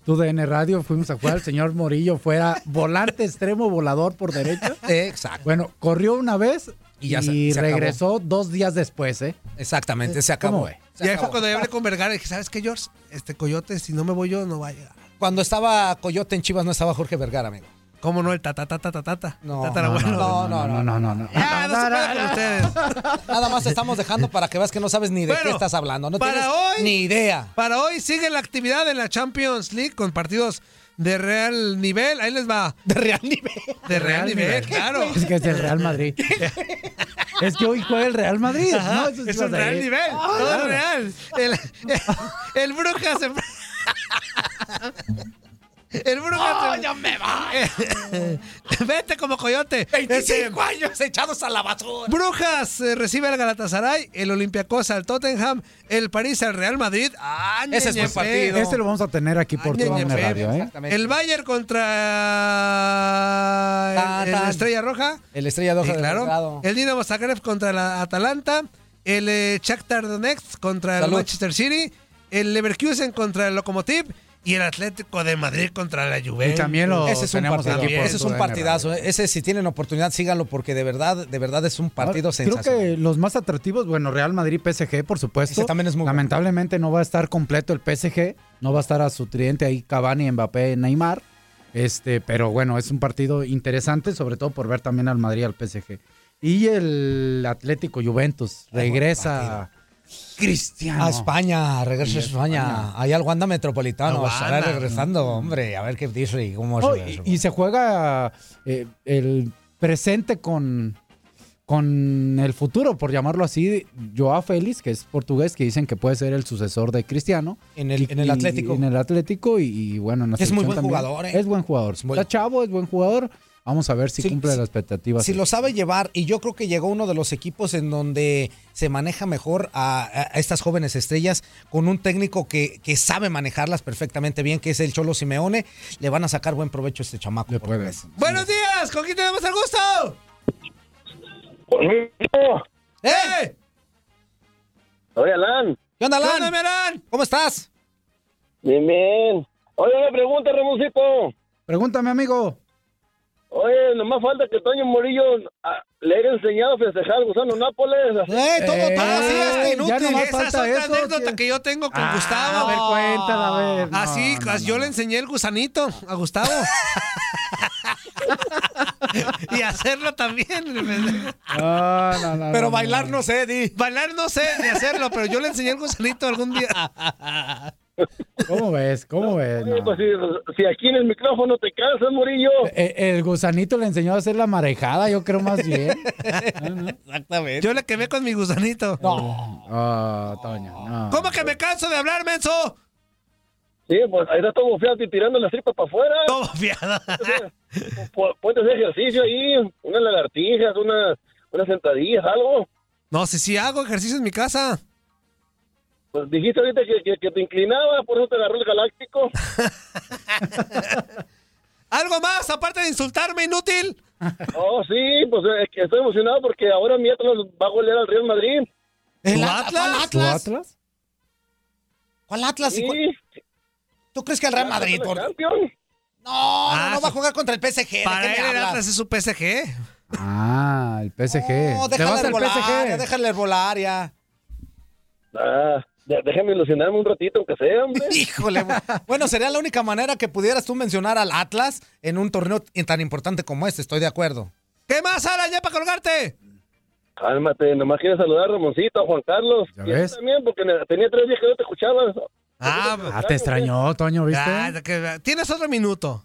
[SPEAKER 10] tu DN Radio fuimos a jugar. El señor Morillo fuera volante extremo, volador por derecho.
[SPEAKER 9] Exacto.
[SPEAKER 10] Bueno, corrió una vez
[SPEAKER 9] Y
[SPEAKER 10] y,
[SPEAKER 9] ya se- se acabó.
[SPEAKER 10] regresó dos días después, ¿eh?
[SPEAKER 9] Exactamente, se acabó.
[SPEAKER 10] ¿Cómo ve?
[SPEAKER 9] Se
[SPEAKER 2] Y ahí fue
[SPEAKER 9] acabó.
[SPEAKER 2] cuando yo hablé con Vergara y dije, ¿sabes qué, George? Este coyote, si no me voy yo, no va a llegar.
[SPEAKER 9] Cuando estaba Coyote en Chivas no estaba Jorge Vergara, amigo.
[SPEAKER 2] ¿Cómo no? El tata, tata, tata, tata.
[SPEAKER 9] No,
[SPEAKER 2] Tata era bueno.
[SPEAKER 9] No, no, no.
[SPEAKER 10] no, no. no.
[SPEAKER 2] Ah, no se puede con ustedes.
[SPEAKER 9] (laughs) Nada más te estamos dejando para que veas que no sabes ni de
[SPEAKER 2] Bueno,
[SPEAKER 9] qué estás hablando. No
[SPEAKER 2] para
[SPEAKER 9] tienes
[SPEAKER 2] hoy-
[SPEAKER 9] ni idea.
[SPEAKER 2] Para hoy sigue la actividad en la Champions League con partidos de real nivel. Ahí les va.
[SPEAKER 9] De real nivel.
[SPEAKER 2] De real,
[SPEAKER 10] real
[SPEAKER 2] nivel,
[SPEAKER 10] nivel.
[SPEAKER 2] claro.
[SPEAKER 10] (laughs) Es que es el Real Madrid. es que hoy juega el Real Madrid. ¿no? Eso sí
[SPEAKER 2] es
[SPEAKER 10] vas
[SPEAKER 2] un
[SPEAKER 10] a
[SPEAKER 2] real
[SPEAKER 10] ir.
[SPEAKER 2] nivel. todo es
[SPEAKER 10] (laughs)
[SPEAKER 2] real. El, el, Brujas se... Eh, El Brujas.
[SPEAKER 21] ya me va!
[SPEAKER 2] (laughs) Vete como coyote.
[SPEAKER 9] 25 años echados a la basura.
[SPEAKER 2] Brujas eh, recibe al Galatasaray, el Olympiacos al Tottenham, el París al Real Madrid. Ah,
[SPEAKER 9] Ese es buen
[SPEAKER 2] ñeñepe.
[SPEAKER 9] partido.
[SPEAKER 10] Este lo vamos a tener aquí por toda
[SPEAKER 2] ñeñepe.
[SPEAKER 10] una radio, ¿eh?
[SPEAKER 2] El Bayern contra el, el
[SPEAKER 9] Tan.
[SPEAKER 2] Estrella Roja.
[SPEAKER 9] El Estrella Roja
[SPEAKER 2] Sí,
[SPEAKER 9] de
[SPEAKER 2] claro.
[SPEAKER 9] Belgrado.
[SPEAKER 2] El Dinamo Zagreb contra la Atalanta. El eh, Shakhtar Donetsk contra el
[SPEAKER 9] Salud.
[SPEAKER 2] Manchester City. El Leverkusen contra el Lokomotiv. Y el Atlético de Madrid contra la Juventus.
[SPEAKER 9] ese es un partidazo,
[SPEAKER 2] También.
[SPEAKER 9] ese es un partidazo. eh. Ese si tienen oportunidad síganlo porque de verdad, de verdad es un partido
[SPEAKER 10] Ah, Creo
[SPEAKER 9] sensacional.
[SPEAKER 10] que los más atractivos, bueno, Real Madrid, PSG, por supuesto.
[SPEAKER 9] Ese también es muy
[SPEAKER 10] Lamentablemente no va a estar completo el PSG, no va a estar a su tridente ahí Cavani, Mbappé, Neymar. Este, pero bueno, es un partido interesante, sobre todo por ver también al Madrid y al PSG. Y el Atlético Juventus regresa Cristiano
[SPEAKER 9] A España, regresa a
[SPEAKER 10] Sí,
[SPEAKER 9] España.
[SPEAKER 10] España.
[SPEAKER 9] Ahí al Wanda Metropolitano.
[SPEAKER 10] Al
[SPEAKER 9] estará
[SPEAKER 10] Wanda.
[SPEAKER 9] regresando, hombre. A ver qué dice y cómo
[SPEAKER 10] No,
[SPEAKER 9] se ve
[SPEAKER 10] y,
[SPEAKER 9] eso.
[SPEAKER 10] y se juega eh, el presente con, con el futuro, por llamarlo así. Joao Félix, que es portugués, que dicen que puede ser el sucesor de Cristiano.
[SPEAKER 9] En el-
[SPEAKER 10] Y-
[SPEAKER 9] en el
[SPEAKER 10] y-
[SPEAKER 9] Atlético.
[SPEAKER 10] en el Atlético y, y bueno, en la
[SPEAKER 9] Es muy
[SPEAKER 10] selección
[SPEAKER 9] buen
[SPEAKER 10] también.
[SPEAKER 9] jugador, ¿eh?
[SPEAKER 10] Es buen jugador.
[SPEAKER 9] muy-
[SPEAKER 10] Está chavo, es buen jugador. Vamos a ver si
[SPEAKER 9] Sí,
[SPEAKER 10] cumple
[SPEAKER 9] sí.
[SPEAKER 10] las expectativas.
[SPEAKER 9] Si lo sabe llevar, y yo creo que llegó uno de los equipos en donde se maneja mejor a, a estas jóvenes estrellas con un técnico que, que sabe manejarlas perfectamente bien, que es el Cholo Simeone, le van a sacar buen provecho a este chamaco. portugués.
[SPEAKER 2] Buenos días, ¿con quién tenemos el gusto? ¡Eh!
[SPEAKER 4] Oye, Alan.
[SPEAKER 9] ¿Qué onda, Alan? ¿Cómo estás?
[SPEAKER 4] Bien, bien. Oye, una pregunta, Ramoncito.
[SPEAKER 10] Pregúntame, amigo.
[SPEAKER 4] Oye, nomás falta que Toño Morillo ah, le haya enseñado a festejar al gusano Nápoles.
[SPEAKER 9] ¡Eh,
[SPEAKER 2] todo, todo, sí, este inútil.
[SPEAKER 4] nomás
[SPEAKER 2] Esa es
[SPEAKER 4] falta
[SPEAKER 2] otra
[SPEAKER 4] eso,
[SPEAKER 2] anécdota que yo tengo con
[SPEAKER 4] Ah,
[SPEAKER 2] Gustavo.
[SPEAKER 4] a ver, cuéntala,
[SPEAKER 10] a ver. No,
[SPEAKER 2] Así,
[SPEAKER 10] no,
[SPEAKER 2] yo le enseñé el gusanito a Gustavo. y hacerlo también.
[SPEAKER 9] Pero bailar no sé, Di.
[SPEAKER 2] Bailar no sé ni hacerlo, pero yo le enseñé el gusanito algún día.
[SPEAKER 10] ¿Cómo ves? ¿Cómo ves? No.
[SPEAKER 4] Pues si, si aquí en el micrófono te cansas, Morillo.
[SPEAKER 10] Eh, el gusanito le enseñó a hacer la marejada, yo creo más bien.
[SPEAKER 9] Exactamente.
[SPEAKER 2] Yo le quemé con mi gusanito.
[SPEAKER 10] Ah, Toño, no.
[SPEAKER 2] ¿Cómo que me canso de hablar, menso?
[SPEAKER 4] Sí, pues ahí está todo bofeado y tirando las tripas para afuera.
[SPEAKER 2] Todo bofeado.
[SPEAKER 4] Puedes hacer ejercicio ahí, unas lagartijas, unas, unas sentadillas, algo.
[SPEAKER 2] No, si sí hago ejercicio en mi casa.
[SPEAKER 4] Pues dijiste ahorita que, que- que te inclinaba, por eso te agarró el galáctico.
[SPEAKER 2] (laughs) ¿Algo más aparte de insultarme, inútil?
[SPEAKER 4] Oh, sí, pues eh, que estoy emocionado porque ahora mi Atlas va a golear al Real Madrid.
[SPEAKER 9] ¿El Atlas? ¿Cuál Atlas? ¿Cuál Atlas? ¿Y cuál- ¿Tú crees que el Real Madrid? por- No,
[SPEAKER 2] Ah,
[SPEAKER 9] no, no va a jugar contra el PSG. ¿de qué
[SPEAKER 2] Para
[SPEAKER 9] me
[SPEAKER 2] él el
[SPEAKER 9] hablas?
[SPEAKER 2] Atlas es su PSG.
[SPEAKER 10] Ah, el PSG.
[SPEAKER 9] No,
[SPEAKER 10] ¿Le vas
[SPEAKER 9] déjale
[SPEAKER 10] al
[SPEAKER 9] volar, ya
[SPEAKER 10] PSG?
[SPEAKER 9] déjale volar ya.
[SPEAKER 2] (laughs)
[SPEAKER 4] Ah, de- déjame ilusionarme un ratito, aunque sea, hombre.
[SPEAKER 9] Híjole. Bueno, sería la única manera que pudieras tú mencionar al Atlas en un torneo tan importante como este, estoy de acuerdo.
[SPEAKER 2] ¿Qué más, Alan, ya para colgarte?
[SPEAKER 4] Cálmate, nomás quiero saludar a Ramoncito, a Juan Carlos.
[SPEAKER 10] ¿Ya
[SPEAKER 4] y a
[SPEAKER 10] ves?
[SPEAKER 4] ti también, porque ne- tenía tres días que no te escuchaba.
[SPEAKER 2] Ah,
[SPEAKER 10] Ah, te extrañó, Toño, ¿viste?
[SPEAKER 2] ah, que- tienes otro minuto.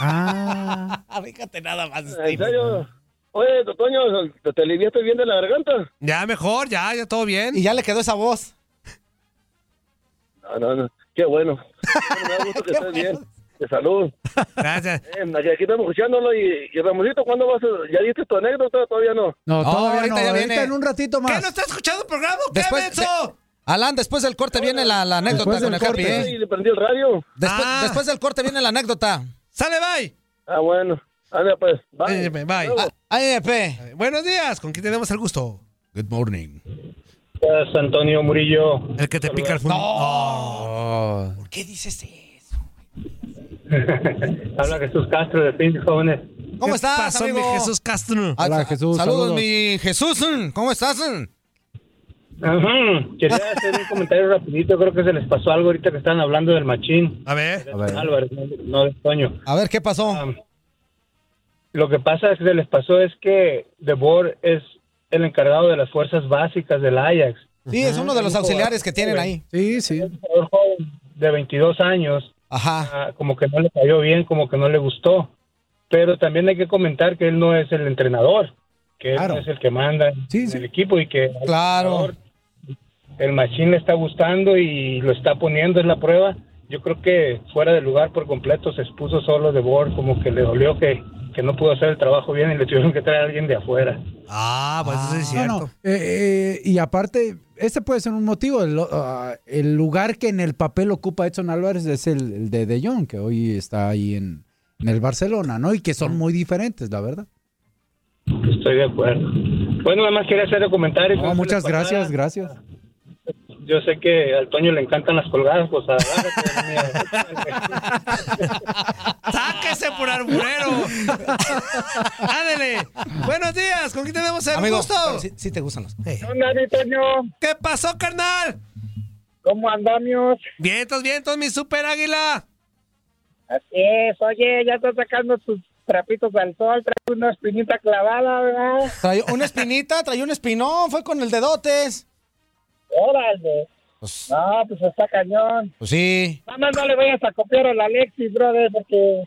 [SPEAKER 10] Ah,
[SPEAKER 9] Fíjate nada más.
[SPEAKER 4] ¿En serio? Oye, Toño, ¿te, te aliviaste bien de la garganta?
[SPEAKER 2] Ya mejor, ya, ya todo bien.
[SPEAKER 9] Y ya le quedó esa voz.
[SPEAKER 4] No, Ah, no, no. Qué bueno. Bueno, Me da gusto que estés bien. De salud.
[SPEAKER 2] Gracias.
[SPEAKER 4] aquí estamos escuchándolo. Y, y Ramoncito, ¿cuándo vas a- ¿Ya diste tu anécdota? Todavía no.
[SPEAKER 9] No,
[SPEAKER 10] no, todavía
[SPEAKER 9] ahorita
[SPEAKER 10] no.
[SPEAKER 9] ya
[SPEAKER 10] Ahorita
[SPEAKER 9] viene.
[SPEAKER 10] en un ratito
[SPEAKER 2] ¿Qué
[SPEAKER 10] más.
[SPEAKER 2] no está escuchando el programa? o ¿Qué,
[SPEAKER 9] Después,
[SPEAKER 2] menso?
[SPEAKER 9] Alan, después del corte viene la, la anécdota
[SPEAKER 10] Después del
[SPEAKER 9] con el Capi,
[SPEAKER 10] corte.
[SPEAKER 9] ¿eh?
[SPEAKER 4] Y le prendí el radio.
[SPEAKER 9] Después,
[SPEAKER 2] Ah.
[SPEAKER 9] después del corte viene la anécdota.
[SPEAKER 2] ¡Sale, bye!
[SPEAKER 4] Ah, bueno. Anda, pues. Bye.
[SPEAKER 2] Eh, bye.
[SPEAKER 9] Ah, AMP.
[SPEAKER 2] Buenos días, ¿con quién tenemos el gusto?
[SPEAKER 9] Good morning.
[SPEAKER 22] Antonio Murillo.
[SPEAKER 2] El que te pica el fútbol.
[SPEAKER 10] Oh,
[SPEAKER 9] ¿Por qué dices eso?
[SPEAKER 22] Habla Jesús Castro de Pintos Jóvenes.
[SPEAKER 9] ¿Cómo estás,
[SPEAKER 2] pasó,
[SPEAKER 9] amigo?
[SPEAKER 2] mi Jesús Castro? (laughs)
[SPEAKER 9] Ah,
[SPEAKER 10] Hola,
[SPEAKER 9] sa-
[SPEAKER 10] Jesús,
[SPEAKER 9] Saludos,
[SPEAKER 10] saludos.
[SPEAKER 9] mi Jesús. mm, ¿Cómo estás? mm?
[SPEAKER 22] Ujú. Quería
[SPEAKER 2] Ah.
[SPEAKER 22] hacer un comentario rapidito, creo que se les pasó algo ahorita que estaban hablando del machín.
[SPEAKER 2] A ver.
[SPEAKER 10] a ver.
[SPEAKER 22] Álvarez, no, no de Toño.
[SPEAKER 9] A ver, ¿qué pasó?
[SPEAKER 22] Lo que pasa es que se les pasó es que De Boer es el encargado de las fuerzas básicas del Ajax.
[SPEAKER 9] Sí, es uno de los
[SPEAKER 22] Ajá.
[SPEAKER 9] auxiliares que tienen ahí.
[SPEAKER 10] Sí, sí.
[SPEAKER 22] Un jugador joven de 22 años,
[SPEAKER 9] Ajá.
[SPEAKER 22] ah, como que no le cayó bien, como que no le gustó. Pero también hay que comentar que él no es el entrenador, que él
[SPEAKER 10] Claro.
[SPEAKER 22] no es el que manda
[SPEAKER 10] Sí,
[SPEAKER 22] en
[SPEAKER 10] sí.
[SPEAKER 22] el equipo y que
[SPEAKER 9] Claro.
[SPEAKER 22] el machín le está gustando y lo está poniendo en la prueba yo creo que fuera de lugar por completo se expuso solo de Boer, como que le dolió que, que no pudo hacer el trabajo bien y le tuvieron que traer a alguien de afuera.
[SPEAKER 2] Ah, pues eso es
[SPEAKER 10] No,
[SPEAKER 2] cierto.
[SPEAKER 10] no, eh, eh, y aparte, ese puede ser un motivo. El, ah, el lugar que en el papel ocupa Edson Álvarez es el, el de De Jong, que hoy está ahí en, en el Barcelona, ¿no? Y que son muy diferentes, la verdad.
[SPEAKER 22] Estoy de acuerdo. Bueno, nada más quería hacer el comentario.
[SPEAKER 10] No, muchas gracias, gracias.
[SPEAKER 22] Yo sé que al Toño le encantan las colgadas, pues agárrate.
[SPEAKER 2] ¡Sáquese por arburero!
[SPEAKER 9] (laughs)
[SPEAKER 2] ¡Ándele! ¡Buenos días! ¿Con quién tenemos el
[SPEAKER 9] Amigo,
[SPEAKER 2] gusto?
[SPEAKER 9] pero sí, sí te gustan los.
[SPEAKER 2] ¿Qué ¿Qué pasó, carnal? ¿Cómo andamos? Vientos, vientos, mi super águila.
[SPEAKER 23] Así es, oye, ya estás sacando tus trapitos al sol, trae una espinita clavada, ¿verdad?
[SPEAKER 9] Trae
[SPEAKER 23] (laughs)
[SPEAKER 9] una espinita, trae un espinón, fue con el dedotes.
[SPEAKER 23] Órale. No, pues está cañón.
[SPEAKER 9] Pues sí.
[SPEAKER 23] Nada más no le vayas a copiar al Alexis, brother, porque...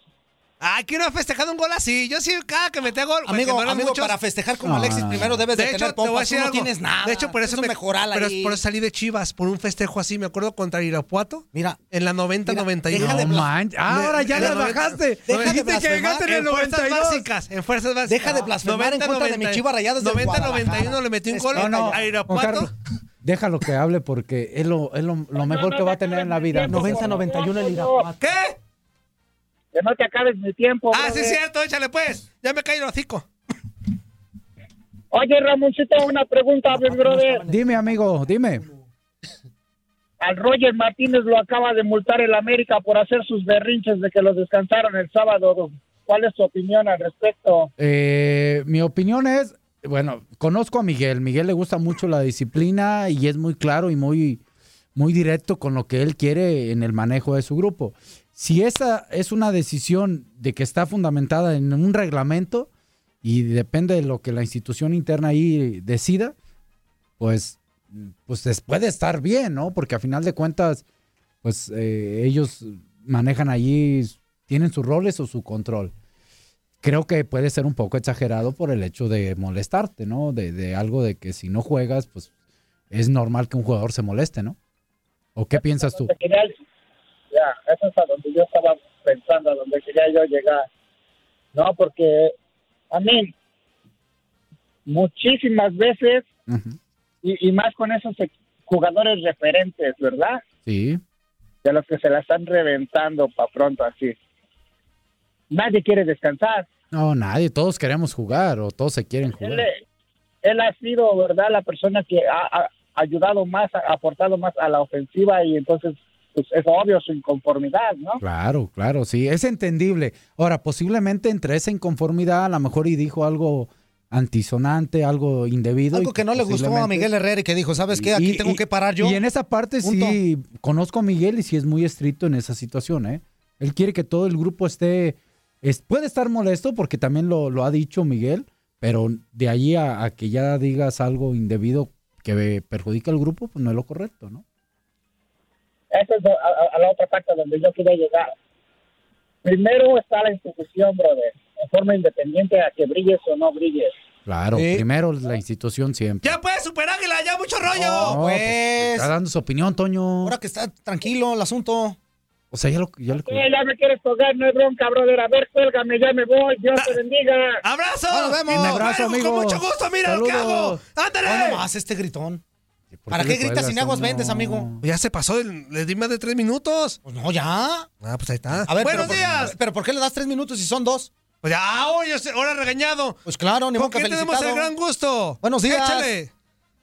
[SPEAKER 2] Aquí no ha festejado un gol así. Yo sí, cada que metía gol. porque
[SPEAKER 9] Amigo,
[SPEAKER 2] no eran
[SPEAKER 9] amigo, para festejar como No, Alexis no,
[SPEAKER 10] Ah.
[SPEAKER 9] no. primero debes de tener pompa, tú no tienes nada.
[SPEAKER 2] De hecho, por
[SPEAKER 9] Es
[SPEAKER 2] eso,
[SPEAKER 9] un
[SPEAKER 2] me,
[SPEAKER 9] mejoral
[SPEAKER 2] pero
[SPEAKER 9] ahí.
[SPEAKER 2] por eso salí de Chivas, por un festejo así. Me acuerdo contra Irapuato.
[SPEAKER 9] Mira.
[SPEAKER 2] En la 90-91.
[SPEAKER 10] deja de No blas- manches. Ah, ahora ya le bajaste. Deja de
[SPEAKER 2] que
[SPEAKER 10] blasfemar.
[SPEAKER 2] llegaste en el
[SPEAKER 10] En fuerzas
[SPEAKER 2] 92.
[SPEAKER 10] básicas,
[SPEAKER 2] En fuerzas básicas.
[SPEAKER 10] Deja de blasfemar en contra de mi Chivas Rayadas del
[SPEAKER 2] 90-91 le metí un gol
[SPEAKER 10] No, no,
[SPEAKER 2] a
[SPEAKER 10] Juan
[SPEAKER 2] Irapuato.
[SPEAKER 10] Carlos, déjalo que hable porque es lo, es lo, lo mejor que va a tener en la vida.
[SPEAKER 23] 90-91
[SPEAKER 10] el
[SPEAKER 2] ¿Qué?
[SPEAKER 23] Que no te acabes mi tiempo,
[SPEAKER 2] Ah, sí,
[SPEAKER 23] brother.
[SPEAKER 2] es cierto. Échale, pues. Ya me caí el hocico.
[SPEAKER 23] Oye, Ramoncito, una pregunta, mi brother.
[SPEAKER 10] Dime, amigo, dime.
[SPEAKER 23] Al Roger Martínez lo acaba de multar el América por hacer sus berrinches de que lo descansaron el sábado. ¿Cuál es tu opinión al respecto?
[SPEAKER 10] Eh, mi opinión es, bueno, conozco a Miguel. Miguel le gusta mucho la disciplina y es muy claro y muy, muy directo con lo que él quiere en el manejo de su grupo. Si esa es una decisión de que está fundamentada en un reglamento y depende de lo que la institución interna ahí decida, pues, pues les puede estar bien, ¿no? Porque a final de cuentas, pues eh, ellos manejan allí, tienen sus roles o su control creo que puede ser un poco exagerado por el hecho de molestarte, ¿no? De, de algo de que si no juegas, pues es normal que un jugador se moleste, ¿no? ¿O qué piensas tú?
[SPEAKER 23] Te quería- Ya, eso es a donde yo estaba pensando, a donde quería yo llegar. No, porque a mí muchísimas veces,
[SPEAKER 10] Ujú.
[SPEAKER 23] y, y más con esos ex- jugadores referentes, ¿verdad?
[SPEAKER 10] Sí.
[SPEAKER 23] De los que se la están reventando para pronto así. Nadie quiere descansar.
[SPEAKER 10] No, nadie, todos queremos jugar o todos se quieren
[SPEAKER 23] Él,
[SPEAKER 10] jugar.
[SPEAKER 23] él ha sido, ¿verdad?, la persona que ha, ha ayudado más, ha aportado más a la ofensiva y entonces pues, es obvio su inconformidad, ¿no?
[SPEAKER 10] Claro, claro, sí, es entendible. Ahora, posiblemente entre esa inconformidad, a lo mejor y dijo algo antisonante, algo indebido.
[SPEAKER 9] Algo
[SPEAKER 10] y
[SPEAKER 9] que no le gustó a
[SPEAKER 10] posiblemente-
[SPEAKER 9] Miguel Herrera y que dijo, ¿sabes qué? Aquí
[SPEAKER 10] Y-
[SPEAKER 9] tengo
[SPEAKER 10] y-
[SPEAKER 9] que parar yo.
[SPEAKER 10] Y en esa parte sí conozco a Miguel y sí es muy estricto en esa situación, ¿eh? Él quiere que todo el grupo esté. es- puede estar molesto porque también lo, lo ha dicho Miguel, pero de ahí a, a que ya digas algo indebido que ve- perjudica al grupo, pues no es lo correcto, ¿no?
[SPEAKER 23] Esa es a, a- a la otra parte donde yo quería llegar. Primero está la institución, brother, de forma independiente a que brilles o no brilles.
[SPEAKER 10] Claro,
[SPEAKER 9] Eh,
[SPEAKER 10] primero la institución siempre.
[SPEAKER 2] Ya puedes, super águila. Ya mucho rollo.
[SPEAKER 10] No, pues, está dando su opinión, Toño.
[SPEAKER 9] Ahora que está tranquilo el asunto.
[SPEAKER 10] O sea, ya lo. Ya lo
[SPEAKER 23] Eh, ya me quieres colgar, no hay bronca, brother. A ver, cuélgame, ya me voy. Dios te bendiga.
[SPEAKER 2] Ah. ¡Abrazo!
[SPEAKER 9] Nos vemos.
[SPEAKER 2] Con mucho gusto, mira lo que hago. Ah, ¡Ándale!
[SPEAKER 9] No, nomás este gritón. ¿Para
[SPEAKER 2] qué
[SPEAKER 9] qué
[SPEAKER 2] le cuelgas,
[SPEAKER 9] gritas sin aguas
[SPEAKER 2] no?
[SPEAKER 9] vendes, amigo?
[SPEAKER 2] Ya se pasó, el- le di más de tres minutos.
[SPEAKER 9] Pues no, ya.
[SPEAKER 2] Ah, pues ahí está.
[SPEAKER 9] A ver,
[SPEAKER 2] ¡Buenos
[SPEAKER 9] pero,
[SPEAKER 2] días!
[SPEAKER 9] Por, pero ¿por qué le das tres minutos si son dos?
[SPEAKER 2] Pues ya, ahora, ahora regañado.
[SPEAKER 9] Pues claro, ni modo
[SPEAKER 2] ¿Con
[SPEAKER 9] que
[SPEAKER 2] quién tenemos
[SPEAKER 9] felicitado.
[SPEAKER 2] el gran gusto?
[SPEAKER 9] Buenos días.
[SPEAKER 2] Échale.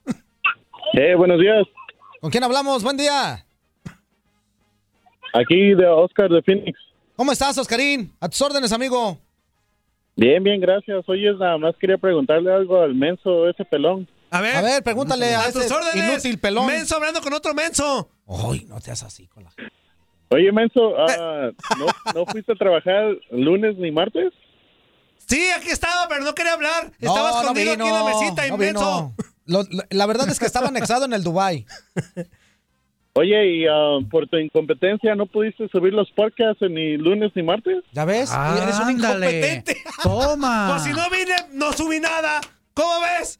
[SPEAKER 24] (laughs) Eh, buenos días.
[SPEAKER 9] ¿Con quién hablamos? Buen día.
[SPEAKER 24] Aquí de Oscar de Phoenix.
[SPEAKER 9] ¿Cómo estás, Oscarín? A tus órdenes, amigo.
[SPEAKER 24] Bien, bien, gracias. Oye, nada más quería preguntarle algo al menso, ese pelón.
[SPEAKER 2] A ver.
[SPEAKER 9] A ver, pregúntale a,
[SPEAKER 2] A
[SPEAKER 9] ese
[SPEAKER 2] tus órdenes.
[SPEAKER 9] inútil pelón.
[SPEAKER 2] Menso hablando con otro menso.
[SPEAKER 9] Ay, no te hagas así con la...
[SPEAKER 24] Oye, menso,
[SPEAKER 2] Eh.
[SPEAKER 24] ah, ¿no, no fuiste a trabajar lunes ni martes?
[SPEAKER 2] Sí, aquí estaba, pero no quería hablar.
[SPEAKER 9] No,
[SPEAKER 2] Estaba
[SPEAKER 9] no
[SPEAKER 2] escondido aquí en la
[SPEAKER 9] vino,
[SPEAKER 2] mesita,
[SPEAKER 9] no
[SPEAKER 2] inmenso.
[SPEAKER 9] vino. Lo- lo- la verdad es que estaba anexado en el Dubai.
[SPEAKER 24] Oye, y ah, por tu incompetencia no pudiste subir los podcasts ni lunes ni martes.
[SPEAKER 9] ¿Ya ves?
[SPEAKER 2] Eres un incompetente. (laughs)
[SPEAKER 10] Toma.
[SPEAKER 2] Pues si no vine, no subí nada. ¿Cómo ves?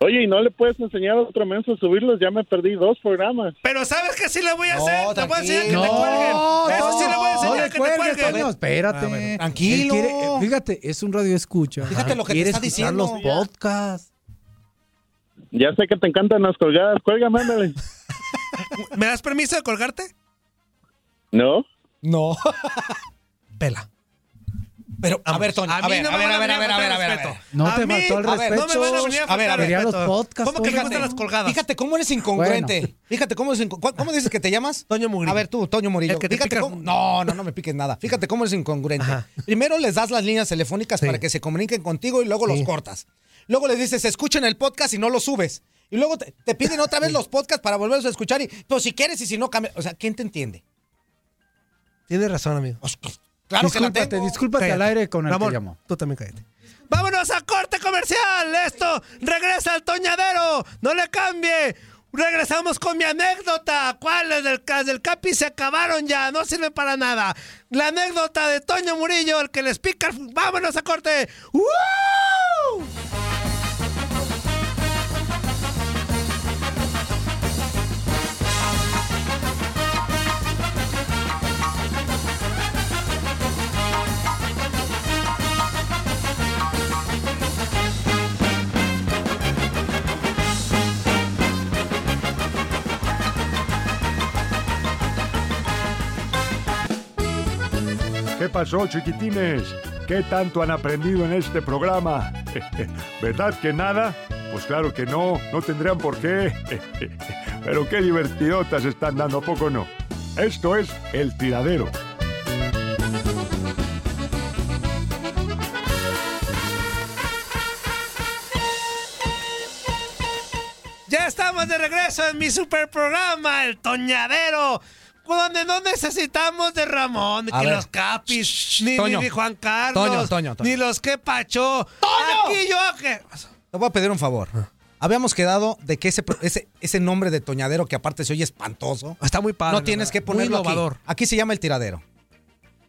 [SPEAKER 24] Oye, ¿y no le puedes enseñar a otro menso a subirlos? Ya me perdí dos programas.
[SPEAKER 2] Pero sabes que sí le voy a hacer. te voy a enseñar que te
[SPEAKER 10] tranquilo.
[SPEAKER 2] cuelguen.
[SPEAKER 10] No,
[SPEAKER 2] Eso sí
[SPEAKER 10] no,
[SPEAKER 2] le voy a
[SPEAKER 10] no
[SPEAKER 2] enseñar
[SPEAKER 10] le
[SPEAKER 2] que te
[SPEAKER 10] cuelgues,
[SPEAKER 2] cuelguen.
[SPEAKER 10] Toño, espérate.
[SPEAKER 2] Ah,
[SPEAKER 9] tranquilo.
[SPEAKER 10] Él quiere- eh, fíjate, es un radio escucha.
[SPEAKER 9] Fíjate lo que te
[SPEAKER 10] Quiere
[SPEAKER 9] está
[SPEAKER 10] escuchar
[SPEAKER 9] diciendo.
[SPEAKER 10] los podcasts.
[SPEAKER 24] Ya sé que te encantan las colgadas. Cuélgame, ándale.
[SPEAKER 2] ¿Me das permiso de colgarte?
[SPEAKER 24] ¿No?
[SPEAKER 10] (laughs)
[SPEAKER 9] No.
[SPEAKER 2] Pela.
[SPEAKER 9] Pero, a ver, Tony, a,
[SPEAKER 2] mí
[SPEAKER 9] ver,
[SPEAKER 2] no
[SPEAKER 9] a
[SPEAKER 2] me
[SPEAKER 9] ver,
[SPEAKER 2] van
[SPEAKER 9] a
[SPEAKER 2] a
[SPEAKER 9] ver, a ver,
[SPEAKER 2] venir a
[SPEAKER 9] a ver, a
[SPEAKER 2] faltar
[SPEAKER 9] ver,
[SPEAKER 2] el
[SPEAKER 9] a ver.
[SPEAKER 10] No te faltó el
[SPEAKER 9] a ver,
[SPEAKER 10] respeto.
[SPEAKER 9] No me van a venir a faltar el
[SPEAKER 10] Quería los
[SPEAKER 9] respeto. ¿Cómo
[SPEAKER 10] podcasts.
[SPEAKER 9] que
[SPEAKER 10] Toño.
[SPEAKER 9] le gustan las colgadas? Fíjate cómo eres incongruente. Fíjate cómo eres inco- ¿cu- ¿Cómo dices que te llamas?
[SPEAKER 2] Toño Murillo.
[SPEAKER 9] A ver tú, Toño Murillo.
[SPEAKER 2] El que te
[SPEAKER 9] Fíjate
[SPEAKER 2] pica-
[SPEAKER 9] cómo- No, no, no me piques nada. Fíjate cómo eres incongruente. Primero les das las líneas telefónicas para que se comuniquen contigo y luego los cortas. Luego les dices, escuchen el podcast y no lo subes. Y luego te, te piden otra vez los podcasts para volverlos a escuchar. Y, pero si quieres y si no, cambia. O sea, ¿quién te entiende? Pues,
[SPEAKER 2] Tienes razón, amigo.
[SPEAKER 9] Claro que la
[SPEAKER 2] Discúlpate,
[SPEAKER 9] tengo.
[SPEAKER 2] discúlpate
[SPEAKER 10] al aire con el que
[SPEAKER 2] Ramón,
[SPEAKER 10] llamó.
[SPEAKER 2] Tú también cállate. ¡Vámonos a corte comercial! ¡Esto! ¡Regresa al Toñadero! ¡No le cambie! Regresamos con mi anécdota. ¿Cuáles del, ca- del Capi se acabaron ya? No sirven para nada. La anécdota de Toño Murillo, el que les pica. el fu- ¡Vámonos a corte! ¡Woo!
[SPEAKER 3] ¿Qué pasó, chiquitines? ¿Qué tanto han aprendido en este programa? (laughs) ¿Verdad que nada? Pues claro que no, no tendrían por qué. (laughs) Pero qué divertidotas están dando, ¿a poco no? Esto es El Tiradero.
[SPEAKER 2] Ya estamos de regreso en mi super programa, El Toñadero. Donde no necesitamos de Ramón,
[SPEAKER 9] A
[SPEAKER 2] ni
[SPEAKER 9] ver.
[SPEAKER 2] los capis, ni,
[SPEAKER 9] Toño.
[SPEAKER 2] ni- ni Juan Carlos,
[SPEAKER 9] Toño, Toño, Toño.
[SPEAKER 2] ni los que pachó. Aquí yo que.
[SPEAKER 9] Te voy a pedir un favor.
[SPEAKER 10] Ah.
[SPEAKER 9] Habíamos quedado de que ese, pro- ese, ese nombre de Toñadero, que aparte se oye espantoso,
[SPEAKER 2] está muy padre.
[SPEAKER 9] No tienes que
[SPEAKER 2] Muy
[SPEAKER 9] ponerlo aquí.
[SPEAKER 2] innovador.
[SPEAKER 9] Aquí se llama el tiradero.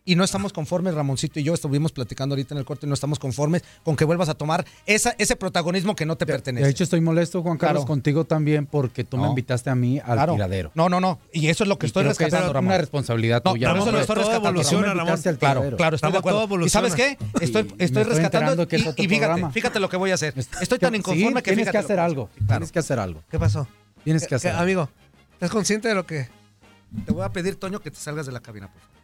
[SPEAKER 9] Y no estamos conformes, Ramoncito y yo estuvimos platicando ahorita en el corte y no estamos conformes con que vuelvas a tomar esa, ese protagonismo que no te pertenece.
[SPEAKER 10] De hecho, estoy molesto, Juan Carlos,
[SPEAKER 9] Claro.
[SPEAKER 10] contigo también, porque tú me
[SPEAKER 9] No.
[SPEAKER 10] invitaste a mí al
[SPEAKER 9] Claro.
[SPEAKER 10] tiradero.
[SPEAKER 9] No, no, no. Y eso es lo que
[SPEAKER 10] Y
[SPEAKER 9] estoy
[SPEAKER 10] creo que
[SPEAKER 9] rescatando,
[SPEAKER 10] es
[SPEAKER 9] Ramón.
[SPEAKER 10] una responsabilidad
[SPEAKER 9] no,
[SPEAKER 10] tuya,
[SPEAKER 9] Ramón,
[SPEAKER 10] Ramón.
[SPEAKER 9] eso lo estoy
[SPEAKER 10] Todo
[SPEAKER 9] rescatando.
[SPEAKER 10] evoluciona,
[SPEAKER 9] Ramón.
[SPEAKER 10] Ramón. Invitaste al
[SPEAKER 9] Claro,
[SPEAKER 10] tiradero.
[SPEAKER 9] claro, estoy de
[SPEAKER 10] Ramón, todo
[SPEAKER 9] acuerdo. ¿Y sabes qué?
[SPEAKER 10] evoluciona.
[SPEAKER 9] Estoy,
[SPEAKER 10] Y me
[SPEAKER 9] estoy
[SPEAKER 10] estoy
[SPEAKER 9] rescatando
[SPEAKER 10] enterando que es otro
[SPEAKER 9] y, y fíjate,
[SPEAKER 10] programa. Este,
[SPEAKER 9] fíjate lo que voy a hacer. Estoy tan
[SPEAKER 10] Sí,
[SPEAKER 9] inconforme que
[SPEAKER 10] tienes
[SPEAKER 9] fíjate
[SPEAKER 10] que
[SPEAKER 9] lo
[SPEAKER 10] hacer
[SPEAKER 9] voy a
[SPEAKER 10] algo. Tienes que hacer algo.
[SPEAKER 2] ¿Qué pasó?
[SPEAKER 10] Tienes que
[SPEAKER 2] Eh,
[SPEAKER 10] hacer
[SPEAKER 2] eh,
[SPEAKER 10] algo.
[SPEAKER 2] amigo, ¿estás consciente de lo que?
[SPEAKER 9] Te voy a pedir, Toño, que te salgas de la cabina, por favor.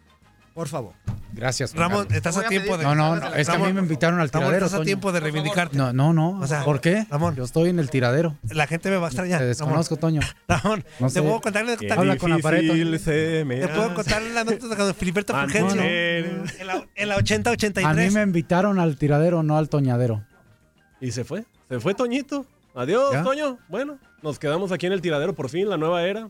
[SPEAKER 9] Por favor.
[SPEAKER 10] Gracias, Juan
[SPEAKER 2] Ramón,
[SPEAKER 10] Carlos.
[SPEAKER 2] estás
[SPEAKER 9] Voy
[SPEAKER 2] a
[SPEAKER 9] a
[SPEAKER 2] tiempo de.
[SPEAKER 10] No, no, no, es que a mí me invitaron al
[SPEAKER 2] Ramón,
[SPEAKER 10] tiradero.
[SPEAKER 2] estás a
[SPEAKER 10] Toño.
[SPEAKER 2] tiempo de reivindicarte.
[SPEAKER 10] No, no, no.
[SPEAKER 2] O sea,
[SPEAKER 10] ¿Por qué? Yo estoy en el tiradero.
[SPEAKER 2] La gente me va a extrañar.
[SPEAKER 10] Te desconozco, Toño.
[SPEAKER 2] (laughs) Ramón,
[SPEAKER 10] No
[SPEAKER 2] te
[SPEAKER 10] sé.
[SPEAKER 2] puedo contar la
[SPEAKER 10] Qué
[SPEAKER 2] anécdota.
[SPEAKER 10] Habla con la pared, difícil Toño. se me
[SPEAKER 2] Te puedo
[SPEAKER 10] hace.
[SPEAKER 2] contar la anécdota de Filiberto
[SPEAKER 10] Ah, no,
[SPEAKER 2] Fulgencio.
[SPEAKER 10] no.
[SPEAKER 2] En la, en la
[SPEAKER 10] A
[SPEAKER 2] 80-83.
[SPEAKER 10] mí me invitaron al tiradero, no al toñadero.
[SPEAKER 25] Y se fue. Se fue Toñito. Adiós,
[SPEAKER 10] ¿Ya?
[SPEAKER 25] Toño. Bueno, nos quedamos aquí en el tiradero por fin, la nueva era.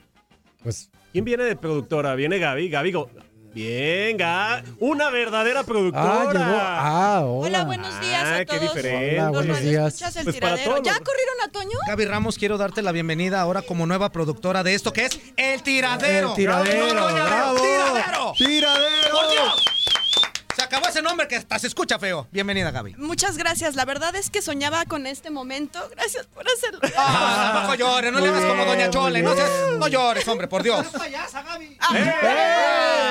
[SPEAKER 10] Pues.
[SPEAKER 25] ¿Quién viene de productora? Viene Gaby. Gaby. Go- Bien, Gaby. Una verdadera productora.
[SPEAKER 10] Ah, llegó. Ah, hola.
[SPEAKER 26] buenos días a
[SPEAKER 25] Ah, qué
[SPEAKER 26] todos.
[SPEAKER 25] diferente.
[SPEAKER 10] Hola,
[SPEAKER 26] Los
[SPEAKER 10] buenos
[SPEAKER 26] radioescuchas
[SPEAKER 10] días.
[SPEAKER 26] El
[SPEAKER 10] Pues para
[SPEAKER 26] tiradero.
[SPEAKER 10] todos
[SPEAKER 26] ¿Ya
[SPEAKER 10] los-
[SPEAKER 26] corrieron a Toño?
[SPEAKER 9] Gaby Ramos, quiero darte la bienvenida ahora como nueva productora de esto que es El Tiradero.
[SPEAKER 10] El Tiradero,
[SPEAKER 9] ¡No, no, no,
[SPEAKER 10] bravo.
[SPEAKER 9] ¡Tiradero!
[SPEAKER 10] ¡Tiradero!
[SPEAKER 9] ¡Por Dios! Se acabó ese nombre que hasta se escucha feo. Bienvenida, Gaby.
[SPEAKER 26] Muchas gracias. La verdad es que soñaba con este momento. Gracias por hacerlo.
[SPEAKER 9] Ah, tampoco llores, no le hagas como Doña Chole. No, seas- no llores, hombre, por Dios.
[SPEAKER 10] Eh.
[SPEAKER 9] Eh.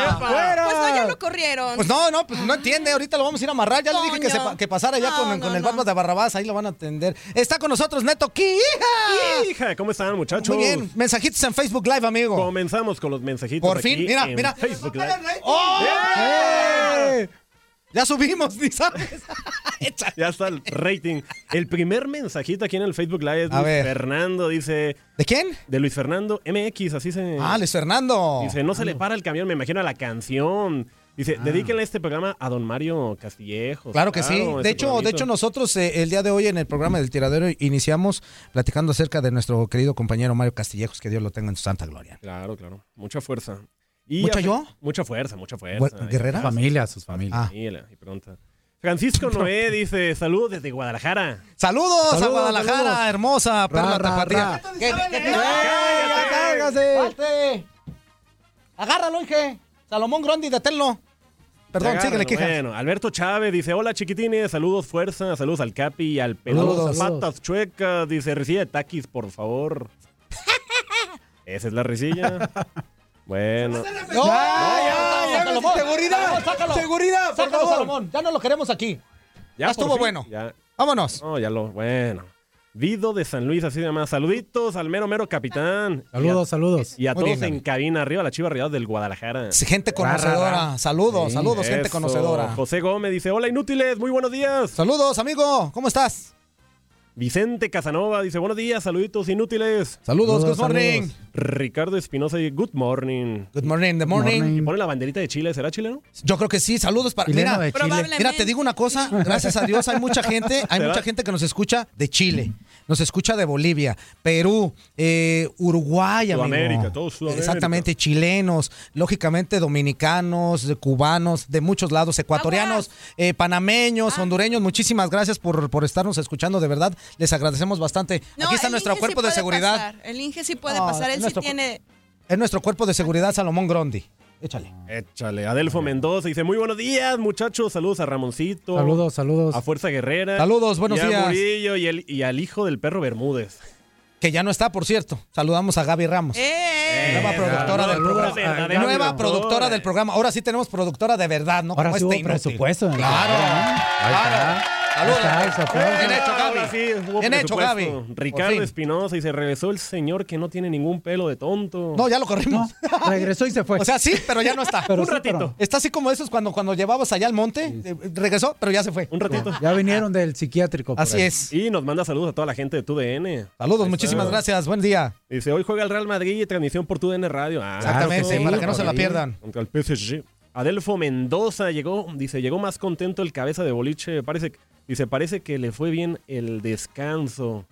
[SPEAKER 26] Ah,
[SPEAKER 9] ¡Fuera!
[SPEAKER 26] Pues no, ya lo corrieron.
[SPEAKER 9] Pues no, no, pues no entiende. Ahorita lo vamos a ir a amarrar. Ya le dije que, se pa- que pasara ya con, con el Barbas de Barrabás. Ahí lo van a atender. Está con nosotros Neto Ki.
[SPEAKER 25] Hija, ¿cómo están, muchachos?
[SPEAKER 9] Muy bien. Mensajitos en Facebook Live, amigo.
[SPEAKER 25] Comenzamos con los mensajitos.
[SPEAKER 9] Por fin,
[SPEAKER 25] aquí
[SPEAKER 9] mira,
[SPEAKER 25] en
[SPEAKER 9] mira.
[SPEAKER 25] Facebook Live.
[SPEAKER 9] ¡Oh!
[SPEAKER 25] ¡Eh!
[SPEAKER 9] Ya subimos, (laughs) ni sabes.
[SPEAKER 25] Ya está el rating. El primer mensajito aquí en el Facebook Live es
[SPEAKER 9] A
[SPEAKER 25] Luis
[SPEAKER 9] ver.
[SPEAKER 25] Fernando, dice.
[SPEAKER 9] ¿De quién?
[SPEAKER 25] De Luis Fernando MX, así se.
[SPEAKER 9] Ah, Luis Fernando. Ah.
[SPEAKER 25] Dice, no se le para el camión, me imagino a la canción. Dice, dedíquenle este programa a don Mario Castillejo.
[SPEAKER 9] Claro que sí. De hecho, de hecho nosotros eh, el día de hoy en el programa del tiradero iniciamos platicando acerca de nuestro querido compañero Mario Castillejos, que Dios lo tenga en su santa gloria.
[SPEAKER 25] Claro, claro. Mucha fuerza. Y
[SPEAKER 9] ¿Mucha
[SPEAKER 25] a-
[SPEAKER 9] yo?
[SPEAKER 25] Mucha fuerza, mucha fuerza.
[SPEAKER 9] Bueno, ¿Guerrera?
[SPEAKER 10] Familia, sus familias.
[SPEAKER 9] Ah.
[SPEAKER 25] Mira, y pregunta. Francisco Noé dice, saludos desde Guadalajara.
[SPEAKER 9] Saludos, a
[SPEAKER 25] Saludos,
[SPEAKER 9] Guadalajara,
[SPEAKER 25] saludos.
[SPEAKER 9] hermosa
[SPEAKER 25] Ra,
[SPEAKER 9] perla
[SPEAKER 25] ra,
[SPEAKER 9] tapatía.
[SPEAKER 25] ra.
[SPEAKER 9] ¿Qué- qué te- Agárralo, Inge. Salomón Grondi, deténlo. Perdón,
[SPEAKER 25] Agárralo,
[SPEAKER 9] síguele, quejas.
[SPEAKER 25] Bueno, Alberto Chávez dice, hola chiquitines, saludos fuerza, saludos al Capi y al pelado
[SPEAKER 9] Saludos.
[SPEAKER 25] Zapatas Chuecas. Dice, risilla de taquis, por
[SPEAKER 9] (laughs)
[SPEAKER 25] favor. Esa es la risilla. Bueno.
[SPEAKER 9] ¡No! ¡Ya, ya,
[SPEAKER 11] Salomón!
[SPEAKER 9] seguridad
[SPEAKER 11] Sácalo.
[SPEAKER 9] ¡Seguridad, por
[SPEAKER 11] Sácalo,
[SPEAKER 9] favor!
[SPEAKER 11] Salomón.
[SPEAKER 9] Ya no lo queremos aquí. Ya,
[SPEAKER 25] por
[SPEAKER 9] estuvo
[SPEAKER 25] fin,
[SPEAKER 9] bueno.
[SPEAKER 25] ya.
[SPEAKER 9] Vámonos.
[SPEAKER 25] No, ya lo, bueno. Vido de San Luis, así de más. Saluditos al mero mero capitán.
[SPEAKER 10] Saludos,
[SPEAKER 25] Y
[SPEAKER 10] saludos.
[SPEAKER 25] a- Y a
[SPEAKER 10] Muy
[SPEAKER 25] todos
[SPEAKER 10] bien,
[SPEAKER 25] en cabina, arriba la chiva Real del Guadalajara.
[SPEAKER 9] Gente conocedora. Saludos, saludos, gente
[SPEAKER 25] Eso.
[SPEAKER 9] conocedora.
[SPEAKER 25] José Gómez dice, hola inútiles, muy buenos días.
[SPEAKER 9] Saludos, amigo, ¿cómo estás?
[SPEAKER 25] Vicente Casanova dice, buenos días, saluditos inútiles.
[SPEAKER 9] Saludos, Saludos, good morning. saludos.
[SPEAKER 25] Ricardo Espinosa dice, good morning.
[SPEAKER 9] Good morning, the morning.
[SPEAKER 25] Y pone la banderita de Chile, ¿será chileno?
[SPEAKER 9] Yo creo que sí, saludos para. Mira, mira, te digo una cosa, gracias a Dios hay mucha gente,
[SPEAKER 25] (laughs)
[SPEAKER 9] hay
[SPEAKER 25] ¿Verdad?
[SPEAKER 9] mucha gente que nos escucha de Chile, nos escucha de Bolivia, Perú, eh, Uruguay, amigo.
[SPEAKER 25] Sudamérica, todo Sudamérica.
[SPEAKER 9] Exactamente, chilenos, lógicamente dominicanos, de cubanos, de muchos lados, ecuatorianos, eh,
[SPEAKER 25] Ah.
[SPEAKER 9] panameños, hondureños, muchísimas gracias por, por estarnos escuchando, de verdad, les agradecemos bastante.
[SPEAKER 26] No,
[SPEAKER 9] Aquí está
[SPEAKER 26] el
[SPEAKER 9] nuestro
[SPEAKER 26] Inge sí
[SPEAKER 9] cuerpo de
[SPEAKER 26] puede
[SPEAKER 9] seguridad,
[SPEAKER 26] pasar, El Inge sí puede
[SPEAKER 9] No,
[SPEAKER 26] pasar, él
[SPEAKER 9] nuestro-
[SPEAKER 26] sí tiene...
[SPEAKER 9] es nuestro cuerpo de seguridad Salomón Grondi. Échale.
[SPEAKER 25] Échale. Adelfo Mendoza dice, muy buenos días, muchachos. Saludos a Ramoncito.
[SPEAKER 10] Saludos, saludos.
[SPEAKER 25] A Fuerza Guerrera.
[SPEAKER 9] Saludos, buenos
[SPEAKER 25] y a
[SPEAKER 9] días.
[SPEAKER 25] Murillo y, el- y al hijo del perro Bermúdez.
[SPEAKER 9] Que ya no está, por cierto. Saludamos a Gaby Ramos. Nueva productora del
[SPEAKER 25] saludos a
[SPEAKER 9] programa.
[SPEAKER 25] Gaby
[SPEAKER 9] Nueva
[SPEAKER 25] Ramos.
[SPEAKER 9] productora del programa. Ahora sí tenemos productora de verdad, ¿no?
[SPEAKER 10] Ahora
[SPEAKER 9] Como
[SPEAKER 10] sí hubo
[SPEAKER 9] este inútil.
[SPEAKER 10] presupuesto. en el
[SPEAKER 9] Claro.
[SPEAKER 10] programa, ¿eh?
[SPEAKER 9] Claro. Saludos.
[SPEAKER 10] Ahí está, aplausos.
[SPEAKER 9] ¡Eh! Bien hecho, Gaby.
[SPEAKER 25] Ah, Ahora sí, hubo
[SPEAKER 9] Bien
[SPEAKER 25] presupuesto.
[SPEAKER 9] hecho, Gaby. Por
[SPEAKER 25] Ricardo
[SPEAKER 9] fin.
[SPEAKER 25] Espinosa dice, regresó el señor que no tiene ningún pelo de tonto.
[SPEAKER 9] No, ya lo corrimos.
[SPEAKER 10] Regresó y se fue.
[SPEAKER 9] (laughs) O sea, sí, pero ya no está.
[SPEAKER 10] Pero Un sí, ratito. pero-
[SPEAKER 9] Está así como esos cuando, cuando llevabas allá al monte. eh, Regresó, pero ya se fue.
[SPEAKER 25] Un ratito.
[SPEAKER 10] Ya vinieron del psiquiátrico. por
[SPEAKER 9] Así
[SPEAKER 10] ahí.
[SPEAKER 9] es.
[SPEAKER 25] Y nos manda saludos a toda la gente de TUDN.
[SPEAKER 9] Saludos, muchísimas gracias. Buen día.
[SPEAKER 25] Dice, hoy juega el Real Madrid y transmisión por TUDN Radio. Ah,
[SPEAKER 9] Exactamente,
[SPEAKER 25] claro
[SPEAKER 9] para que no se la
[SPEAKER 25] sí.
[SPEAKER 9] pierdan.
[SPEAKER 25] Contra el PSG. Adelfo Mendoza llegó, dice, llegó más contento el cabeza de boliche. Parece, dice, parece que le fue bien el descanso.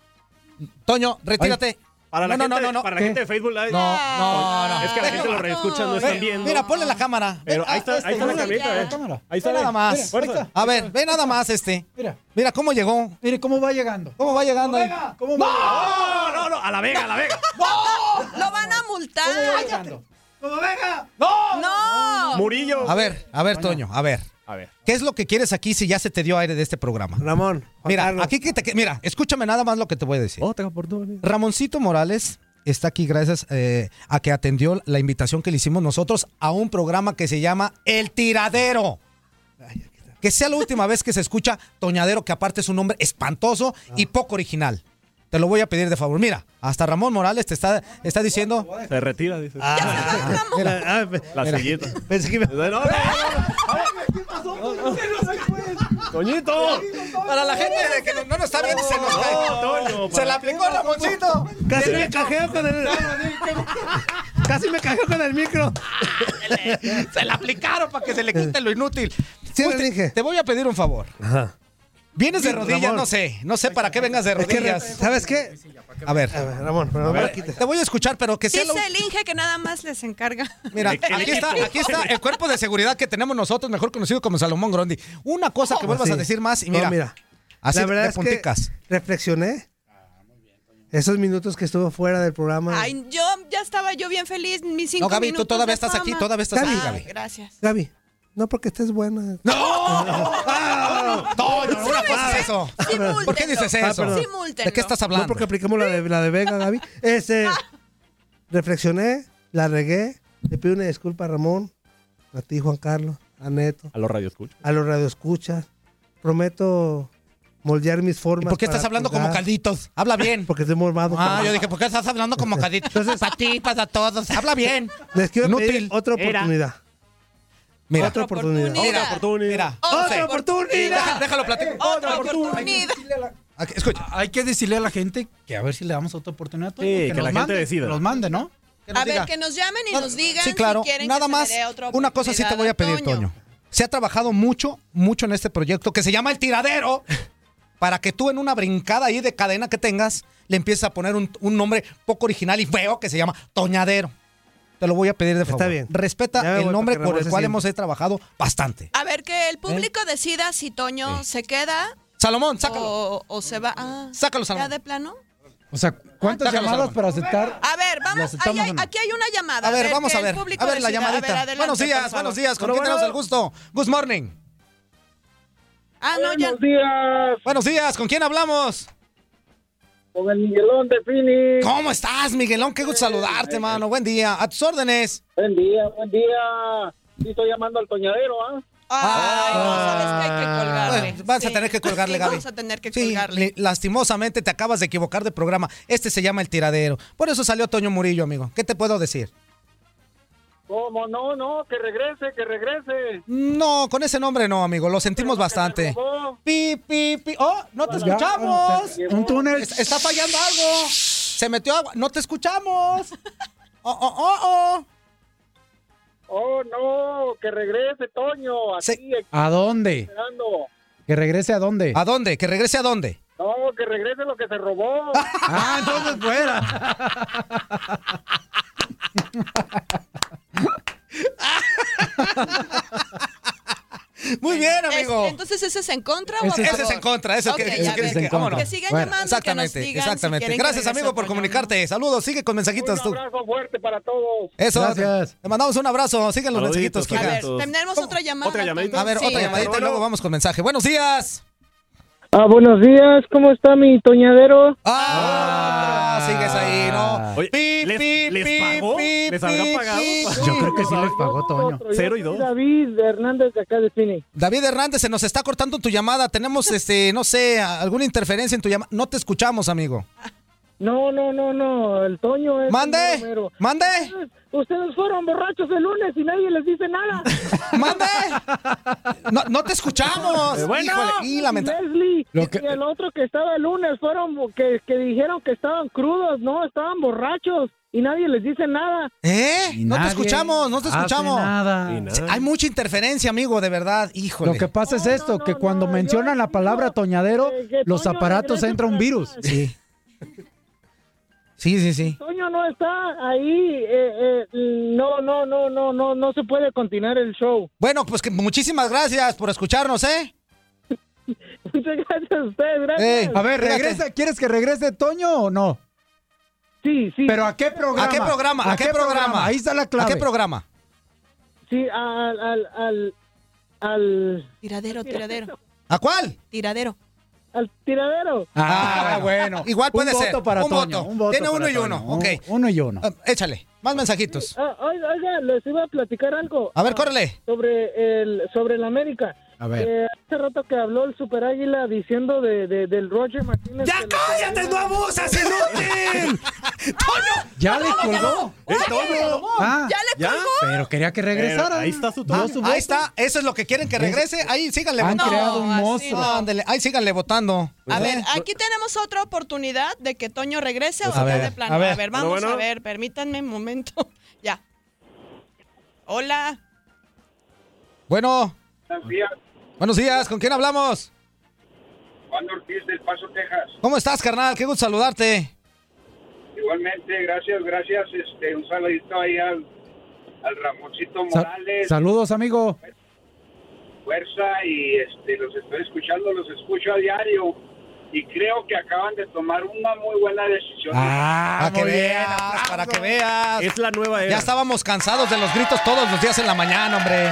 [SPEAKER 9] Toño, retírate.
[SPEAKER 25] Para la
[SPEAKER 9] No, no,
[SPEAKER 25] gente,
[SPEAKER 9] no, no, no.
[SPEAKER 25] Para la
[SPEAKER 9] ¿Qué?
[SPEAKER 25] gente de Facebook Live.
[SPEAKER 9] No, no, no.
[SPEAKER 25] Es que la gente lo reescucha, no están
[SPEAKER 9] Ve,
[SPEAKER 25] viendo.
[SPEAKER 9] Mira, ponle la cámara.
[SPEAKER 25] Pero
[SPEAKER 9] Ve,
[SPEAKER 25] ahí está-
[SPEAKER 9] ah,
[SPEAKER 25] ahí está la
[SPEAKER 9] mira,
[SPEAKER 25] camioneta,
[SPEAKER 9] mira,
[SPEAKER 25] eh.
[SPEAKER 9] la cámara.
[SPEAKER 25] Ahí está,
[SPEAKER 9] Ve nada
[SPEAKER 25] eh.
[SPEAKER 9] más.
[SPEAKER 25] Mira, fuerza.
[SPEAKER 9] Ahí está. A ver, ve nada más este. Mira. Mira cómo llegó.
[SPEAKER 10] Mire cómo va llegando.
[SPEAKER 9] ¿Cómo va llegando? ahí?
[SPEAKER 10] ¿Cómo
[SPEAKER 9] ¡No!
[SPEAKER 10] va
[SPEAKER 25] No, no, a la vega, a la vega.
[SPEAKER 26] ¡Lo van a multar!
[SPEAKER 10] llegando?
[SPEAKER 26] ¡Como venga! ¡No! ¡No!
[SPEAKER 25] Murillo.
[SPEAKER 9] A ver, a ver, Toño, a ver.
[SPEAKER 25] A ver.
[SPEAKER 9] ¿Qué es lo que quieres aquí si ya se te dio aire de este programa?
[SPEAKER 2] Ramón.
[SPEAKER 9] Mira, aquí que te que- mira, escúchame nada más lo que te voy a decir.
[SPEAKER 25] Otra oportunidad.
[SPEAKER 9] Ramoncito Morales está aquí gracias eh, a que atendió la invitación que le hicimos nosotros a un programa que se llama El Tiradero. Que sea la última vez que se escucha Toñadero, que aparte es un nombre espantoso
[SPEAKER 25] Ah.
[SPEAKER 9] y poco original. Te lo voy a pedir de favor. Mira, hasta Ramón Morales te está, está diciendo. Ah,
[SPEAKER 25] Se retira, dice. Ah, pues, la
[SPEAKER 9] mira.
[SPEAKER 25] sillita.
[SPEAKER 9] Pensé que iba-
[SPEAKER 25] No,
[SPEAKER 2] (laughs)
[SPEAKER 25] no, Toñito.
[SPEAKER 9] Para la gente de que no, no nos está viendo, se nos cae.
[SPEAKER 25] Toño,
[SPEAKER 9] se la aplicó Ramoncito.
[SPEAKER 2] Casi
[SPEAKER 9] De
[SPEAKER 2] me
[SPEAKER 9] hecho.
[SPEAKER 2] cajeo con
[SPEAKER 9] (laughs)
[SPEAKER 2] el. Casi me cajeo con el micro.
[SPEAKER 9] Se la aplicaron para que se le quite lo inútil. Usted- Te voy a pedir un favor.
[SPEAKER 2] Ajá.
[SPEAKER 9] Vienes de
[SPEAKER 2] Sí,
[SPEAKER 9] rodillas,
[SPEAKER 2] Ramón.
[SPEAKER 9] no sé. No sé para qué vengas de
[SPEAKER 2] Es que,
[SPEAKER 9] rodillas.
[SPEAKER 2] ¿Sabes qué?
[SPEAKER 9] A ver.
[SPEAKER 2] Ramón, pero no me la quites.
[SPEAKER 9] Te voy a escuchar, pero que sea
[SPEAKER 26] Dice
[SPEAKER 9] lo...
[SPEAKER 26] el Inge que nada más les encarga. (laughs)
[SPEAKER 9] Mira, aquí está, aquí está el cuerpo de seguridad que tenemos nosotros, mejor conocido como Salomón Grondi. Una cosa que vuelvas
[SPEAKER 2] Oh, Sí.
[SPEAKER 9] a decir más y
[SPEAKER 2] No,
[SPEAKER 9] mira.
[SPEAKER 2] mira.
[SPEAKER 9] Así
[SPEAKER 2] la verdad
[SPEAKER 9] de
[SPEAKER 2] es
[SPEAKER 9] punticas.
[SPEAKER 2] que reflexioné. Esos minutos que estuvo fuera del programa.
[SPEAKER 26] Ay, yo ya estaba yo bien feliz, mis cinco
[SPEAKER 9] No, Gaby, tú
[SPEAKER 26] minutos
[SPEAKER 9] todavía
[SPEAKER 26] de
[SPEAKER 9] estás aquí,
[SPEAKER 26] fama.
[SPEAKER 9] todavía estás
[SPEAKER 2] aquí,
[SPEAKER 26] Ah,
[SPEAKER 9] Gaby.
[SPEAKER 26] Gracias.
[SPEAKER 2] Gaby, no porque estés buena.
[SPEAKER 9] No, no, no, una cosa es eso. (laughs) ¿Por qué dices
[SPEAKER 2] Ah,
[SPEAKER 9] eso?
[SPEAKER 2] perdón.
[SPEAKER 9] ¿De qué estás hablando?
[SPEAKER 2] No porque aplicamos la de, la de Vega, Gaby.
[SPEAKER 9] (laughs)
[SPEAKER 2] Este,
[SPEAKER 9] Ah.
[SPEAKER 2] reflexioné, la regué. Le pido una disculpa a Ramón, a ti, Juan Carlos, a Neto,
[SPEAKER 25] A los radioescuchos.
[SPEAKER 2] a los radioescuchas. Prometo moldear mis formas.
[SPEAKER 9] ¿Por qué estás
[SPEAKER 2] para
[SPEAKER 9] hablando
[SPEAKER 2] colgar.
[SPEAKER 9] como calditos? Habla
[SPEAKER 2] (laughs)
[SPEAKER 9] bien.
[SPEAKER 2] Porque estoy mormado.
[SPEAKER 9] Ah, yo dije, ¿por qué estás hablando
[SPEAKER 2] (laughs)
[SPEAKER 9] como calditos? para ti, para todos. Habla bien.
[SPEAKER 2] Les quiero pedir
[SPEAKER 9] Inútil.
[SPEAKER 2] otra
[SPEAKER 9] Era.
[SPEAKER 2] oportunidad.
[SPEAKER 9] Mira.
[SPEAKER 2] Otra oportunidad.
[SPEAKER 9] Mira, mira.
[SPEAKER 2] ¡Otra
[SPEAKER 9] Deja-
[SPEAKER 2] oportunidad!
[SPEAKER 9] Déjalo platicar.
[SPEAKER 26] Otra oportunidad.
[SPEAKER 9] Aquí, Escucha.
[SPEAKER 10] Hay que decirle a la gente que a ver si le damos otra oportunidad. Toño,
[SPEAKER 25] Sí, que
[SPEAKER 10] nos
[SPEAKER 25] la gente
[SPEAKER 10] mande,
[SPEAKER 25] decida.
[SPEAKER 10] que Los mande, ¿no?
[SPEAKER 9] Que nos
[SPEAKER 26] A ver,
[SPEAKER 9] diga.
[SPEAKER 26] que nos llamen y
[SPEAKER 9] No,
[SPEAKER 26] nos digan
[SPEAKER 9] Sí, claro.
[SPEAKER 26] si quieren
[SPEAKER 9] Nada
[SPEAKER 26] que
[SPEAKER 9] más,
[SPEAKER 26] se le dé otra
[SPEAKER 9] una cosa sí te
[SPEAKER 26] oportunidad
[SPEAKER 9] voy a pedir, Toño. Se ha trabajado mucho, mucho en este proyecto que se llama El Tiradero, para que tú en una brincada ahí de cadena que tengas, le empieces a poner un, un nombre poco original y feo que se llama Toñadero. Te lo voy a pedir de favor.
[SPEAKER 2] bien. Ya me
[SPEAKER 9] Respeta
[SPEAKER 2] voy
[SPEAKER 9] el nombre
[SPEAKER 2] para que
[SPEAKER 9] por
[SPEAKER 2] Ramón
[SPEAKER 9] el
[SPEAKER 2] se
[SPEAKER 9] cual
[SPEAKER 2] siente.
[SPEAKER 9] hemos eh, trabajado bastante.
[SPEAKER 26] A ver, que el público decida si Toño se queda
[SPEAKER 9] ¿Eh? Salomón, sácalo.
[SPEAKER 26] o, o se va. Ah,
[SPEAKER 9] Sácalo,
[SPEAKER 26] ¿Ya
[SPEAKER 9] Salomón.
[SPEAKER 26] de plano?
[SPEAKER 10] O sea, ¿cuántas
[SPEAKER 9] Sácalo,
[SPEAKER 10] llamadas
[SPEAKER 9] sácalo.
[SPEAKER 10] para aceptar?
[SPEAKER 26] A ver, vamos, ahí
[SPEAKER 10] aceptamos
[SPEAKER 26] hay-
[SPEAKER 10] o no?
[SPEAKER 26] aquí hay una llamada.
[SPEAKER 9] A ver, vamos
[SPEAKER 26] que
[SPEAKER 9] a
[SPEAKER 26] el
[SPEAKER 9] ver.
[SPEAKER 26] público
[SPEAKER 9] A ver la
[SPEAKER 26] decida. A ver,
[SPEAKER 9] llamadita.
[SPEAKER 26] adelante,
[SPEAKER 9] buenos
[SPEAKER 26] por
[SPEAKER 9] días,
[SPEAKER 26] favor.
[SPEAKER 9] buenos días. ¿Con
[SPEAKER 26] Pero
[SPEAKER 9] quién
[SPEAKER 26] bueno.
[SPEAKER 9] tenemos el gusto? Good morning.
[SPEAKER 26] Ah, no, ya.
[SPEAKER 9] días. Buenos días. ¿Con quién hablamos?
[SPEAKER 4] Con el Miguelón de Phoenix. Eh.
[SPEAKER 9] ¿Cómo estás, Miguelón? Qué gusto saludarte, mano. Buen día. A tus órdenes.
[SPEAKER 4] Buen día, buen día. Ah, Sí, estoy llamando al toñadero, ¿ah?
[SPEAKER 26] Ay, no, sabes que hay que colgarle.
[SPEAKER 9] Ah, Bueno, vas a tener que colgarle,
[SPEAKER 26] (laughs) Sí,
[SPEAKER 9] Gaby.
[SPEAKER 26] Vamos a tener que
[SPEAKER 9] Sí,
[SPEAKER 26] colgarle.
[SPEAKER 9] li- lastimosamente te acabas de equivocar de programa. Este se llama El Tiradero. Por eso salió Toño Murillo, amigo. ¿Qué te puedo decir?
[SPEAKER 4] ¿Cómo? No, no, que regrese, que regrese.
[SPEAKER 9] No, con ese nombre no, amigo. Lo sentimos bastante. Pi, pi, pi. ¡Oh! ¡No te
[SPEAKER 4] Ya,
[SPEAKER 9] escuchamos!
[SPEAKER 4] un- un túnel.
[SPEAKER 9] Es- Está fallando algo. Se metió agua. ¡No te escuchamos! ¡Oh, oh, oh,
[SPEAKER 4] Oh, no, que regrese, Toño. Aquí, aquí
[SPEAKER 10] ¿A dónde?
[SPEAKER 4] esperando.
[SPEAKER 10] ¿Que regrese a dónde?
[SPEAKER 9] ¿A dónde? ¿Que regrese a dónde?
[SPEAKER 4] No, que regrese lo que se robó.
[SPEAKER 10] Ah, entonces fuera.
[SPEAKER 9] oh! Muy bien,
[SPEAKER 26] Es-
[SPEAKER 9] amigo.
[SPEAKER 26] entonces, ¿ese es en contra o a
[SPEAKER 9] Ese es-
[SPEAKER 26] favor?
[SPEAKER 9] ese es en contra, ese es
[SPEAKER 26] Ok,
[SPEAKER 9] que- ese
[SPEAKER 26] ya
[SPEAKER 9] que-
[SPEAKER 26] ves.
[SPEAKER 9] ese es en contra.
[SPEAKER 26] Que sigan
[SPEAKER 9] Bueno,
[SPEAKER 26] llamando,
[SPEAKER 9] Exactamente,
[SPEAKER 26] que nos digan
[SPEAKER 9] exactamente.
[SPEAKER 26] si quieren que
[SPEAKER 9] Gracias,
[SPEAKER 26] regrese
[SPEAKER 9] amigo, por
[SPEAKER 26] Toño.
[SPEAKER 9] comunicarte. Saludos, sigue con mensajitos tú.
[SPEAKER 4] Un abrazo fuerte para todos.
[SPEAKER 9] Eso. Te mandamos un abrazo. Sigan los
[SPEAKER 26] Saluditos,
[SPEAKER 9] mensajitos, Kika.
[SPEAKER 26] saluditos. A ver, tenemos otra llamada
[SPEAKER 9] ¿Otra llamadita?
[SPEAKER 26] también.
[SPEAKER 9] A ver,
[SPEAKER 26] Sí,
[SPEAKER 9] otra
[SPEAKER 26] a ver.
[SPEAKER 9] llamadita y luego vamos con mensaje. Buenos días.
[SPEAKER 4] Ah, buenos días, ¿cómo está mi toñadero?
[SPEAKER 9] Ah, sigues ahí, ¿no? Pi,
[SPEAKER 27] ¿les-
[SPEAKER 9] pi,
[SPEAKER 27] les
[SPEAKER 9] pi,
[SPEAKER 27] pagó?
[SPEAKER 9] pi,
[SPEAKER 27] ¿Les habrá
[SPEAKER 9] pi,
[SPEAKER 27] pagado?
[SPEAKER 9] pi,
[SPEAKER 10] Yo
[SPEAKER 9] pi.
[SPEAKER 10] creo que sí les pagó Toño.
[SPEAKER 4] Yo soy David Hernández de acá de Phoenix.
[SPEAKER 9] David Hernández, se nos está cortando tu llamada. Tenemos, este, no sé, a- alguna interferencia en tu llamada. No te escuchamos, amigo.
[SPEAKER 4] No, no, no, no, el Toño es...
[SPEAKER 9] Mande,
[SPEAKER 4] el mero, mero.
[SPEAKER 9] mande.
[SPEAKER 4] Ustedes- Ustedes fueron borrachos el lunes y nadie les dice
[SPEAKER 9] (laughs)
[SPEAKER 4] nada.
[SPEAKER 9] No, no te
[SPEAKER 10] (laughs)
[SPEAKER 9] escuchamos.
[SPEAKER 4] Eh, bueno.
[SPEAKER 9] Híjole, y lamenta-
[SPEAKER 4] Leslie
[SPEAKER 9] Pues Lo que-
[SPEAKER 4] y el otro que estaba el lunes fueron bo- que, que dijeron que estaban crudos, no, estaban borrachos y nadie les dice nada.
[SPEAKER 9] ¿Eh?
[SPEAKER 4] Y
[SPEAKER 9] no te
[SPEAKER 4] nadie
[SPEAKER 9] escuchamos, no te
[SPEAKER 4] hace
[SPEAKER 9] escuchamos.
[SPEAKER 4] nada. Y
[SPEAKER 9] Sí, Hay mucha interferencia, amigo, de verdad. Híjole.
[SPEAKER 10] Lo que pasa es esto, que cuando mencionan la palabra toñadero, los aparatos entra un virus.
[SPEAKER 9] Sí. Sí, sí, sí.
[SPEAKER 4] Toño no está ahí, eh, eh, no, no, no, no, no, no se puede continuar el show.
[SPEAKER 9] Bueno, pues que muchísimas gracias por escucharnos, ¿eh?
[SPEAKER 4] Muchas gracias a ustedes, gracias.
[SPEAKER 10] a ver, regresa. ¿Quieres que regrese Toño o no?
[SPEAKER 4] Sí, sí.
[SPEAKER 10] ¿Pero a qué programa?
[SPEAKER 9] ¿A qué programa? ¿A qué programa?
[SPEAKER 10] Ahí está la clave.
[SPEAKER 9] ¿A qué programa?
[SPEAKER 4] Sí, ah, al, al, al, al...
[SPEAKER 26] Tiradero, tiradero.
[SPEAKER 9] ¿A cuál?
[SPEAKER 26] Tiradero.
[SPEAKER 4] Al tiradero.
[SPEAKER 10] Ah, bueno.
[SPEAKER 9] Igual
[SPEAKER 10] Un
[SPEAKER 9] puede ser.
[SPEAKER 10] voto para
[SPEAKER 9] un,
[SPEAKER 10] Toño,
[SPEAKER 9] voto.
[SPEAKER 10] un voto
[SPEAKER 9] Tiene uno
[SPEAKER 10] para
[SPEAKER 9] y
[SPEAKER 10] Toño.
[SPEAKER 9] uno.
[SPEAKER 10] Un-
[SPEAKER 9] Ok.
[SPEAKER 10] Uno y uno.
[SPEAKER 9] Ah, échale. Más mensajitos.
[SPEAKER 4] Ah, oiga, oiga, les iba a platicar algo.
[SPEAKER 9] A ver,
[SPEAKER 4] Ah,
[SPEAKER 9] córrele.
[SPEAKER 4] Sobre el, sobre el América.
[SPEAKER 10] A ver.
[SPEAKER 4] Eh, hace rato que habló el Super Águila diciendo de, de- del Roger Martínez. ¡Ya cállate,
[SPEAKER 2] no abusas,
[SPEAKER 4] inútil!
[SPEAKER 10] ¿Ya le colgó?
[SPEAKER 27] ¡El Toño!
[SPEAKER 10] Ah,
[SPEAKER 27] ¡Ya le colgó!
[SPEAKER 10] Pero quería que regresara.
[SPEAKER 27] Pero ahí está su
[SPEAKER 9] Ah,
[SPEAKER 27] Toño.
[SPEAKER 9] ahí está. Eso es lo que quieren que regrese. Ahí síganle
[SPEAKER 10] Han
[SPEAKER 9] votando.
[SPEAKER 10] creado un
[SPEAKER 9] No,
[SPEAKER 10] monstruo.
[SPEAKER 9] así no. Ándele. Ahí síganle votando.
[SPEAKER 26] A ver, aquí tenemos otra oportunidad de que Toño regrese o
[SPEAKER 9] Pues
[SPEAKER 26] se
[SPEAKER 9] a ver,
[SPEAKER 26] de plano.
[SPEAKER 9] a
[SPEAKER 26] A
[SPEAKER 9] ver.
[SPEAKER 26] ver, vamos
[SPEAKER 9] Bueno, bueno.
[SPEAKER 26] a ver, permítanme un momento. (laughs) Ya. Hola.
[SPEAKER 9] Bueno,
[SPEAKER 28] Buenos días,
[SPEAKER 9] buenos días. ¿Con quién hablamos?
[SPEAKER 28] Juan Ortiz del Paso, Texas.
[SPEAKER 9] ¿Cómo estás, carnal? Qué gusto saludarte.
[SPEAKER 28] Igualmente, gracias, gracias. Este, un saludito ahí al, al Ramoncito
[SPEAKER 10] Sa-
[SPEAKER 28] Morales.
[SPEAKER 10] saludos, amigo.
[SPEAKER 28] Fuerza y este, los estoy escuchando, los escucho a diario. Y creo que acaban de tomar una muy buena decisión.
[SPEAKER 10] Ah.
[SPEAKER 27] Ah,
[SPEAKER 9] para que veas, para que veas.
[SPEAKER 27] Es la nueva era.
[SPEAKER 9] Ya estábamos cansados de los gritos todos los días en la mañana, hombre.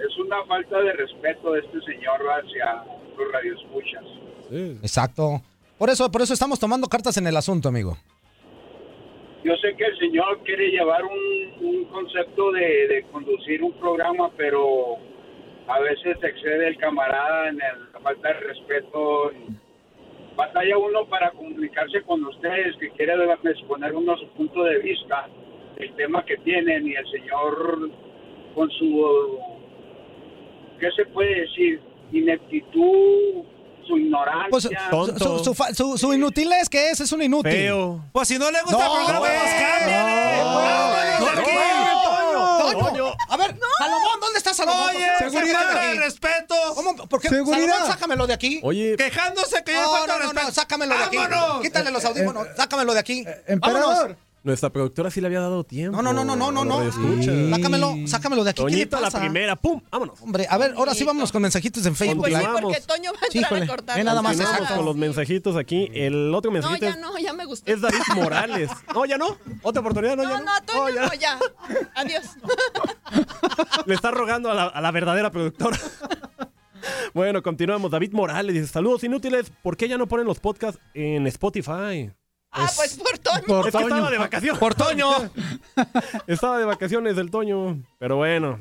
[SPEAKER 28] Es una falta de respeto de este señor hacia los radioescuchas.
[SPEAKER 9] Exacto. Por eso, por eso estamos tomando cartas en el asunto, amigo.
[SPEAKER 28] Yo sé que el señor quiere llevar un, un concepto de, de conducir un programa, pero a veces se excede el camarada en el- la falta de respeto. Batalla uno para comunicarse con ustedes, que quiere exponer uno su punto de vista, el tema que tienen, y el señor con su, ¿qué se puede decir? Ineptitud, su ignorancia.
[SPEAKER 9] Pues, su, su, su fa- su- su inutilez que es, es un inútil.
[SPEAKER 27] Feo.
[SPEAKER 9] Pues si no le gusta el programa, pues A ver, Salomón, ¿dónde está Salomón?
[SPEAKER 2] Oye,
[SPEAKER 9] ¿Por qué no
[SPEAKER 2] seguridad.
[SPEAKER 9] saca de aquí?
[SPEAKER 2] respeto.
[SPEAKER 9] ¿Cómo? ¿Por qué?
[SPEAKER 2] Seguridad.
[SPEAKER 9] Salomón, sácamelo de aquí.
[SPEAKER 2] Oye. Quejándose que yo le
[SPEAKER 9] no,
[SPEAKER 2] falta
[SPEAKER 9] no, no, no,
[SPEAKER 2] respeto.
[SPEAKER 9] sácamelo de aquí.
[SPEAKER 2] ¡Vámonos!
[SPEAKER 9] Quítale los audífonos, sácamelo de aquí.
[SPEAKER 10] Emperador,
[SPEAKER 9] Vámonos.
[SPEAKER 25] Nuestra productora sí le había dado tiempo.
[SPEAKER 9] No, no, no, no, no, no, no. Sácamelo, sácamelo de aquí. ¿Qué le
[SPEAKER 25] Toñito a la
[SPEAKER 9] pasa?
[SPEAKER 25] primera, pum, vámonos.
[SPEAKER 9] Hombre, a ver, ahora sí vámonos con mensajitos en Facebook
[SPEAKER 26] Pues sí,
[SPEAKER 9] Live.
[SPEAKER 26] porque Toño va a entrar a
[SPEAKER 9] Híjole,
[SPEAKER 26] cortar.
[SPEAKER 9] ve nada más,
[SPEAKER 26] Continuamos
[SPEAKER 25] Vamos con los mensajitos aquí. El otro
[SPEAKER 26] No,
[SPEAKER 25] mensajito
[SPEAKER 26] ya
[SPEAKER 25] es,
[SPEAKER 26] no, ya me gustó.
[SPEAKER 25] es David Morales. No, ya no. Otra oportunidad, no, ya
[SPEAKER 26] (laughs) No,
[SPEAKER 25] no.
[SPEAKER 26] no, Toño, no, ya. Adiós.
[SPEAKER 25] Le está rogando a la, a la verdadera productora. Bueno, continuamos. David Morales dice, saludos inútiles. ¿Por qué ya no ponen los podcasts en Spotify?
[SPEAKER 26] Ah, pues por Toño.
[SPEAKER 25] Por Es que Toño. estaba de vacaciones. Por Toño. (laughs) Estaba de vacaciones del Toño. Pero bueno.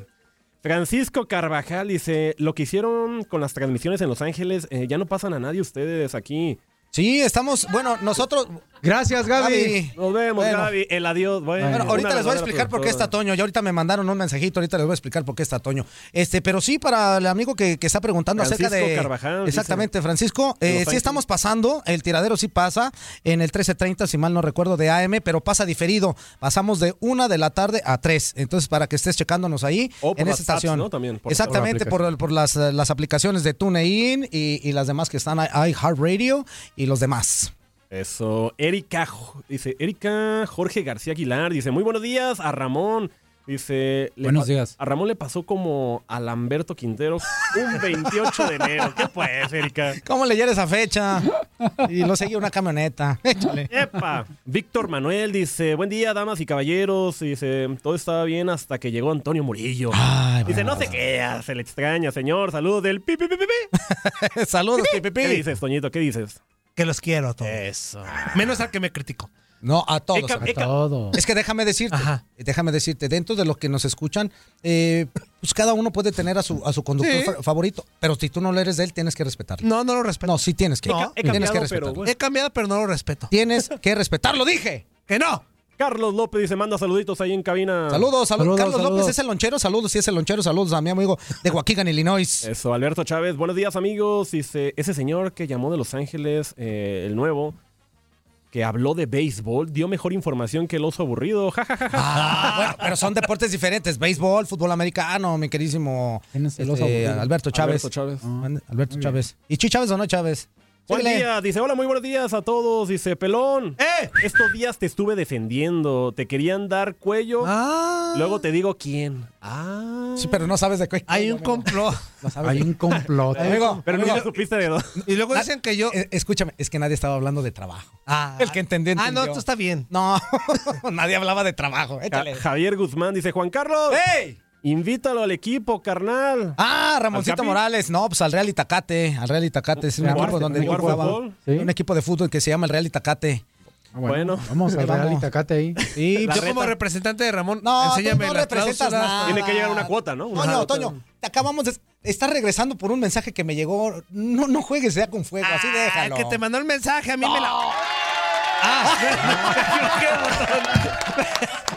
[SPEAKER 25] Francisco Carvajal dice, lo que hicieron con las transmisiones en Los Ángeles, eh, ya no pasan a nadie ustedes aquí.
[SPEAKER 9] Sí, estamos, bueno, nosotros...
[SPEAKER 10] Gracias,
[SPEAKER 9] Gaby.
[SPEAKER 25] Nos vemos,
[SPEAKER 9] Bueno.
[SPEAKER 25] Gaby. El adiós. Bueno,
[SPEAKER 9] Bueno, ahorita
[SPEAKER 25] una
[SPEAKER 9] les voy a
[SPEAKER 25] verdadera
[SPEAKER 9] explicar por qué
[SPEAKER 25] productora.
[SPEAKER 9] está Toño. Ya ahorita me mandaron un mensajito, ahorita les voy a explicar por qué está Toño. Este, pero sí, para el amigo que, que está preguntando acerca
[SPEAKER 25] Francisco
[SPEAKER 9] de.
[SPEAKER 25] Carvajal,
[SPEAKER 9] exactamente,
[SPEAKER 25] dice.
[SPEAKER 9] Francisco.
[SPEAKER 25] De Los
[SPEAKER 9] eh, sí
[SPEAKER 25] Ángeles.
[SPEAKER 9] estamos pasando, el tiradero sí pasa en el 1330, si mal no recuerdo, de AM, pero pasa diferido. Pasamos de una de la tarde a 3. Entonces, para que estés checándonos ahí
[SPEAKER 25] O por
[SPEAKER 9] en
[SPEAKER 25] las
[SPEAKER 9] esa estación.
[SPEAKER 25] apps, ¿no? También, por-
[SPEAKER 9] exactamente,
[SPEAKER 25] por
[SPEAKER 9] por,
[SPEAKER 25] la
[SPEAKER 9] por las, eh, las aplicaciones de TuneIn y, y las demás que están ahí, iHeartRadio y los demás.
[SPEAKER 25] Eso, Erika, Jo- dice, Erika Jorge García Aguilar, dice, muy buenos días a Ramón. Dice, le
[SPEAKER 10] Buenos
[SPEAKER 25] pa-
[SPEAKER 10] días.
[SPEAKER 25] A Ramón le pasó como a Lamberto Quintero un 28 de enero. ¿Qué pues, Erika?
[SPEAKER 9] ¿Cómo le llegué esa fecha? Y lo seguí una camioneta. Échale.
[SPEAKER 25] ¡Epa! Víctor Manuel dice, buen día, damas y caballeros. Dice, todo estaba bien hasta que llegó Antonio Murillo. dice, no se queda, se le extraña, señor. Saludos del pi, pi, pi, pi, pi.
[SPEAKER 2] (laughs)
[SPEAKER 9] Saludos, Pipipi.
[SPEAKER 25] ¿Qué dices, Toñito? ¿Qué dices?
[SPEAKER 2] Que los quiero a todos.
[SPEAKER 25] Eso.
[SPEAKER 2] Menos al que me criticó.
[SPEAKER 9] No, a todos.
[SPEAKER 2] Eca-
[SPEAKER 9] a
[SPEAKER 2] eca-
[SPEAKER 9] todos. Es que déjame decirte, déjame decirte, dentro de los que nos escuchan, eh, pues cada uno puede tener a su, a su conductor
[SPEAKER 2] Sí.
[SPEAKER 9] fa- favorito, pero si tú no lo eres de él, tienes que respetarlo.
[SPEAKER 2] No, no lo respeto.
[SPEAKER 9] No, sí tienes que.
[SPEAKER 2] No,
[SPEAKER 9] tienes que respetarlo.
[SPEAKER 2] He cambiado, pero no lo respeto. (laughs)
[SPEAKER 9] Tienes que respetarlo, dije.
[SPEAKER 2] ¡Que no!
[SPEAKER 25] Carlos López dice, manda saluditos ahí en cabina.
[SPEAKER 9] Saludos, saludos. Carlos López es el lonchero, saludos, sí es el lonchero, saludos a mi amigo de Joaquín, Illinois.
[SPEAKER 25] Eso, Alberto Chávez. Buenos días, amigos. Dice, ese señor que llamó de Los Ángeles, eh, el nuevo, que habló de béisbol, dio mejor información que el oso aburrido. Ja, ja, ja, ja.
[SPEAKER 9] Ah, bueno, pero son deportes diferentes, béisbol, fútbol americano, mi queridísimo
[SPEAKER 10] el oso
[SPEAKER 9] este,
[SPEAKER 10] aburrido?
[SPEAKER 9] Alberto Chávez.
[SPEAKER 25] Alberto Chávez.
[SPEAKER 9] Ande- Alberto Chávez. ¿Y Chi Chávez o no Chávez?
[SPEAKER 25] Juan
[SPEAKER 9] Síguele.
[SPEAKER 25] Díaz dice, hola, muy buenos días a todos. Dice, pelón,
[SPEAKER 9] ¡Eh!
[SPEAKER 25] estos días te estuve defendiendo, te querían dar cuello.
[SPEAKER 9] Ah.
[SPEAKER 25] Luego te digo quién. Ah.
[SPEAKER 9] Sí, pero no sabes de qué.
[SPEAKER 2] Hay un complot.
[SPEAKER 10] Hay un complot.
[SPEAKER 9] Amigo,
[SPEAKER 25] pero
[SPEAKER 9] amigo.
[SPEAKER 25] no supiste de dónde.
[SPEAKER 2] Y luego
[SPEAKER 9] Na-
[SPEAKER 2] dicen que yo.
[SPEAKER 9] eh, escúchame, es que nadie estaba hablando de trabajo.
[SPEAKER 2] Ah,
[SPEAKER 9] El que entendió,
[SPEAKER 2] Ah, no,
[SPEAKER 9] entendió.
[SPEAKER 2] tú está bien.
[SPEAKER 9] No, (laughs) nadie hablaba de trabajo. Échale.
[SPEAKER 25] Ja- Javier Guzmán dice, Juan Carlos,
[SPEAKER 9] ¡Ey!
[SPEAKER 25] invítalo al equipo, carnal.
[SPEAKER 9] Ah,
[SPEAKER 25] ¿Al
[SPEAKER 9] Ramoncito
[SPEAKER 25] Capi?
[SPEAKER 9] Morales. No, pues al Real Itacate. Al Real Itacate. Es un
[SPEAKER 25] ¿Jugar-
[SPEAKER 9] equipo donde yo
[SPEAKER 25] jugar
[SPEAKER 9] jugaba.
[SPEAKER 25] fútbol?
[SPEAKER 9] Sí. Un equipo de fútbol que se llama el Real Itacate.
[SPEAKER 25] Bueno.
[SPEAKER 10] Ah, Vamos al
[SPEAKER 9] Ahí
[SPEAKER 10] Real
[SPEAKER 9] vamos.
[SPEAKER 10] Itacate ahí.
[SPEAKER 9] Sí,
[SPEAKER 2] Yo como representante de Ramón,
[SPEAKER 9] No, tú
[SPEAKER 2] enséñame
[SPEAKER 9] no
[SPEAKER 2] las
[SPEAKER 9] representas
[SPEAKER 2] cláusulas.
[SPEAKER 9] nada.
[SPEAKER 25] Tiene que llegar una cuota, ¿no? Una
[SPEAKER 9] Toño,
[SPEAKER 25] cuota.
[SPEAKER 9] Toño, te acabamos de... Estás regresando por un mensaje que me llegó. No, no juegues ya con fuego, así
[SPEAKER 2] Ah,
[SPEAKER 9] déjalo.
[SPEAKER 2] que te mandó el mensaje, a mí me la. Ah, (laughs)
[SPEAKER 9] (laughs)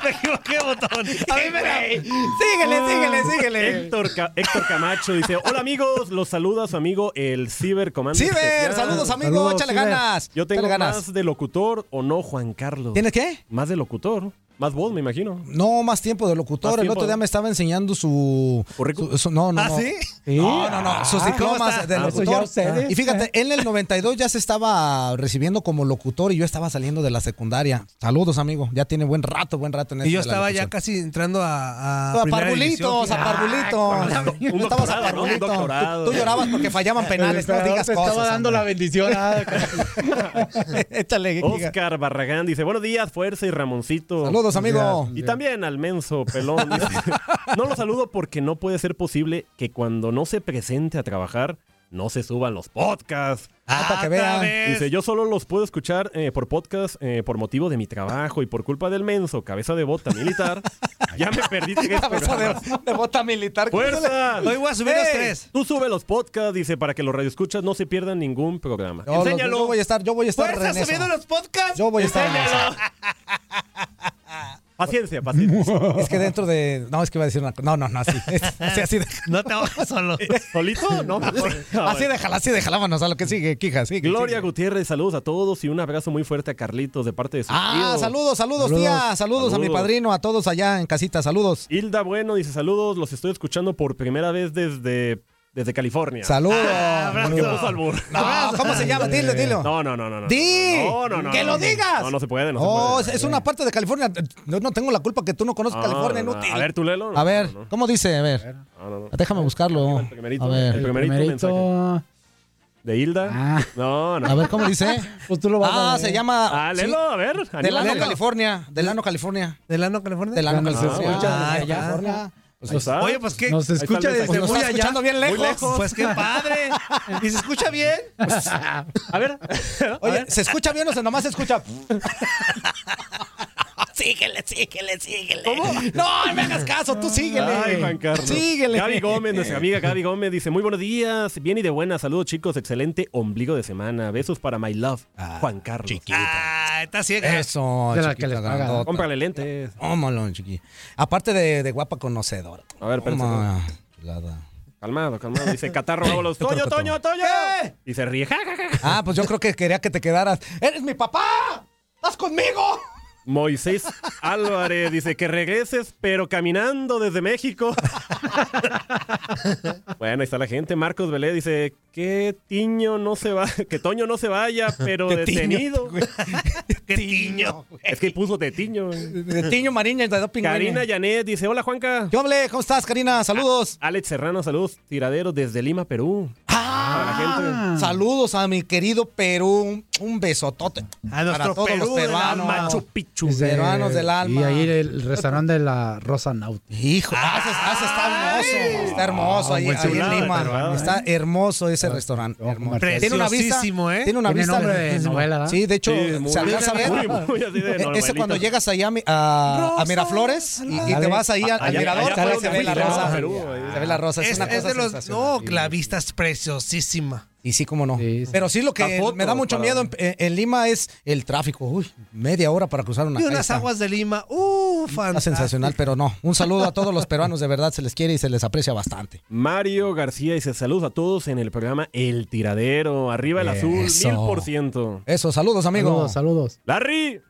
[SPEAKER 2] Me equivoqué, botón. A mí me la. (laughs)
[SPEAKER 9] Síguele, síguele, síguele.
[SPEAKER 25] Héctor, Ca- Héctor Camacho dice: Hola amigos, los saluda su amigo el Ciber Comando.
[SPEAKER 9] Ciber,
[SPEAKER 25] Especial".
[SPEAKER 9] saludos, amigo, Saludos, échale Ciber. ganas,
[SPEAKER 25] Yo tengo
[SPEAKER 9] échale ganas.
[SPEAKER 25] más de locutor o no, Juan Carlos.
[SPEAKER 9] ¿Tienes qué?
[SPEAKER 25] Más de locutor, más voz, me imagino.
[SPEAKER 9] No, más tiempo de locutor.
[SPEAKER 25] Más
[SPEAKER 9] El
[SPEAKER 25] tiempo,
[SPEAKER 9] otro día
[SPEAKER 25] ¿no?
[SPEAKER 9] me estaba enseñando su. su- su- no, no,
[SPEAKER 2] ¿Ah,
[SPEAKER 9] no.
[SPEAKER 2] sí?
[SPEAKER 9] No, no, no. Sus
[SPEAKER 2] Ah, ¿cómo
[SPEAKER 9] diplomas
[SPEAKER 2] está?
[SPEAKER 9] de
[SPEAKER 2] Ah, eso ya
[SPEAKER 9] locutor.
[SPEAKER 2] ustedes. (laughs)
[SPEAKER 9] Y fíjate, él en el 92 ya se estaba recibiendo como locutor y yo estaba saliendo de la secundaria. Saludos, amigo. Ya tiene buen rato, buen rato en eso
[SPEAKER 2] Y yo
[SPEAKER 9] de la
[SPEAKER 2] estaba ya
[SPEAKER 9] locución.
[SPEAKER 2] casi entrando a.
[SPEAKER 9] A
[SPEAKER 2] primera
[SPEAKER 9] parvulitos,
[SPEAKER 2] división.
[SPEAKER 9] a parvulitos.
[SPEAKER 25] Un
[SPEAKER 9] Tú estabas a
[SPEAKER 25] doctorado, ¿no? Un
[SPEAKER 9] parvulitos.
[SPEAKER 25] doctorado.
[SPEAKER 9] Tú, tú llorabas porque fallaban penales, no digas
[SPEAKER 10] te
[SPEAKER 9] cosas.
[SPEAKER 10] estaba dando la bendición.
[SPEAKER 9] (laughs)
[SPEAKER 10] ah,
[SPEAKER 9] hombre. Échale, giga.
[SPEAKER 25] Oscar Barragán dice: Buenos días, Fuerza y Ramoncito.
[SPEAKER 9] Saludos, amigo.
[SPEAKER 25] Y también al menso pelón. dice, (laughs) no lo saludo porque no puede ser posible que cuando no se presente a trabajar, no se suban los podcasts.
[SPEAKER 9] Ah, para que vean.
[SPEAKER 25] Dice, yo solo los puedo escuchar eh, por podcast eh, por motivo de mi trabajo y por culpa del menso, cabeza de bota
[SPEAKER 2] (laughs)
[SPEAKER 25] militar. ya me perdí tres
[SPEAKER 9] (laughs) Cabeza de,
[SPEAKER 25] programas.
[SPEAKER 9] de bota militar.
[SPEAKER 25] ¡Fuerza!
[SPEAKER 2] Hoy voy a subir los
[SPEAKER 9] Ey.
[SPEAKER 2] tres.
[SPEAKER 25] Tú sube los podcasts, dice, para que los radioescuchas no se pierdan ningún programa.
[SPEAKER 9] Yo,
[SPEAKER 25] Enséñalo.
[SPEAKER 9] yo voy a estar, yo voy a estar
[SPEAKER 2] ¿Fuerza
[SPEAKER 9] en eso.
[SPEAKER 2] subiendo los podcasts?
[SPEAKER 9] Yo voy a estar en eso.
[SPEAKER 25] Enséñalo. Paciencia, paciencia.
[SPEAKER 9] (laughs) Es que dentro de. No, es que iba a decir una cosa. No, no, no, así. (laughs) Así, así, de-
[SPEAKER 2] No te ahogas
[SPEAKER 25] (laughs)
[SPEAKER 2] solo.
[SPEAKER 25] ¿Eh? ¿Solito?
[SPEAKER 9] (laughs)
[SPEAKER 25] No, por-
[SPEAKER 9] así déjala, así déjala, vámonos a lo que sigue, Quija, sigue.
[SPEAKER 25] Gloria
[SPEAKER 9] sigue.
[SPEAKER 25] Gutiérrez, saludos a todos y un abrazo muy fuerte a Carlitos de parte de su
[SPEAKER 9] Ah,
[SPEAKER 25] tío.
[SPEAKER 9] saludos, saludos,
[SPEAKER 25] Saludos.
[SPEAKER 9] tía. Saludos, a mi
[SPEAKER 25] Saludos.
[SPEAKER 9] padrino, a todos allá en casita, saludos.
[SPEAKER 25] Hilda Bueno dice saludos, los estoy escuchando por primera vez desde desde California.
[SPEAKER 9] Saludos.
[SPEAKER 25] Ah, porque
[SPEAKER 9] boludo.
[SPEAKER 25] puso albur.
[SPEAKER 9] No, Ah, ¿cómo se llama? Dilo, dilo.
[SPEAKER 25] No, no, no, no. no.
[SPEAKER 9] ¡Di!
[SPEAKER 25] No, no, no,
[SPEAKER 9] ¡Que
[SPEAKER 25] no,
[SPEAKER 9] lo
[SPEAKER 25] no.
[SPEAKER 9] digas!
[SPEAKER 25] No, no se puede, no se
[SPEAKER 9] Oh,
[SPEAKER 25] puede.
[SPEAKER 9] es- es una parte de California. No, no tengo la culpa que tú no conoces
[SPEAKER 25] No,
[SPEAKER 9] California,
[SPEAKER 25] no, no.
[SPEAKER 9] inútil.
[SPEAKER 25] A ver, tú léelo.
[SPEAKER 9] A ver,
[SPEAKER 25] No, no.
[SPEAKER 9] ¿cómo dice? A ver. Ah,
[SPEAKER 25] No, no, no.
[SPEAKER 9] Déjame buscarlo.
[SPEAKER 25] El primerito,
[SPEAKER 9] a ver.
[SPEAKER 25] el primerito mensaje. ¿De Hilda? No, no.
[SPEAKER 9] Ah. A ver, ¿cómo dice?
[SPEAKER 10] Pues tú lo
[SPEAKER 25] vas a
[SPEAKER 9] Ah,
[SPEAKER 25] leer.
[SPEAKER 9] se llama.
[SPEAKER 25] Ah, léelo, a ver,
[SPEAKER 9] Delano,
[SPEAKER 25] anímate.
[SPEAKER 9] California. Delano, California.
[SPEAKER 2] ¿Delano, California?
[SPEAKER 9] Delano,
[SPEAKER 2] Cuando se
[SPEAKER 9] California.
[SPEAKER 2] escucha
[SPEAKER 9] Ah,
[SPEAKER 2] desde
[SPEAKER 9] ya.
[SPEAKER 2] California.
[SPEAKER 9] Pues ahí está.
[SPEAKER 2] Oye, pues qué.
[SPEAKER 9] Nos escucha
[SPEAKER 2] Ahí está el
[SPEAKER 9] desde
[SPEAKER 2] mensaje.
[SPEAKER 9] muy allá. Muy lejos.
[SPEAKER 2] Pues qué padre. ¿Y se escucha bien?
[SPEAKER 25] A ver.
[SPEAKER 9] (laughs) Pues, Oye, ¿se escucha (laughs) bien o se nomás se escucha? síguele, síguele, síguele. (laughs) No, me hagas caso, tú síguele.
[SPEAKER 25] Ay, Juan Carlos.
[SPEAKER 9] Síguele.
[SPEAKER 25] Gaby Gómez, nuestra amiga Gaby Gómez, dice: Muy buenos días, bien y de buena. Saludos, chicos. Excelente ombligo de semana. Besos para my love, Juan Carlos.
[SPEAKER 2] Ah, está ciega.
[SPEAKER 9] Eso,
[SPEAKER 2] De la
[SPEAKER 9] chiquita
[SPEAKER 2] que les pagan.
[SPEAKER 9] grandota.
[SPEAKER 25] Cómprale lentes.
[SPEAKER 9] Tómalo, chiqui. Aparte de, de guapa conocedora.
[SPEAKER 25] A ver, espérate.
[SPEAKER 9] Toma.
[SPEAKER 25] Calmado, calmado. Dice Catarro
[SPEAKER 9] (laughs)
[SPEAKER 25] Ábalos.
[SPEAKER 9] Yo creo
[SPEAKER 25] Toño, Toño,
[SPEAKER 9] que
[SPEAKER 25] Toño. Y se ríe. Ja, ja, ja.
[SPEAKER 9] Ah, pues yo creo que quería que te quedaras. (laughs) ¡Eres mi papá! ¡Estás conmigo!
[SPEAKER 25] Moisés Álvarez dice que regreses, pero caminando desde México. (laughs) bueno, ahí está la gente. Marcos Belé dice que Tiño no se va, que Toño no se vaya, pero
[SPEAKER 9] Que Tiño,
[SPEAKER 25] detenido. (laughs) Que Tiño. Es que puso de Tiño.
[SPEAKER 9] De Tiño Mariña y de Doping.
[SPEAKER 25] Karina Yanet dice, hola Juanca.
[SPEAKER 9] Yo hablé, ¿cómo estás, Karina? Saludos.
[SPEAKER 25] Alex Serrano, saludos, tiraderos desde Lima, Perú.
[SPEAKER 9] Ah, saludos a mi querido Perú. Un besotote.
[SPEAKER 2] A
[SPEAKER 9] Para todos los peruanos.
[SPEAKER 25] Picchu.
[SPEAKER 9] Desde- Peruanos del alma.
[SPEAKER 29] Y ahí el restaurante de la Rosa Nauti.
[SPEAKER 9] Hijo, ah, ese- ah, ese está hermoso. Está hermoso
[SPEAKER 29] Ah,
[SPEAKER 9] ahí,
[SPEAKER 29] buen
[SPEAKER 9] ahí en
[SPEAKER 29] celular,
[SPEAKER 9] Lima.
[SPEAKER 29] pero,
[SPEAKER 2] ¿eh?
[SPEAKER 9] está hermoso ese restaurante. hermoso.
[SPEAKER 29] Marqués.
[SPEAKER 9] Tiene una vista.
[SPEAKER 29] Preciosísimo, ¿eh?
[SPEAKER 9] Tiene una
[SPEAKER 29] Tiene
[SPEAKER 9] vista.
[SPEAKER 29] nombre de novela, ¿verdad?
[SPEAKER 9] Sí, de hecho,
[SPEAKER 29] Sí, muy-
[SPEAKER 9] se alcanza a ver.
[SPEAKER 29] muy, muy así de
[SPEAKER 9] E-
[SPEAKER 29] novelita.
[SPEAKER 9] Ese cuando llegas allá a, mi- ah, a- a Miraflores y, y te
[SPEAKER 2] Dale.
[SPEAKER 9] vas ahí al- al
[SPEAKER 2] Allá-
[SPEAKER 9] mirador, pues,
[SPEAKER 2] allá fue
[SPEAKER 9] se
[SPEAKER 2] donde
[SPEAKER 9] ve la
[SPEAKER 2] fuiste, ¿no?
[SPEAKER 9] rosa.
[SPEAKER 2] Perú,
[SPEAKER 9] Se ve la rosa. Es,
[SPEAKER 2] Es,
[SPEAKER 9] una
[SPEAKER 2] es
[SPEAKER 9] cosa
[SPEAKER 2] de los.
[SPEAKER 9] sensacional.
[SPEAKER 2] No, la vista es preciosísima.
[SPEAKER 9] Y sí, cómo no. Pero sí lo que
[SPEAKER 2] La foto
[SPEAKER 9] me da mucho
[SPEAKER 2] para-
[SPEAKER 9] miedo en, en- en Lima es el tráfico. Uy, media hora para cruzar una
[SPEAKER 2] Y
[SPEAKER 9] ahí
[SPEAKER 2] unas
[SPEAKER 9] está.
[SPEAKER 2] aguas de Lima. Uh,
[SPEAKER 9] Está
[SPEAKER 2] fantástico.
[SPEAKER 9] sensacional, pero no. Un saludo a todos los peruanos, de verdad se les quiere y se les aprecia bastante.
[SPEAKER 25] Mario García dice saludos a todos en el programa El Tiradero. Arriba el azul,
[SPEAKER 9] Eso.
[SPEAKER 25] mil por ciento.
[SPEAKER 9] Eso, ¡Ah! saludos, amigo.
[SPEAKER 29] Saludos, saludos.
[SPEAKER 25] Larry.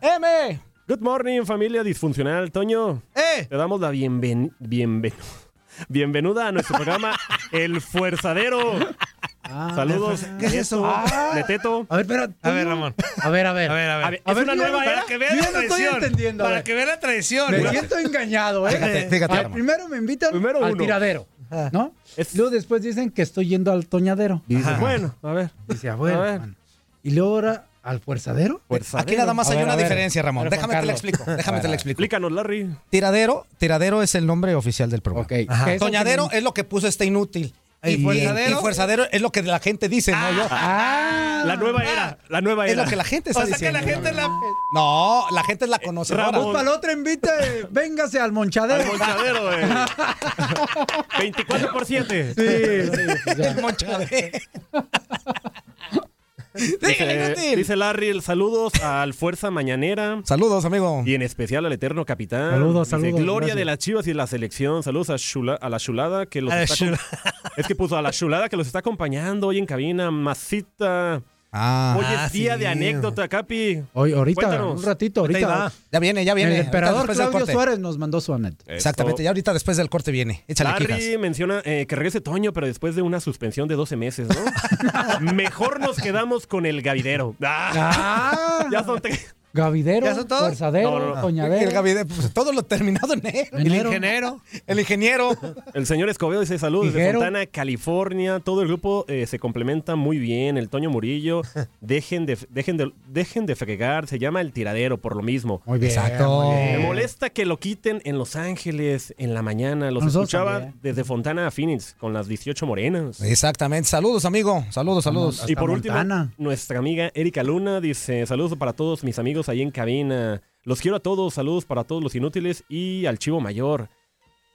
[SPEAKER 9] M.
[SPEAKER 25] Good morning, familia disfuncional. Toño,
[SPEAKER 9] Eh.
[SPEAKER 25] te damos la bienven bienven- bienvenuda a nuestro programa
[SPEAKER 9] (laughs)
[SPEAKER 25] El Fuerzadero.
[SPEAKER 9] Ah,
[SPEAKER 25] Saludos.
[SPEAKER 29] ¿qué es eso?
[SPEAKER 25] Neto, Neteto.
[SPEAKER 29] A ver, espera.
[SPEAKER 2] A ver, Ramón.
[SPEAKER 29] A ver, a ver. A ver,
[SPEAKER 25] A ver, es una
[SPEAKER 29] yo ya
[SPEAKER 25] nueva
[SPEAKER 29] no-
[SPEAKER 25] era.
[SPEAKER 29] Para que vean
[SPEAKER 2] Yo
[SPEAKER 29] la
[SPEAKER 2] ya no estoy
[SPEAKER 29] traición.
[SPEAKER 2] entendiendo, a
[SPEAKER 29] Para
[SPEAKER 2] ver.
[SPEAKER 29] que vean
[SPEAKER 2] la traición.
[SPEAKER 29] Me siento engañado, ¿eh?
[SPEAKER 9] Fíjate, fíjate,
[SPEAKER 29] Al
[SPEAKER 9] Ramón.
[SPEAKER 29] primero me invitan
[SPEAKER 25] Primero
[SPEAKER 29] al
[SPEAKER 25] uno.
[SPEAKER 29] tiradero, ¿no? Luego después dicen que estoy yendo al toñadero.
[SPEAKER 25] Y dices,
[SPEAKER 29] Ajá.
[SPEAKER 25] bueno, a ver.
[SPEAKER 29] Dice, abuelo.
[SPEAKER 25] A ver.
[SPEAKER 29] hermano. Y luego ahora al fuerzadero.
[SPEAKER 9] Aquí nada más
[SPEAKER 29] A
[SPEAKER 9] hay
[SPEAKER 29] ver,
[SPEAKER 9] una
[SPEAKER 29] a ver.
[SPEAKER 9] diferencia,
[SPEAKER 29] A
[SPEAKER 9] Ramón.
[SPEAKER 29] ver, Juan
[SPEAKER 9] Déjame te la
[SPEAKER 29] Carlos.
[SPEAKER 9] explico. Déjame te la explico.
[SPEAKER 25] Explícanos, Larry.
[SPEAKER 9] Tiradero, tiradero es el nombre oficial del programa.
[SPEAKER 29] Ajá. ¿Qué es
[SPEAKER 9] Toñadero
[SPEAKER 29] lo
[SPEAKER 9] es lo que puso este inútil.
[SPEAKER 29] ¿Y fuerzadero?
[SPEAKER 9] y fuerzadero es lo que la gente dice, no yo.
[SPEAKER 25] La nueva era. La nueva
[SPEAKER 9] Es
[SPEAKER 25] era.
[SPEAKER 9] lo que la gente está
[SPEAKER 29] O sea que
[SPEAKER 9] diciendo.
[SPEAKER 29] la gente la-
[SPEAKER 9] No, la gente la conoce.
[SPEAKER 29] Ramón. Para la otra invita, eh, véngase al monchadero.
[SPEAKER 25] Al monchadero, eh.
[SPEAKER 10] (laughs)
[SPEAKER 25] 24 por 7.
[SPEAKER 29] Sí,
[SPEAKER 9] El monchadero.
[SPEAKER 25] Dice, dice Larry, el saludos al Fuerza Mañanera.
[SPEAKER 9] Saludos, amigo.
[SPEAKER 25] Y en especial al Eterno Capitán.
[SPEAKER 29] Saludos,
[SPEAKER 25] Dice,
[SPEAKER 29] saludos,
[SPEAKER 25] Gloria
[SPEAKER 29] gracias.
[SPEAKER 25] de las Chivas y de la selección. Saludos a, Shula- a la chulada que los
[SPEAKER 29] A la
[SPEAKER 25] está acom- (laughs) Es que puso a la chulada que los está acompañando hoy en cabina. Masita.
[SPEAKER 9] Ah,
[SPEAKER 25] Hoy es
[SPEAKER 9] ah,
[SPEAKER 25] día
[SPEAKER 9] sí.
[SPEAKER 25] de anécdota, Capi.
[SPEAKER 29] Hoy, ahorita,
[SPEAKER 25] Cuéntanos.
[SPEAKER 29] un ratito,
[SPEAKER 25] Ahorita ahí
[SPEAKER 29] ahorita.
[SPEAKER 25] va.
[SPEAKER 9] Ya viene, ya viene.
[SPEAKER 29] El
[SPEAKER 9] Ahorita
[SPEAKER 29] emperador
[SPEAKER 9] después del
[SPEAKER 29] Claudio
[SPEAKER 9] corte.
[SPEAKER 29] Suárez nos mandó su anet.
[SPEAKER 9] Exactamente, ya ahorita después del corte viene. Échale quijas.
[SPEAKER 25] Larry menciona eh, que regrese Toño, pero después de una suspensión de 12
[SPEAKER 29] (laughs)
[SPEAKER 25] meses, ¿no? Mejor nos quedamos con el gavidero. Ah. (laughs) ya son tres.
[SPEAKER 29] Gavidero,
[SPEAKER 25] ¿Ya son todos?
[SPEAKER 29] forzadero,
[SPEAKER 25] No, no, no.
[SPEAKER 29] toñadero.
[SPEAKER 9] El gabinete, pues todo lo terminado en E. él.
[SPEAKER 29] El Enero. ingeniero.
[SPEAKER 9] El ingeniero.
[SPEAKER 25] El señor Escobedo dice saludos desde
[SPEAKER 9] Ligero.
[SPEAKER 25] Fontana, California. Todo el grupo eh, se complementa muy bien. El Toño Murillo, dejen de, dejen, de, dejen de fregar. Se llama El Tiradero, por lo mismo.
[SPEAKER 29] Muy bien, Exacto. muy bien.
[SPEAKER 25] Me molesta que lo quiten en Los Ángeles en la mañana. Los
[SPEAKER 9] Nosotros
[SPEAKER 25] escuchaba
[SPEAKER 9] también.
[SPEAKER 25] desde Fontana a Phoenix con las 18 morenas.
[SPEAKER 9] Exactamente. Saludos, amigo. Saludos, saludos.
[SPEAKER 25] Y por último, nuestra amiga Erika Luna dice: Saludos para todos mis amigos ahí en cabina. Los quiero a todos. Saludos para todos los inútiles y al chivo mayor.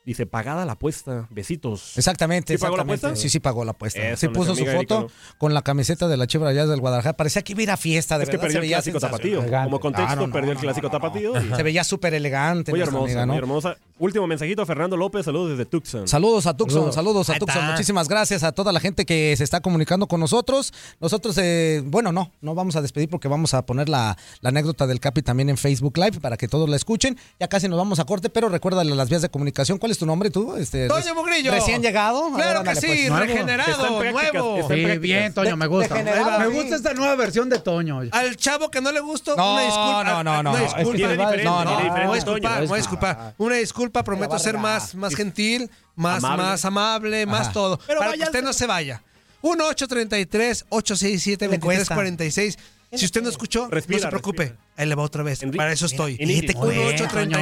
[SPEAKER 25] Dice: Pagada la apuesta. Besitos.
[SPEAKER 9] Exactamente,
[SPEAKER 25] ¿Sí pagó la
[SPEAKER 9] exactamente.
[SPEAKER 25] apuesta?
[SPEAKER 9] Sí, sí pagó la apuesta.
[SPEAKER 25] Eso,
[SPEAKER 9] sí puso su
[SPEAKER 25] nuestra amiga
[SPEAKER 9] foto
[SPEAKER 25] Erika
[SPEAKER 9] con la camiseta de la Chivra Rayas del Guadalajara. Parecía que iba a ir a fiesta, de
[SPEAKER 25] es que
[SPEAKER 9] verdad.
[SPEAKER 25] perdió
[SPEAKER 9] se
[SPEAKER 25] el
[SPEAKER 9] veía
[SPEAKER 25] clásico
[SPEAKER 9] sensacional.
[SPEAKER 25] tapatío. Como contexto,
[SPEAKER 9] Ah, no, no,
[SPEAKER 25] perdió el
[SPEAKER 9] no,
[SPEAKER 25] clásico tapatío.
[SPEAKER 9] no. Se veía súper elegante.
[SPEAKER 25] Muy
[SPEAKER 9] nuestra
[SPEAKER 25] hermosa,
[SPEAKER 9] amiga, ¿no?
[SPEAKER 25] muy hermosa. Último mensajito, Fernando López. Saludos desde Tucson.
[SPEAKER 9] Saludos a Tucson, saludos a
[SPEAKER 25] Ahí
[SPEAKER 9] Tucson.
[SPEAKER 25] está.
[SPEAKER 9] Muchísimas gracias a toda la gente que se está comunicando con nosotros. Nosotros, eh, bueno, no, no vamos a despedir porque vamos a poner la, la anécdota del Capi también en Facebook Live para que todos la escuchen. Ya casi nos vamos a corte, pero recuérdale las vías de comunicación. ¿Cuál es tu nombre tú? Este,
[SPEAKER 10] Toño
[SPEAKER 9] reci-
[SPEAKER 10] Mugrillo.
[SPEAKER 9] Recién llegado.
[SPEAKER 10] Claro que
[SPEAKER 9] pues.
[SPEAKER 10] sí, Nuevo. regenerado, Está en prácticas, nuevo. está en
[SPEAKER 9] Sí,
[SPEAKER 10] prácticas. De- degenerado, Me sí. gusta
[SPEAKER 2] esta nueva versión de Toño. Al chavo que no le gustó,
[SPEAKER 9] No,
[SPEAKER 2] una disculpa.
[SPEAKER 9] no, no,
[SPEAKER 2] Ah,
[SPEAKER 9] no,
[SPEAKER 2] una
[SPEAKER 9] no,
[SPEAKER 2] disculpa.
[SPEAKER 9] es que tiene diferente,
[SPEAKER 2] no,
[SPEAKER 9] tiene diferente
[SPEAKER 2] voy a
[SPEAKER 9] Toño.
[SPEAKER 2] disculpar, voy a
[SPEAKER 9] Es-
[SPEAKER 2] disculpar. Una disculpa, prometo ser más, más gentil, más amable,
[SPEAKER 10] Amable.
[SPEAKER 2] más, amable, más
[SPEAKER 10] Ajá.
[SPEAKER 2] todo.
[SPEAKER 10] Pero
[SPEAKER 2] para
[SPEAKER 10] vayas-
[SPEAKER 2] que usted no se vaya. 1-833-867-2346. Si usted no escuchó,
[SPEAKER 10] Respira,
[SPEAKER 2] no se preocupe. Ahí le va otra vez. Para eso estoy.
[SPEAKER 10] Enrique. Muy bien, Toño.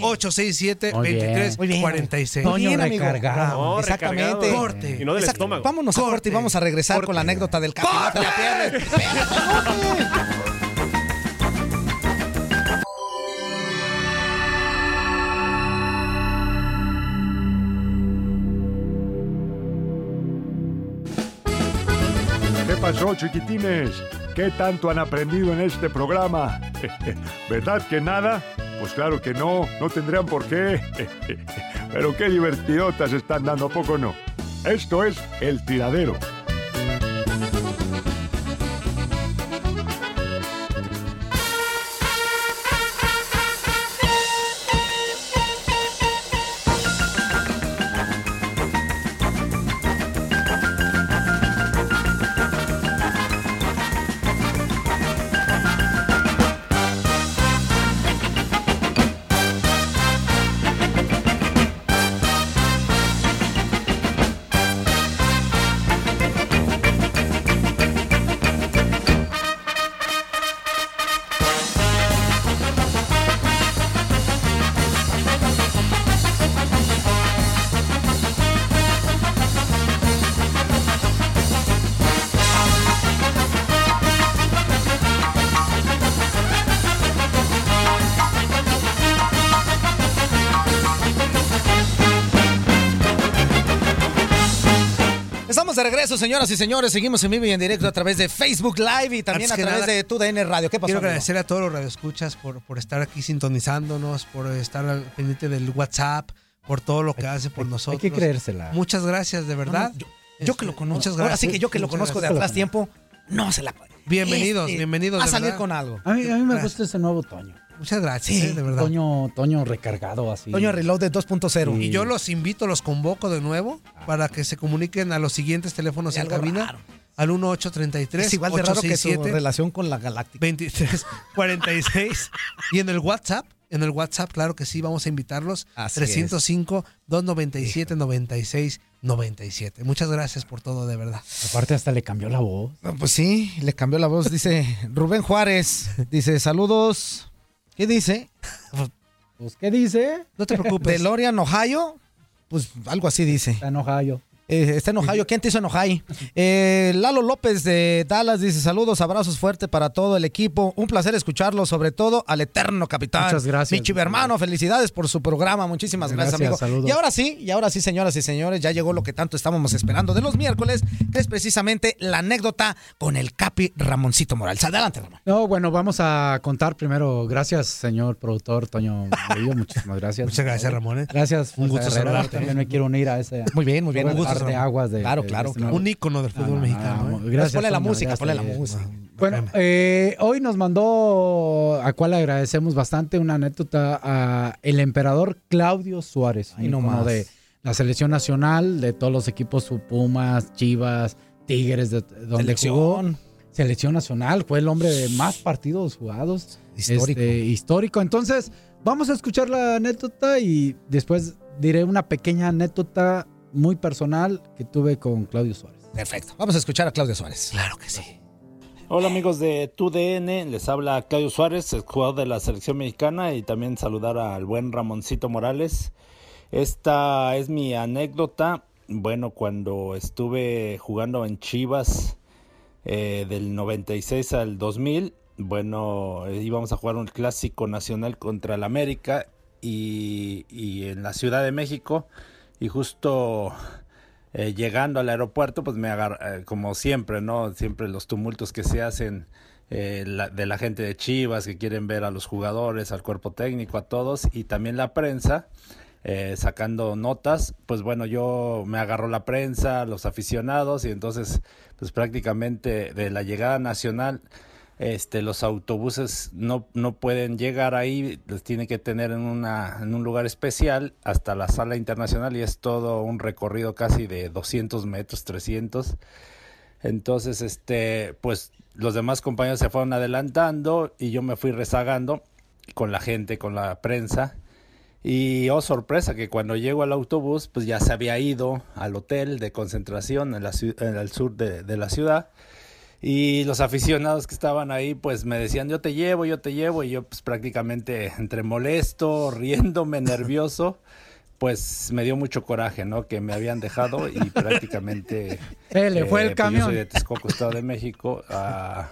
[SPEAKER 2] 1-833-867-2346.
[SPEAKER 9] Toño recargado. Exactamente.
[SPEAKER 2] Corte.
[SPEAKER 9] Y no del estómago. Vámonos a corte y vamos a regresar con la anécdota del Capi. No te la pierdas.
[SPEAKER 3] ¿Qué pasó, chiquitines? ¿Qué tanto han aprendido en este programa? (laughs) ¿Verdad que nada? Pues claro que no, no tendrían por qué. (laughs) Pero qué divertidotas están dando, ¿a poco no? Esto es El Tiradero.
[SPEAKER 9] Estamos de regreso, señoras y señores. Seguimos en vivo y en directo a través de Facebook Live y
[SPEAKER 2] Antes
[SPEAKER 9] también a
[SPEAKER 2] que
[SPEAKER 9] través
[SPEAKER 2] nada,
[SPEAKER 9] de TUDN Radio. ¿Qué pasó?
[SPEAKER 2] Quiero
[SPEAKER 9] amigo?
[SPEAKER 2] agradecer a todos los radioescuchas por, por estar aquí sintonizándonos, por estar al pendiente del WhatsApp, por todo lo que hace por nosotros.
[SPEAKER 10] creérsela.
[SPEAKER 2] Muchas gracias, de verdad. Este,
[SPEAKER 10] No, no,
[SPEAKER 2] yo,
[SPEAKER 9] que lo conozco. Ahora sí que yo que lo conozco de atrás tiempo, no se la puede.
[SPEAKER 2] Bienvenidos,
[SPEAKER 9] Este,
[SPEAKER 2] bienvenidos.
[SPEAKER 9] A
[SPEAKER 2] de
[SPEAKER 9] salir
[SPEAKER 2] verdad.
[SPEAKER 9] con algo.
[SPEAKER 10] A mí, a mí me
[SPEAKER 9] Gracias.
[SPEAKER 10] gusta ese nuevo Toño.
[SPEAKER 2] Muchas gracias, eh, de verdad.
[SPEAKER 10] Toño, Toño recargado así.
[SPEAKER 9] Toño Reload de 2.0.
[SPEAKER 2] Y yo los invito, los convoco de nuevo
[SPEAKER 10] Ah.
[SPEAKER 2] para que se comuniquen a los siguientes teléfonos en cabina. Al 1833
[SPEAKER 9] Es igual de raro que su
[SPEAKER 2] 867
[SPEAKER 9] relación con la galáctica.
[SPEAKER 2] 23 46 y en el WhatsApp, en el WhatsApp, claro que sí, vamos a invitarlos.
[SPEAKER 9] Así
[SPEAKER 2] 305 297 96 97. Muchas gracias por todo, de verdad.
[SPEAKER 10] Aparte hasta le cambió la voz.
[SPEAKER 9] No, pues sí, le cambió la voz.
[SPEAKER 10] (laughs)
[SPEAKER 9] Dice Rubén Juárez. Dice, saludos. ¿Qué dice?
[SPEAKER 10] (laughs) Pues, ¿qué dice?
[SPEAKER 2] No te
[SPEAKER 9] De Lorian, Ohio. Pues algo así dice.
[SPEAKER 10] Está en Ohio.
[SPEAKER 9] Eh, está en Ohio. ¿Quién te hizo en Ohio? Eh, Lalo López de Dallas dice, saludos, abrazos fuertes para todo el equipo. Un placer escucharlo, sobre todo al eterno capitán.
[SPEAKER 10] Muchas gracias.
[SPEAKER 9] Mi chivermano, felicidades por su programa. Muchísimas gracias,
[SPEAKER 10] Gracias,
[SPEAKER 9] amigo.
[SPEAKER 10] saludos.
[SPEAKER 9] Y ahora sí, y ahora sí, señoras y señores, ya llegó lo que tanto estábamos esperando de los miércoles, que es precisamente la anécdota con el capi Ramoncito Morales. Adelante, Ramón.
[SPEAKER 10] No, bueno, vamos a contar primero. Gracias, señor productor Toño Murillo. Muchísimas gracias.
[SPEAKER 2] Muchas gracias, Ramón, ¿eh?
[SPEAKER 10] Gracias.
[SPEAKER 2] Un
[SPEAKER 10] Fuerza
[SPEAKER 2] gusto
[SPEAKER 10] Guerrera.
[SPEAKER 2] saludarte.
[SPEAKER 10] También me quiero unir a ese.
[SPEAKER 9] Muy bien, muy bien.
[SPEAKER 10] Un
[SPEAKER 9] Un gusto,
[SPEAKER 10] gusto de
[SPEAKER 9] Ramón.
[SPEAKER 10] aguas de.
[SPEAKER 9] Claro,
[SPEAKER 10] de
[SPEAKER 9] claro,
[SPEAKER 10] este
[SPEAKER 9] claro.
[SPEAKER 10] nuevo-
[SPEAKER 2] Un ícono del fútbol mexicano. ¿eh?
[SPEAKER 10] Gracias,
[SPEAKER 9] ponle la
[SPEAKER 10] Toño,
[SPEAKER 9] música,
[SPEAKER 10] gracias.
[SPEAKER 9] ponle la música.
[SPEAKER 10] Bueno, eh, hoy nos mandó, a cual agradecemos bastante, una anécdota a el emperador Claudio Suárez,
[SPEAKER 9] Ay,
[SPEAKER 10] un
[SPEAKER 9] no
[SPEAKER 10] ícono
[SPEAKER 9] más.
[SPEAKER 10] de la selección nacional, de todos los equipos, su Pumas, Chivas, Tigres, de, de donde
[SPEAKER 9] Selección.
[SPEAKER 10] jugó. Selección nacional, fue el hombre de más partidos jugados.
[SPEAKER 9] Histórico.
[SPEAKER 10] este, histórico. Entonces, vamos a escuchar la anécdota y después diré una pequeña anécdota muy personal que tuve con Claudio Suárez.
[SPEAKER 9] Perfecto. Vamos a escuchar a Claudio Suárez. Claro que sí.
[SPEAKER 30] Hola amigos de TUDN, les habla Claudio Suárez, el jugador de la selección mexicana y también saludar al buen Ramoncito Morales. Esta es mi anécdota, bueno, cuando estuve jugando en Chivas eh, del 96 al 2000, bueno, eh, íbamos a jugar un clásico nacional contra el América y, y en la Ciudad de México y justo eh, llegando al aeropuerto, pues me agarra, como siempre, ¿no? Siempre los tumultos que se hacen eh, la- de la gente de Chivas que quieren ver a los jugadores, al cuerpo técnico, a todos, y también la prensa eh, sacando notas. Pues bueno, yo me agarró la prensa, los aficionados, y entonces, pues prácticamente de la llegada nacional, este, los autobuses no, no pueden llegar ahí, los tienen que tener en, una, en un lugar especial hasta la sala internacional y es todo un recorrido casi de 200 metros, 300. Entonces, este, pues los demás compañeros se fueron adelantando y yo me fui rezagando con la gente, con la prensa. Y oh sorpresa que cuando llego al autobús, pues ya se había ido al hotel de concentración en la ciu- en el sur de, de la ciudad. Y los aficionados que estaban ahí, pues me decían, yo te llevo, yo te llevo. Y yo, pues prácticamente entre molesto,
[SPEAKER 10] (laughs)
[SPEAKER 30] riéndome, nervioso, pues me dio mucho coraje, ¿no? Que me habían dejado y prácticamente...
[SPEAKER 10] (laughs) Se le fue el
[SPEAKER 30] pues, yo
[SPEAKER 10] camión.
[SPEAKER 30] soy de Texcoco, Estado de México. ah,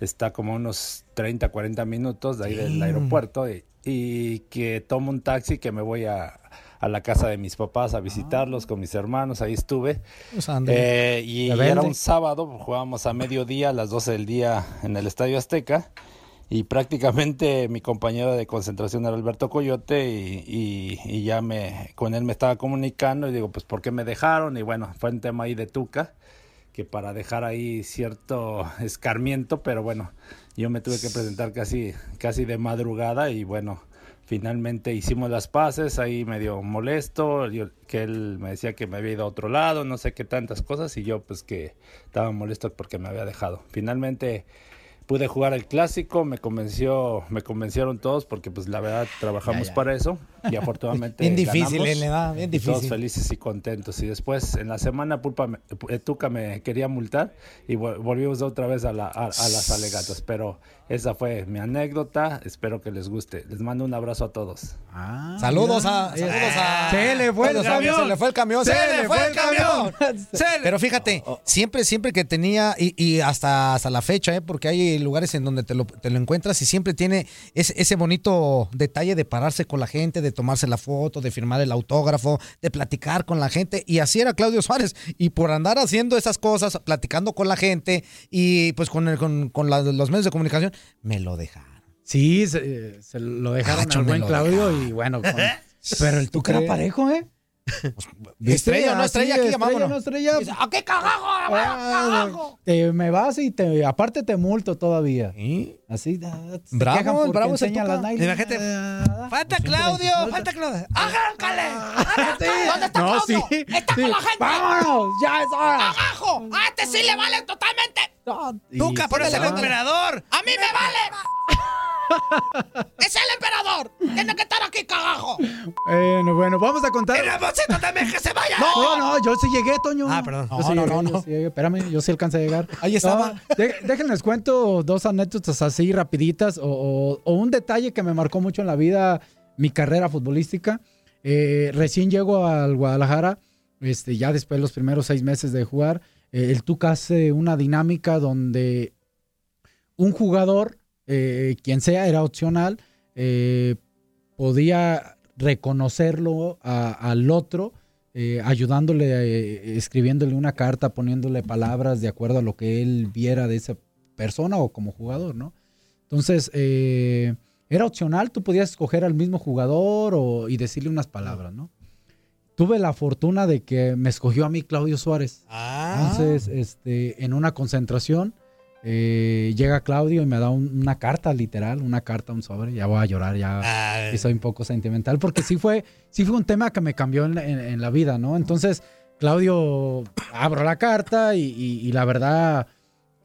[SPEAKER 30] está como a unos 30, 40 minutos de ahí del
[SPEAKER 10] Damn.
[SPEAKER 30] aeropuerto. Y, y que tomo un taxi que me voy a, a la casa de mis papás a visitarlos con mis hermanos. Ahí estuve.
[SPEAKER 10] Ah. Pues, ándale.
[SPEAKER 30] Eh, y
[SPEAKER 10] Rebelde.
[SPEAKER 30] era un sábado, jugábamos a mediodía, a las 12 del día en el Estadio Azteca. Y prácticamente mi compañero de concentración era Alberto Coyote y, y- y ya me con él me estaba comunicando y digo, pues ¿por qué me dejaron? Y bueno, fue un tema ahí de Tuca, que para dejar ahí cierto escarmiento, pero bueno, yo me tuve que presentar casi, casi de madrugada y bueno, finalmente hicimos las paces, ahí medio molesto, yo- que él me decía que me había ido a otro lado, no sé qué tantas cosas, y yo pues que estaba molesto porque me había dejado. Finalmente pude jugar el clásico, me convenció, me convencieron todos porque pues la verdad trabajamos para eso y afortunadamente (laughs)
[SPEAKER 9] Bien difícil,
[SPEAKER 30] ganamos,
[SPEAKER 9] eh, le da, bien
[SPEAKER 30] y todos
[SPEAKER 9] difícil.
[SPEAKER 30] felices y contentos. Y después en la semana Pulpa me- eh, Tuca me quería multar y vol- volvimos otra vez a, la- a- a las alegatas. Pero esa fue mi anécdota. Espero que les guste. Les mando un abrazo a todos.
[SPEAKER 9] Saludos a, saludos a-
[SPEAKER 30] Se le Ah, fue el
[SPEAKER 9] Saludos a-
[SPEAKER 30] camión.
[SPEAKER 9] Se le fue el camión.
[SPEAKER 30] Se le fue el
[SPEAKER 9] Pero fíjate,
[SPEAKER 2] Oh,
[SPEAKER 9] siempre, siempre que tenía, y, y hasta, hasta la fecha, ¿eh? porque hay lugares en donde te lo, te lo encuentras y siempre tiene ese, ese bonito detalle de pararse con la gente, de tomarse la foto, de firmar el autógrafo, de platicar con la gente. Y así era Claudio Suárez. Y por andar haciendo esas cosas, platicando con la gente y pues con, el- con, con la- los medios de comunicación, me lo dejaron.
[SPEAKER 10] Sí, se, se lo dejaron
[SPEAKER 9] Gacho,
[SPEAKER 10] al
[SPEAKER 9] me
[SPEAKER 10] buen
[SPEAKER 9] lo
[SPEAKER 10] Claudio y bueno. con- pero el Tuca era
[SPEAKER 9] crees?
[SPEAKER 10] parejo, ¿eh? ¿Viste?
[SPEAKER 9] Estrella, no
[SPEAKER 10] Así,
[SPEAKER 9] estrella, Ah, aquí
[SPEAKER 10] estrella, no
[SPEAKER 9] llamámonos.
[SPEAKER 10] estrella.
[SPEAKER 9] Dice, ¿A qué carajo?
[SPEAKER 10] Ah, Te, me vas y te, aparte te multo todavía. Así. ah, se
[SPEAKER 9] Bravo,
[SPEAKER 10] quejan porque
[SPEAKER 9] bravo es el
[SPEAKER 10] enseña
[SPEAKER 9] Tuca.
[SPEAKER 10] las nylon.
[SPEAKER 9] Y la gente,
[SPEAKER 10] Falta
[SPEAKER 9] Claudio,
[SPEAKER 10] falta
[SPEAKER 9] Claudio. Ah,
[SPEAKER 10] ¿Dónde está no, Claudio? Sí, ¡Está con la gente! ¡Vámonos! ¡Ya es hora!
[SPEAKER 11] ¡Abajo! ¡A este sí le vale totalmente!
[SPEAKER 10] Tuca, por
[SPEAKER 11] ponle
[SPEAKER 10] eso
[SPEAKER 11] el emperador! ¡A mí me vale! ¡Es el emperador! ¡Tiene que estar aquí, cagajo!
[SPEAKER 10] Bueno, bueno, vamos a contar.
[SPEAKER 11] ¡Y la bolsita también que se vaya!
[SPEAKER 10] No, no, yo sí llegué, Toño. Ah, perdón.
[SPEAKER 9] No, no, no, no.
[SPEAKER 10] espérame, yo sí alcancé a llegar.
[SPEAKER 9] Ahí estaba.
[SPEAKER 10] (laughs) No, dé- déjenles cuento dos anécdotas así rapiditas o, o- o un detalle que me marcó mucho en la vida, mi carrera futbolística. Eh, recién llego al Guadalajara, este, ya después de los primeros seis meses de jugar, eh, el Tuca hace una dinámica donde un jugador, eh, quien sea, era opcional, eh, podía reconocerlo a- al otro, eh, ayudándole, eh, escribiéndole una carta, poniéndole palabras de acuerdo a lo que él viera de esa persona o como jugador, ¿no? Entonces, eh, era opcional, tú podías escoger al mismo jugador o- y decirle unas palabras, ¿no? Tuve la fortuna de que me escogió a mí Claudio Suárez.
[SPEAKER 2] Ah.
[SPEAKER 10] Entonces, este, en una concentración, eh, llega Claudio y me da un- una carta, literal, una carta, un sobre. Ya voy a llorar, ya
[SPEAKER 2] Ah.
[SPEAKER 10] sí soy un poco sentimental, porque sí fue, sí fue un tema que me cambió en, en- en la vida, ¿no? Entonces, Claudio abro la carta y, y- y la verdad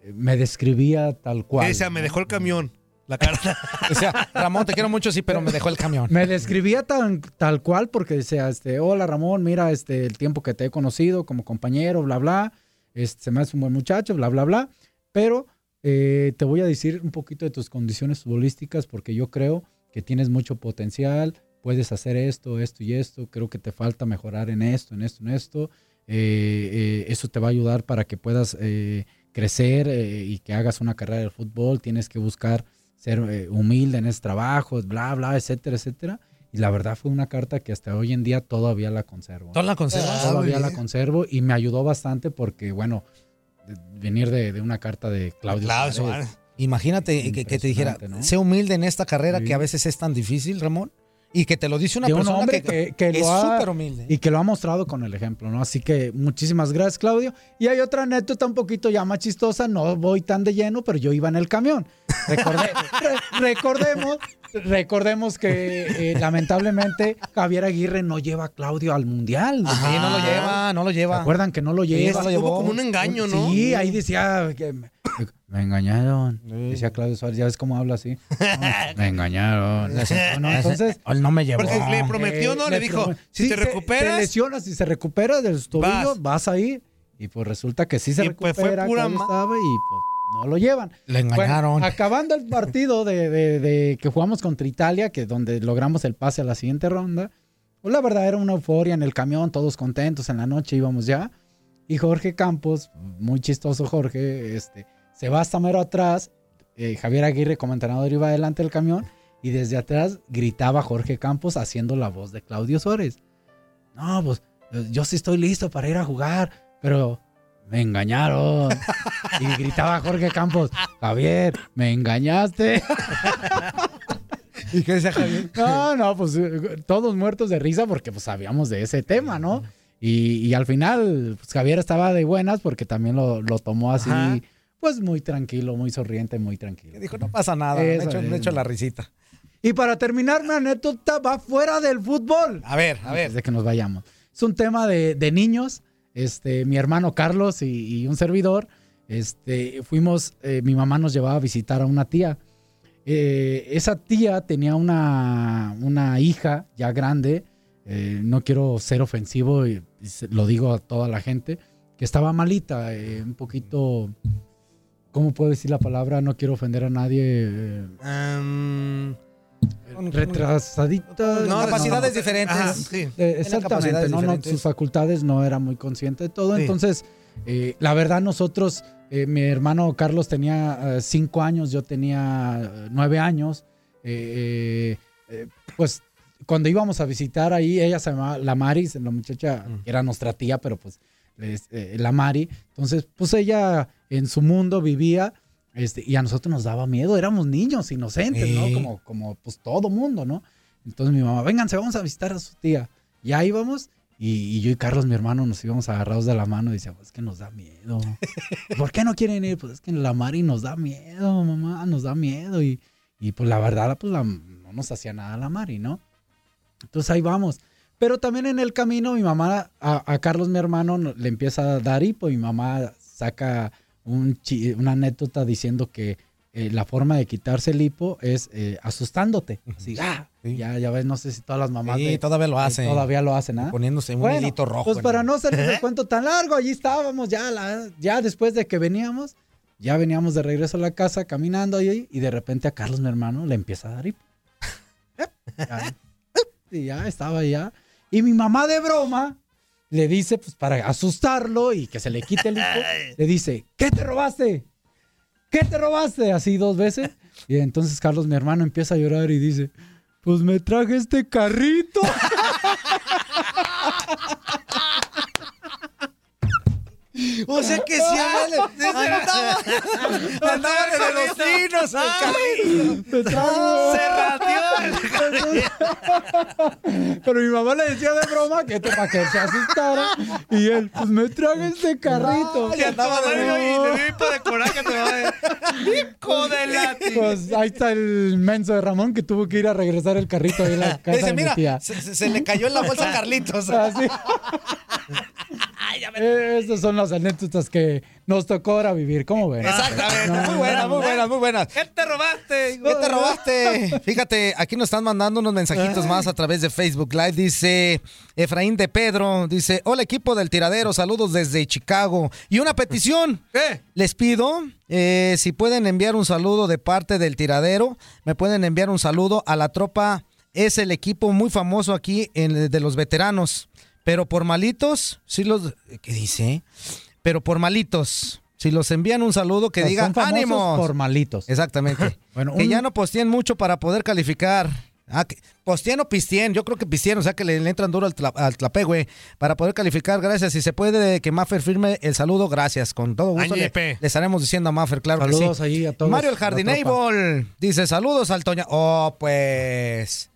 [SPEAKER 10] eh, me describía tal cual.
[SPEAKER 2] O sea, me dejó el camión, la carta.
[SPEAKER 9] (laughs) O sea, Ramón, te quiero mucho, sí, pero me dejó el camión.
[SPEAKER 10] Me describía tan, tal cual porque decía, este, hola Ramón, mira este, el tiempo que te he conocido como compañero, bla, bla, este, se me hace un buen muchacho, bla, bla, bla, pero eh, te voy a decir un poquito de tus condiciones futbolísticas porque yo creo que tienes mucho potencial, puedes hacer esto, esto y esto, creo que te falta mejorar en esto, en esto, en esto, eh, eh, eso te va a ayudar para que puedas eh, crecer eh, y que hagas una carrera de fútbol, tienes que buscar ser eh, humilde en ese trabajo, bla, bla, etcétera, etcétera. Y la verdad fue una carta que hasta hoy en día todavía la conservo.
[SPEAKER 9] ¿Todavía la conservas? Ah,
[SPEAKER 10] Todavía
[SPEAKER 9] muy
[SPEAKER 10] la
[SPEAKER 9] bien.
[SPEAKER 10] conservo y me ayudó bastante porque, bueno, de- venir de, de una carta de Claudio
[SPEAKER 9] Claudio
[SPEAKER 10] Suárez,
[SPEAKER 9] Suárez. Imagínate que, que te dijera,
[SPEAKER 10] Impresionante, ¿no?
[SPEAKER 9] sé humilde en esta carrera
[SPEAKER 10] Sí.
[SPEAKER 9] que a veces es tan difícil, Ramón, y que te lo dice una
[SPEAKER 10] de un
[SPEAKER 9] persona
[SPEAKER 10] hombre
[SPEAKER 9] que,
[SPEAKER 10] que,
[SPEAKER 9] es
[SPEAKER 10] que lo ha-
[SPEAKER 9] súper humilde.
[SPEAKER 10] Y que lo ha mostrado con el ejemplo, ¿no? Así que muchísimas gracias, Claudio. Y hay otra anécdota un poquito ya más chistosa, no voy tan de lleno, pero yo iba en el camión. Recordé- (laughs) re- recordemos, recordemos que eh, lamentablemente Javier Aguirre no lleva a Claudio al Mundial.
[SPEAKER 9] Sí, no lo lleva, no lo lleva.
[SPEAKER 10] Ah. ¿Se acuerdan que no lo
[SPEAKER 9] Sí,
[SPEAKER 10] lleva?
[SPEAKER 9] no lo llevó. Hubo como un engaño, ¿no?
[SPEAKER 10] Sí, ahí decía... que me- Me engañaron. Decía Claudio Suárez, ya ves cómo habla
[SPEAKER 2] (laughs)
[SPEAKER 10] así. Me engañaron. No,
[SPEAKER 9] (laughs)
[SPEAKER 10] no, entonces,
[SPEAKER 9] Él no me llevó.
[SPEAKER 10] porque
[SPEAKER 2] le prometió, ¿no? Le dijo, si te recuperas-
[SPEAKER 10] Te lesionas, si se recupera del tobillo, vas, ahí. Y pues resulta que sí se
[SPEAKER 2] Y
[SPEAKER 10] recupera.
[SPEAKER 2] pues fue pura
[SPEAKER 10] Claudio
[SPEAKER 2] ma-
[SPEAKER 10] estaba y pues no lo llevan.
[SPEAKER 9] Le engañaron.
[SPEAKER 10] Bueno, acabando el partido de, de- de que jugamos contra Italia, que donde logramos el pase a la siguiente ronda, pues la verdad era una euforia en el camión, todos contentos, en la noche íbamos ya. Y Jorge Campos, muy chistoso Jorge, este, se va hasta mero atrás, eh, Javier Aguirre como entrenador iba adelante del camión y desde atrás gritaba Jorge Campos haciendo la voz de Claudio Suárez. No, pues yo sí estoy listo para ir a jugar, pero me engañaron. Y gritaba Jorge Campos, Javier, me engañaste.
[SPEAKER 9] ¿Y qué decía Javier?
[SPEAKER 10] No, no, pues eh, todos muertos de risa porque pues sabíamos de ese tema, ¿no? Y, y al final, pues Javier estaba de buenas porque también lo, lo tomó así,
[SPEAKER 9] Ajá.
[SPEAKER 10] pues muy tranquilo, muy sonriente, muy tranquilo.
[SPEAKER 9] Dijo, no pasa nada, me
[SPEAKER 10] Eso
[SPEAKER 9] echo,
[SPEAKER 10] es.
[SPEAKER 9] me echo la risita.
[SPEAKER 10] Y para terminar, mi anécdota va fuera del fútbol.
[SPEAKER 9] A ver, a ver.
[SPEAKER 10] Antes de que nos vayamos. Es un tema de, de niños. Este, mi hermano Carlos y, y un servidor, este, fuimos, eh, mi mamá nos llevaba a visitar a una tía. Eh, esa tía tenía una, una hija ya grande, eh, no quiero ser ofensivo y, y se- lo digo a toda la gente, que estaba malita, eh, un poquito, ¿cómo puedo decir la palabra? No quiero ofender a nadie. eh, retrasadita.
[SPEAKER 9] Em, No, capacidades diferentes.
[SPEAKER 10] Ajá,
[SPEAKER 9] sí.
[SPEAKER 10] Eh,
[SPEAKER 9] Tiene
[SPEAKER 10] exactamente,
[SPEAKER 9] capacidades
[SPEAKER 10] no, no,
[SPEAKER 9] diferentes.
[SPEAKER 10] sus facultades no era muy consciente de todo.
[SPEAKER 9] Sí.
[SPEAKER 10] Entonces, eh, la verdad, nosotros, eh, mi hermano Carlos tenía eh, cinco años, yo tenía eh, nueve años. Eh, eh, eh, pues cuando íbamos a visitar ahí, ella se llamaba la Maris, la muchacha que era nuestra tía, pero pues les- eh, la Mari. Entonces, pues ella en su mundo vivía. Este, y a nosotros nos daba miedo, éramos niños inocentes, ¿no?
[SPEAKER 9] Sí.
[SPEAKER 10] Como, como pues todo mundo, ¿no? Entonces mi mamá, vénganse, vamos a visitar a su tía. Ya íbamos y, y yo y Carlos, mi hermano, nos íbamos agarrados de la mano y decíamos, es que nos da miedo. ¿Por qué no quieren ir? Pues es que la Mari nos da miedo, mamá, nos da miedo. Y, y pues la verdad, pues la- no nos hacía nada la Mari, ¿no? Entonces ahí vamos. Pero también en el camino, mi mamá, a, a Carlos, mi hermano, no- le empieza a dar hipo. Y mi mamá saca un chi- una anécdota diciendo que eh, la forma de quitarse el hipo es eh, asustándote. Así, ¡ah! Ya, ya ves, no sé si todas las mamás.
[SPEAKER 9] Sí,
[SPEAKER 10] de-
[SPEAKER 9] todavía lo
[SPEAKER 10] de-
[SPEAKER 9] hacen.
[SPEAKER 10] Todavía lo hacen, ¿ah?
[SPEAKER 9] Poniéndose un
[SPEAKER 10] Bueno,
[SPEAKER 9] hilito rojo.
[SPEAKER 10] Pues
[SPEAKER 9] en
[SPEAKER 10] para
[SPEAKER 9] el-
[SPEAKER 10] no hacer
[SPEAKER 9] (laughs)
[SPEAKER 10] el cuento tan largo, allí estábamos ya, la- ya después de que veníamos, ya veníamos de regreso a la casa caminando ahí y de repente a Carlos, mi hermano, le empieza a
[SPEAKER 9] (laughs)
[SPEAKER 10] dar hipo. Ya, y ya estaba ya. Y mi mamá de broma le dice, pues para asustarlo y que se le quite el
[SPEAKER 9] (laughs)
[SPEAKER 10] hipo, le dice, ¿qué te robaste? ¿Qué te robaste? Así dos veces. Y entonces Carlos, mi hermano, empieza a llorar y dice, pues me traje este carrito.
[SPEAKER 9] O sea que si a él le- le andaba, le andaba de velocinos al carrito.
[SPEAKER 10] Me trajo-
[SPEAKER 9] Se rateó
[SPEAKER 10] Pero mi mamá le decía de broma que esto para que se asustara. Y él, pues me traje este carrito.
[SPEAKER 2] Y andaba de
[SPEAKER 10] No.
[SPEAKER 2] Y le dio hipo de coraje, te va a
[SPEAKER 9] (laughs)
[SPEAKER 2] Hijo de látigo.
[SPEAKER 10] Pues ahí está el menso de Ramón que tuvo que ir a regresar el carrito ahí
[SPEAKER 2] (laughs)
[SPEAKER 10] a la casa
[SPEAKER 9] Dice,
[SPEAKER 10] de mi
[SPEAKER 9] mira,
[SPEAKER 10] tía".
[SPEAKER 9] se, se- se le cayó en la
[SPEAKER 10] (laughs)
[SPEAKER 9] bolsa a Carlitos.
[SPEAKER 10] Así. Eh, Esas son las anécdotas que nos tocó ahora vivir. ¿Cómo ven?
[SPEAKER 9] Exactamente, muy buena, muy buena, muy buena. ¿Qué
[SPEAKER 2] te robaste?
[SPEAKER 9] ¿Qué te robaste? Fíjate, aquí nos están mandando unos mensajitos más a través de Facebook Live. Dice Efraín de Pedro, dice, hola equipo del tiradero, saludos desde Chicago. Y una petición. Les pido, eh, si pueden enviar un saludo de parte del tiradero, me pueden enviar un saludo a la tropa. Es el equipo muy famoso aquí en- de los veteranos. Pero por malitos, sí los... ¿Qué dice? Pero por malitos. Si los envían un saludo que
[SPEAKER 10] O sea,
[SPEAKER 9] diga
[SPEAKER 10] Pues, son famosos
[SPEAKER 9] ánimos.
[SPEAKER 10] por malitos.
[SPEAKER 9] Exactamente.
[SPEAKER 10] (laughs) Bueno,
[SPEAKER 9] que
[SPEAKER 10] un-
[SPEAKER 9] ya no posteen mucho para poder calificar. Ah, que- postien o pistien, yo creo que pistien, o sea que le, le entran duro al, tla- al tlapé, güey. Para poder calificar, gracias. Si se puede, que Maffer firme el saludo, gracias. Con todo gusto le,
[SPEAKER 10] Añepe.
[SPEAKER 9] le estaremos diciendo a Maffer, claro que
[SPEAKER 10] Saludos
[SPEAKER 9] sí.
[SPEAKER 10] ahí a todos,
[SPEAKER 9] Mario el
[SPEAKER 10] la tropa.
[SPEAKER 9] Jardineibol dice, saludos al Toña. Oh, pues...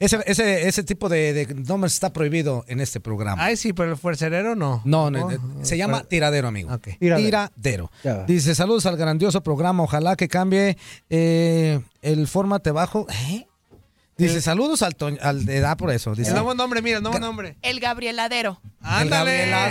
[SPEAKER 9] Ese, ese, ese tipo de, de nombres está prohibido en este programa.
[SPEAKER 2] Ay, sí, pero el fuercerero no.
[SPEAKER 9] No, no, no, se llama tiradero, amigo. Tiradero.
[SPEAKER 2] Ya
[SPEAKER 10] Ah.
[SPEAKER 2] va.
[SPEAKER 9] Dice, saludos al grandioso programa. Ojalá que cambie eh, el formate bajo. ¿Eh? Dice, saludos al, Toño- al de da por eso. Dice,
[SPEAKER 2] El nuevo nombre, mira, el nuevo nombre.
[SPEAKER 26] El Gabrieladero.
[SPEAKER 9] el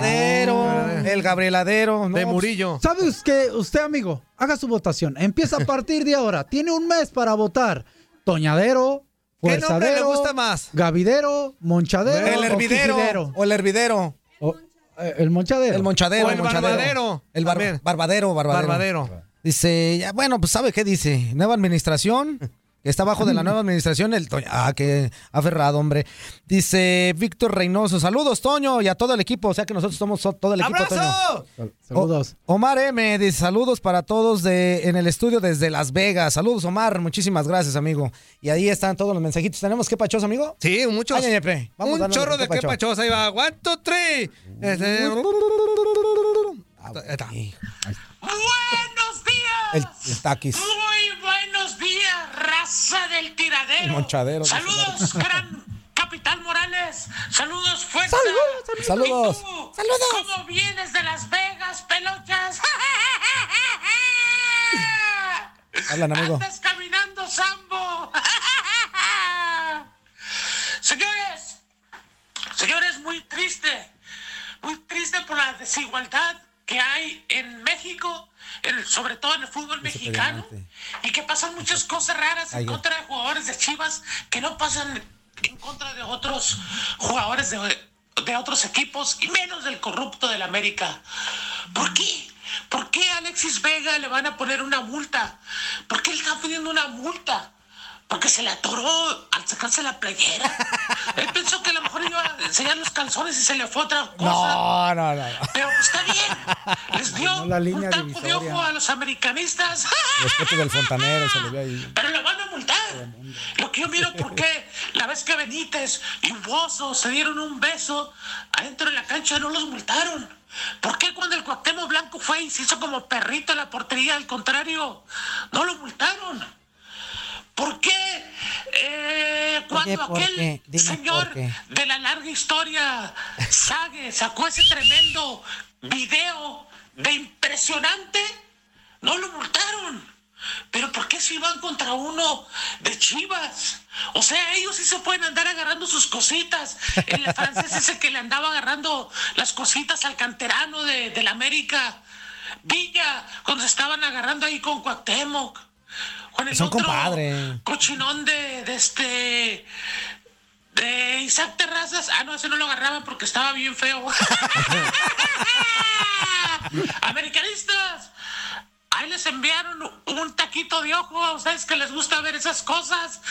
[SPEAKER 9] Gabrieladero. El Gabrieladero.
[SPEAKER 2] De Murillo.
[SPEAKER 29] pues, ¿Sabes que usted, amigo, haga su votación? Empieza a partir de ahora. Tiene un mes para votar. Toñadero,
[SPEAKER 2] ¿Qué nombre le
[SPEAKER 29] Fuerzadero.
[SPEAKER 2] gusta más?
[SPEAKER 29] Gavidero, Monchadero.
[SPEAKER 9] El
[SPEAKER 29] o
[SPEAKER 9] hervidero.
[SPEAKER 29] Quijidero.
[SPEAKER 9] O el hervidero.
[SPEAKER 29] O, eh, el Monchadero.
[SPEAKER 9] El monchadero.
[SPEAKER 29] O el
[SPEAKER 9] monchadero.
[SPEAKER 29] barbadero,
[SPEAKER 9] El bar-
[SPEAKER 29] también.
[SPEAKER 9] barbadero, barbadero.
[SPEAKER 29] Barbadero.
[SPEAKER 9] Dice, ya, bueno, pues sabe qué dice. Nueva administración. que Está abajo de la nueva administración el Toño. Ah, qué aferrado, hombre. Dice Víctor Reynoso. Saludos, Toño, y a todo el equipo. O sea que nosotros somos so- todo el equipo,
[SPEAKER 29] Oh.
[SPEAKER 2] ¡Abrazo!
[SPEAKER 9] Toño.
[SPEAKER 29] Saludos.
[SPEAKER 9] O- Omar M. Dice, saludos para todos de, en el estudio desde Las Vegas. Saludos, Omar. Muchísimas gracias, amigo. Y ahí están todos los mensajitos. ¿Tenemos qué pachos, amigo?
[SPEAKER 2] Sí, muchos.
[SPEAKER 9] Ay, ñepe, vamos
[SPEAKER 2] un
[SPEAKER 9] dándole
[SPEAKER 2] chorro de
[SPEAKER 9] qué pacho.
[SPEAKER 2] quepachos. Ahí va. One, two, three. Este-
[SPEAKER 9] Ah,
[SPEAKER 2] Ahí está.
[SPEAKER 14] Buenos días.
[SPEAKER 9] El, el taquis.
[SPEAKER 14] Muy buenos días, raza del tiradero.
[SPEAKER 9] Monchadero.
[SPEAKER 14] Saludos, gran capitán Morales. Saludos, fuerza.
[SPEAKER 9] Saludos.
[SPEAKER 14] Saludos. ¿Cómo vienes de Las Vegas, (laughs) pelotas?
[SPEAKER 9] Hablan, amigo.
[SPEAKER 14] Andas caminando, Sambo. (laughs) Señores, señores, muy triste, muy triste por la desigualdad que hay en México, en- sobre todo en el fútbol mexicano, y que pasan muchas cosas raras en
[SPEAKER 9] Ayer.
[SPEAKER 14] contra de jugadores de Chivas que no pasan en contra de otros jugadores de, de otros equipos y menos del corrupto del América. ¿Por qué? ¿Por qué a Alexis Vega le van a poner una multa? ¿Por qué le están poniendo una multa? Porque se le atoró al sacarse la playera. Él pensó que a lo mejor iba a enseñar los calzones y se le fue otra cosa.
[SPEAKER 9] No, no, no.
[SPEAKER 14] Pero pues está bien. Les dio
[SPEAKER 9] No, la
[SPEAKER 14] un
[SPEAKER 9] línea
[SPEAKER 14] taco de
[SPEAKER 9] divisoria.
[SPEAKER 14] ojo a los americanistas. (laughs)
[SPEAKER 9] Los coches del fontanero se le ve ahí.
[SPEAKER 14] Pero lo van a multar. Lo que yo miro, ¿por qué? La vez que Benítez y Bozo se dieron un beso adentro de la cancha no los multaron. ¿Por qué cuando el Cuauhtémoc Blanco fue y se hizo como perrito en la portería, al contrario, no lo multaron? ¿Por qué eh, cuando
[SPEAKER 9] Oye, ¿por
[SPEAKER 14] aquel
[SPEAKER 9] qué? Dime
[SPEAKER 14] señor
[SPEAKER 9] por qué.
[SPEAKER 14] de la larga historia Sague sacó ese tremendo video de impresionante, no lo multaron? Pero ¿por qué si van contra uno de Chivas? O sea, ellos sí se pueden andar agarrando sus cositas. El francés ese que le andaba agarrando las cositas al canterano de, del América. Villa, cuando se estaban agarrando ahí con Cuauhtémoc. Con el
[SPEAKER 9] Son
[SPEAKER 14] otro
[SPEAKER 9] compadre.
[SPEAKER 14] cochinón de, de este... De Isaac Terrazas. Ah, no, ese no lo agarraban porque estaba bien feo. (laughs) Americanistas, ahí les enviaron un taquito de ojo a ustedes que les gusta ver esas cosas.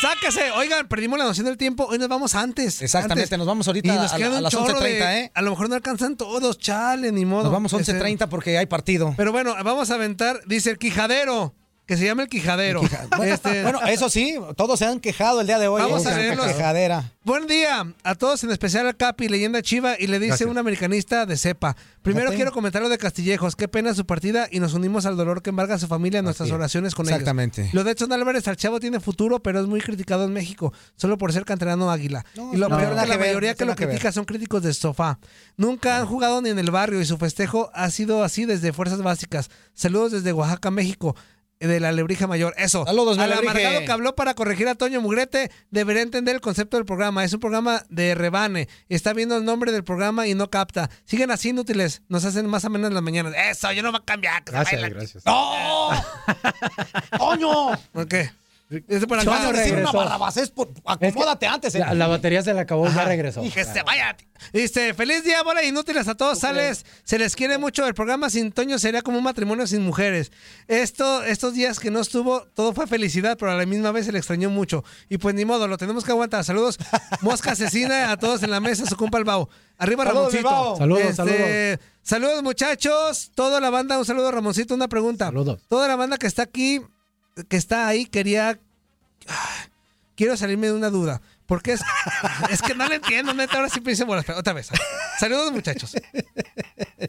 [SPEAKER 2] Sáquese. Oigan, perdimos la noción del tiempo. Hoy nos vamos antes.
[SPEAKER 9] Exactamente,
[SPEAKER 2] antes.
[SPEAKER 9] nos vamos ahorita
[SPEAKER 2] Y nos
[SPEAKER 9] a-
[SPEAKER 2] queda
[SPEAKER 9] a
[SPEAKER 2] un
[SPEAKER 9] las
[SPEAKER 2] chorro
[SPEAKER 9] 11:30,
[SPEAKER 2] de-
[SPEAKER 9] ¿eh?
[SPEAKER 2] A lo mejor no alcanzan todos, chale, ni modo.
[SPEAKER 9] Nos vamos
[SPEAKER 2] Este,
[SPEAKER 9] 11.30 porque hay partido.
[SPEAKER 2] Pero bueno, vamos a aventar, dice el quijadero, que se llama el quijadero.
[SPEAKER 9] Bueno,
[SPEAKER 2] Este,
[SPEAKER 9] (laughs) bueno, eso sí, todos se han quejado el día de hoy.
[SPEAKER 2] Vamos
[SPEAKER 9] ¿eh?
[SPEAKER 2] a leerlos.
[SPEAKER 9] Quejadera.
[SPEAKER 2] Buen día a todos, en especial a Capi, leyenda chiva, y le dice
[SPEAKER 9] Gracias.
[SPEAKER 2] un americanista de cepa. Primero
[SPEAKER 9] Fíjate.
[SPEAKER 2] quiero comentar lo de Castillejos. Qué pena su partida y nos unimos al dolor que embarga a su familia en nuestras
[SPEAKER 9] es.
[SPEAKER 2] oraciones con
[SPEAKER 9] Exactamente.
[SPEAKER 2] ellos. Lo de Edson Álvarez al chavo tiene futuro, pero es muy criticado en México, solo por ser canterano águila. y lo
[SPEAKER 9] no,
[SPEAKER 2] peor
[SPEAKER 9] nada
[SPEAKER 2] que la
[SPEAKER 9] que ver,
[SPEAKER 2] mayoría
[SPEAKER 9] no
[SPEAKER 2] que
[SPEAKER 9] tiene
[SPEAKER 2] lo
[SPEAKER 9] nada que ver.
[SPEAKER 2] critica son críticos de sofá. Nunca han jugado ni en el barrio y su festejo ha sido así desde fuerzas básicas. Saludos desde Oaxaca, México. eh, De la Lebrija Mayor. Eso.
[SPEAKER 9] Saludos, mi
[SPEAKER 2] Al
[SPEAKER 9] Lebrije.
[SPEAKER 2] amargado que habló para corregir a Toño Mugrete, debería entender el concepto del programa. Es un programa de rebane. Está viendo el nombre del programa y no capta. Siguen así inútiles. Nos hacen más o menos las mañanas. Eh. Eso, yo no va a cambiar. que se
[SPEAKER 14] Gracias,
[SPEAKER 2] baila.
[SPEAKER 14] gracias.
[SPEAKER 9] ¡No! ¡Toño!
[SPEAKER 2] ¿Por qué? Es para
[SPEAKER 9] Si
[SPEAKER 2] acá.
[SPEAKER 9] vas a decir una barrabasés, por- acomódate antes. ¿eh?
[SPEAKER 29] La, la batería se le acabó, ya regresó.
[SPEAKER 2] Que
[SPEAKER 9] este
[SPEAKER 2] se vaya. Dice, feliz día, bola de inútiles a todos, sales. Se les quiere mucho. El programa sin Toño sería como un matrimonio sin mujeres. Esto, estos días que no estuvo, todo fue felicidad, pero a la misma vez se le extrañó mucho. Y pues ni modo, lo tenemos que aguantar. Saludos, mosca asesina, a todos en la mesa, su compa el Bao. Arriba,
[SPEAKER 9] Saludos, mi
[SPEAKER 2] Ramoncito.
[SPEAKER 9] Bao. Saludos,
[SPEAKER 2] Este, Saludos, muchachos. Toda la banda, un saludo, Ramoncito. Una pregunta. Toda la banda que está aquí, que está ahí, quería quiero salirme de una duda. Porque es, (laughs) es que no lo entiendo, neta. Ahora sí pienso, bueno, espera, otra vez. Saludos, muchachos.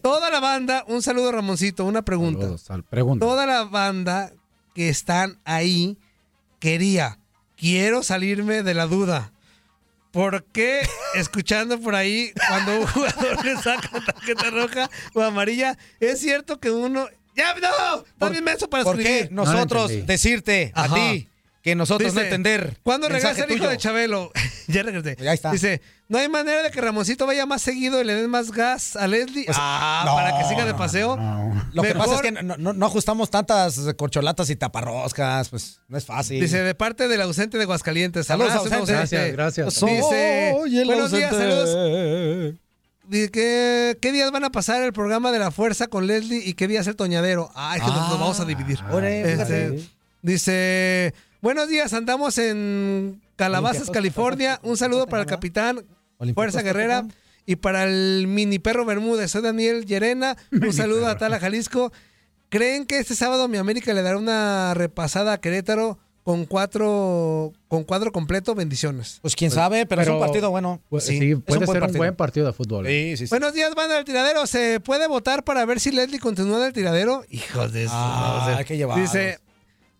[SPEAKER 2] Toda la banda, un saludo, Ramoncito, una pregunta.
[SPEAKER 31] Pregunta.
[SPEAKER 2] Toda la banda que están ahí quería, quiero salirme de la duda. ¿Por
[SPEAKER 9] (laughs)
[SPEAKER 2] qué escuchando por ahí cuando un jugador le saca tarjeta roja o amarilla, es cierto que uno... ¡Ya, no! Estás bien menso para
[SPEAKER 9] ¿Por qué
[SPEAKER 2] escribir.
[SPEAKER 9] nosotros decirte a
[SPEAKER 2] Ajá.
[SPEAKER 9] ti que nosotros no
[SPEAKER 2] Dice,
[SPEAKER 9] entender?
[SPEAKER 2] ¿Cuándo
[SPEAKER 9] mensaje
[SPEAKER 2] regresa el hijo
[SPEAKER 9] tuyo?
[SPEAKER 2] de Chabelo? (laughs) ya regresé.
[SPEAKER 9] Pues Ahí está.
[SPEAKER 2] Dice, no hay manera de que Ramoncito vaya más seguido y le den más gas a Leslie ah,
[SPEAKER 9] Pues, no,
[SPEAKER 2] para que siga de paseo.
[SPEAKER 9] Lo que pasa es
[SPEAKER 2] Mejor-
[SPEAKER 9] que no, no- no ajustamos tantas corcholatas y taparroscas, pues no es fácil.
[SPEAKER 2] Dice, de parte del ausente de Aguascalientes.
[SPEAKER 9] Saludos,
[SPEAKER 2] Abrazo,
[SPEAKER 9] ausente.
[SPEAKER 2] ausente.
[SPEAKER 9] Gracias, gracias.
[SPEAKER 2] Dice,
[SPEAKER 9] Soy el
[SPEAKER 2] buenos días,
[SPEAKER 9] ausente.
[SPEAKER 2] saludos. Dice, ¿Qué, ¿Qué días van a pasar el programa de la fuerza con Leslie y qué día es el toñadero? Ah, es que nos, nos vamos a dividir.
[SPEAKER 9] órale,
[SPEAKER 2] Este,
[SPEAKER 9] fíjate.
[SPEAKER 2] dice, buenos días, andamos en Calabazas, California. Un saludo para el capitán Fuerza Guerrera y para el mini perro Bermúdez. Soy Daniel Llerena. Un saludo a Tala Jalisco. ¿Creen que este sábado mi América le dará una repasada a Querétaro con cuatro con cuadro completo? Bendiciones.
[SPEAKER 9] Pues quién sabe, pero, es un partido bueno.
[SPEAKER 2] Pues
[SPEAKER 9] sí,
[SPEAKER 2] sí,
[SPEAKER 9] es
[SPEAKER 10] Puede
[SPEAKER 9] un buen
[SPEAKER 10] ser un
[SPEAKER 9] partido.
[SPEAKER 10] buen partido de fútbol.
[SPEAKER 9] Sí, sí, sí.
[SPEAKER 2] Buenos días, banda del tiradero. ¿Se puede votar para ver si Leslie continúa en el tiradero? Hijos de
[SPEAKER 9] Ah,
[SPEAKER 2] no, o sea,
[SPEAKER 9] hay que llevarlos.
[SPEAKER 2] Dice,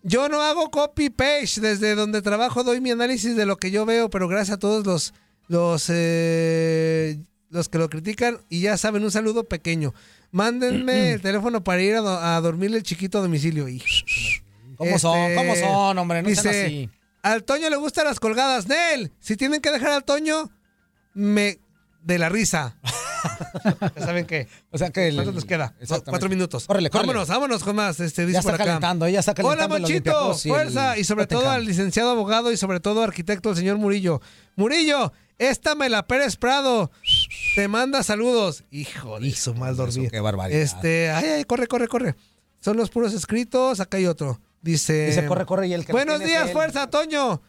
[SPEAKER 2] yo no hago copy paste. Desde donde trabajo doy mi análisis de lo que yo veo, pero gracias a todos los los eh, los que lo critican y ya saben un saludo pequeño.
[SPEAKER 9] (clears throat)
[SPEAKER 2] Mándenme el teléfono para ir a, do- a dormirle el chiquito a domicilio. Y-
[SPEAKER 9] ¿Cómo son? ¿Cómo son, hombre? No sean así.
[SPEAKER 2] Este, Al Toño le gustan las colgadas, Nel. Si tienen que dejar al Toño, me de la risa. ya saben qué.
[SPEAKER 9] (laughs) O sea que el-
[SPEAKER 2] ¿Cuánto nos queda?
[SPEAKER 9] Exactamente.
[SPEAKER 2] Cuatro minutos.
[SPEAKER 9] Córrele, córrele.
[SPEAKER 2] Vámonos, vámonos con más. Este, dice
[SPEAKER 9] Ya está
[SPEAKER 2] por acá.
[SPEAKER 9] calentando, eh, ya está calentando
[SPEAKER 2] Hola,
[SPEAKER 9] el
[SPEAKER 2] Monchito.
[SPEAKER 9] Olympiacos y Oh, el
[SPEAKER 2] Fuerza. Y sobre todo
[SPEAKER 9] Tottenham.
[SPEAKER 2] al licenciado abogado y sobre todo arquitecto, el señor Murillo. Murillo, esta Mela Pérez Prado te manda saludos. Hijo de su mal dormir.
[SPEAKER 9] Qué barbaridad.
[SPEAKER 2] Este, ay, ay, corre, corre, corre. Son los puros escritos. Acá hay otro. Dice.
[SPEAKER 9] Dice, corre, corre, y el que no
[SPEAKER 2] Buenos
[SPEAKER 9] tiene es
[SPEAKER 2] días,
[SPEAKER 9] él".
[SPEAKER 2] fuerza, Toño.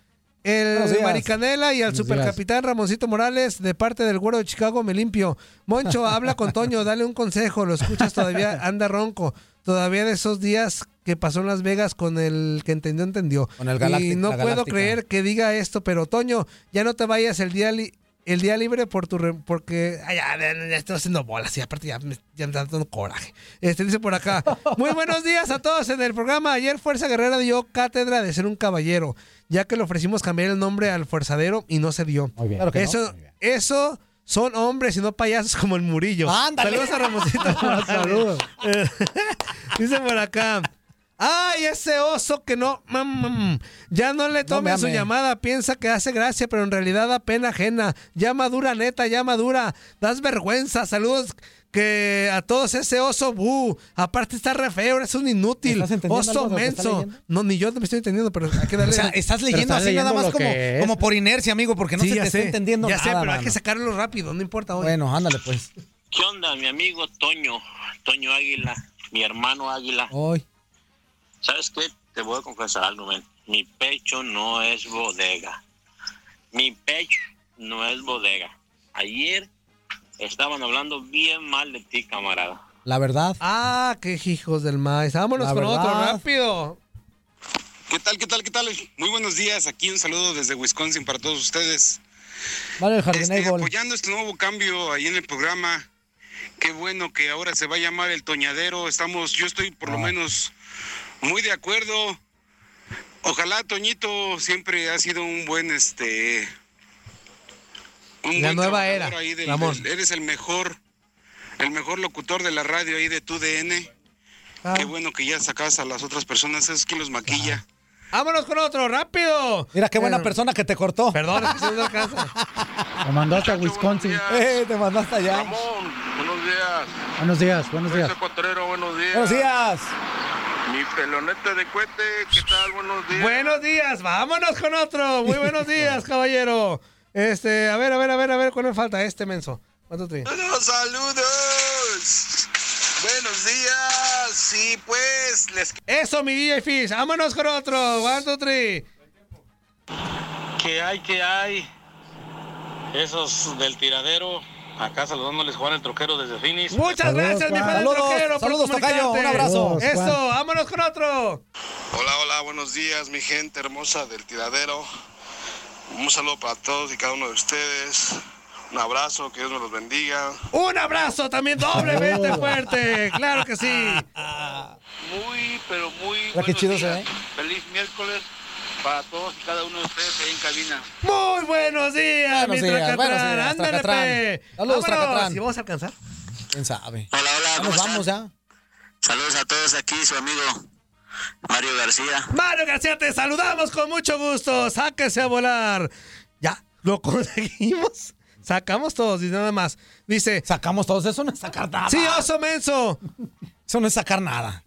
[SPEAKER 9] Buenos
[SPEAKER 2] El
[SPEAKER 9] días.
[SPEAKER 2] Maricanela y al
[SPEAKER 9] Buenos
[SPEAKER 2] supercapitán Ramoncito Morales, de parte del Güero de Chicago, me limpio.
[SPEAKER 9] (laughs)
[SPEAKER 2] Moncho, habla con Toño, dale un consejo. Lo escuchas todavía, anda ronco. Todavía de esos días que pasó en Las Vegas con el que entendió, entendió.
[SPEAKER 9] Con el Galactic-
[SPEAKER 2] y no
[SPEAKER 9] la
[SPEAKER 2] puedo
[SPEAKER 9] Galáctica.
[SPEAKER 2] creer que diga esto, pero Toño, ya no te vayas el día, li- el día libre por tu re- porque ay, ya, ya, ya estoy haciendo bolas y aparte ya me, ya me está dando coraje. Este dice por acá, muy buenos días a todos en el programa. Ayer Fuerza Guerrera dio cátedra de ser un caballero, ya que le ofrecimos cambiar el nombre al forzadero y no se dio.
[SPEAKER 9] bien. Claro que no.
[SPEAKER 2] eso, eso son hombres y no payasos como el Murillo.
[SPEAKER 9] Ándale.
[SPEAKER 2] Saludos a Ramosito.
[SPEAKER 9] (laughs) Saludos.
[SPEAKER 2] Dice por acá. Ay, ese oso que no. mm, mm, mm. ya no le tomen
[SPEAKER 9] me
[SPEAKER 2] su
[SPEAKER 9] ame.
[SPEAKER 2] llamada. Piensa que hace gracia, pero en realidad da pena ajena. Ya madura, neta, ya madura. Das vergüenza. Saludos que a todos ese oso bu. Aparte está re feo, eres un inútil.
[SPEAKER 9] ¿Estás entendiendo
[SPEAKER 2] Oso
[SPEAKER 9] algo de lo que está
[SPEAKER 2] menso.
[SPEAKER 9] leyendo?
[SPEAKER 2] No, ni yo me estoy entendiendo, pero hay que darle.
[SPEAKER 9] O sea, estás leyendo así nada más como, como por inercia, amigo, porque no
[SPEAKER 2] Sí,
[SPEAKER 9] se
[SPEAKER 2] ya
[SPEAKER 9] te está
[SPEAKER 2] sé,
[SPEAKER 9] entendiendo
[SPEAKER 2] ya
[SPEAKER 9] nada.
[SPEAKER 2] sé, pero hay
[SPEAKER 9] mano.
[SPEAKER 2] que sacarlo rápido, no importa hoy.
[SPEAKER 9] Bueno, ándale pues.
[SPEAKER 19] ¿Qué onda, mi amigo Toño? Toño Águila, mi hermano Águila.
[SPEAKER 9] Hoy.
[SPEAKER 19] ¿Sabes qué? Te voy a confesar algo, men. Mi pecho no es bodega. Mi pecho no es bodega. Ayer estaban hablando bien mal de ti, camarada.
[SPEAKER 9] La verdad.
[SPEAKER 2] Ah, qué hijos del maíz. Vámonos
[SPEAKER 9] La
[SPEAKER 2] con otro
[SPEAKER 9] verdad.
[SPEAKER 2] rápido.
[SPEAKER 29] ¿Qué tal, qué tal, qué tal? Muy buenos días. Aquí un saludo desde Wisconsin para todos ustedes.
[SPEAKER 9] Vale, el
[SPEAKER 29] Este,
[SPEAKER 9] jardinero.
[SPEAKER 2] pues
[SPEAKER 29] apoyando este nuevo cambio ahí en el programa. Qué bueno que ahora se va a llamar el Toñadero. Estamos, yo estoy por
[SPEAKER 2] Ah.
[SPEAKER 29] lo menos muy de acuerdo. Ojalá Toñito siempre ha sido un buen este un
[SPEAKER 2] La nueva
[SPEAKER 29] trabajador
[SPEAKER 2] era,
[SPEAKER 29] ahí del-
[SPEAKER 2] Ramón.
[SPEAKER 29] del- eres el mejor el mejor locutor de la radio ahí de tu DN.
[SPEAKER 2] Ah.
[SPEAKER 29] Qué bueno que ya sacas a las otras personas, es que los maquilla.
[SPEAKER 2] Vámonos con otro rápido. Eh,
[SPEAKER 9] Mira qué buena persona que te cortó.
[SPEAKER 2] Perdón, es que se me alcanza.
[SPEAKER 10] (laughs) Te mandaste a Wisconsin.
[SPEAKER 9] Eh, te mandaste allá.
[SPEAKER 4] Buenos días.
[SPEAKER 10] Buenos días, buenos días.
[SPEAKER 4] Ecuatorero, buenos días.
[SPEAKER 10] Buenos días.
[SPEAKER 4] Mi pelonete de cohete, ¿qué tal? Buenos días.
[SPEAKER 2] Buenos días, vámonos con otro. Muy buenos días, caballero. Este, a ver, a ver, a ver, a ver, ¿cuál me falta? Este menso. ¿Cuánto te
[SPEAKER 4] Saludos, saludos. Buenos días. Sí, pues, les
[SPEAKER 2] Eso, mi DJ Fish. Vámonos con otro. One, two, three.
[SPEAKER 4] que hay, que hay. Esos del tiradero. Acá saludándoles Juan el Troquero desde Phoenix.
[SPEAKER 2] Muchas gracias, mi padre troquero, por comunicarte. Eso, vámonos con otro.
[SPEAKER 4] Hola, hola, buenos días, mi gente hermosa del tiradero.
[SPEAKER 18] Un saludo para todos y cada uno de ustedes. Un abrazo, que Dios me los bendiga.
[SPEAKER 2] Un abrazo también doblemente fuerte. Claro que sí.
[SPEAKER 16] Muy, pero muy
[SPEAKER 2] Mira qué
[SPEAKER 9] Ah,
[SPEAKER 16] buenos
[SPEAKER 2] chido se
[SPEAKER 16] días.
[SPEAKER 2] ve.
[SPEAKER 16] Feliz miércoles para todos y cada uno de ustedes ahí en cabina.
[SPEAKER 2] Muy buenos días,
[SPEAKER 9] Buenos
[SPEAKER 2] mi
[SPEAKER 9] días,
[SPEAKER 2] Tracatrán.
[SPEAKER 9] buenos días,
[SPEAKER 2] Ándale,
[SPEAKER 9] Tracatrán.
[SPEAKER 2] pe.
[SPEAKER 9] Saludos,
[SPEAKER 2] Vámonos.
[SPEAKER 9] Tracatrán.
[SPEAKER 2] ¿Y vamos a alcanzar?
[SPEAKER 9] ¿Quién sabe?
[SPEAKER 16] Hola, hola.
[SPEAKER 9] Vamos, vamos ya.
[SPEAKER 16] Saludos a todos aquí, su amigo Mario García.
[SPEAKER 2] Mario García, te saludamos con mucho gusto. Sáquese a volar. Ya, lo (laughs) conseguimos. Sacamos todos, dice nada más. Dice.
[SPEAKER 9] Sacamos todos, eso no es sacar nada.
[SPEAKER 2] Sí, oso menso.
[SPEAKER 9] Eso no es sacar nada.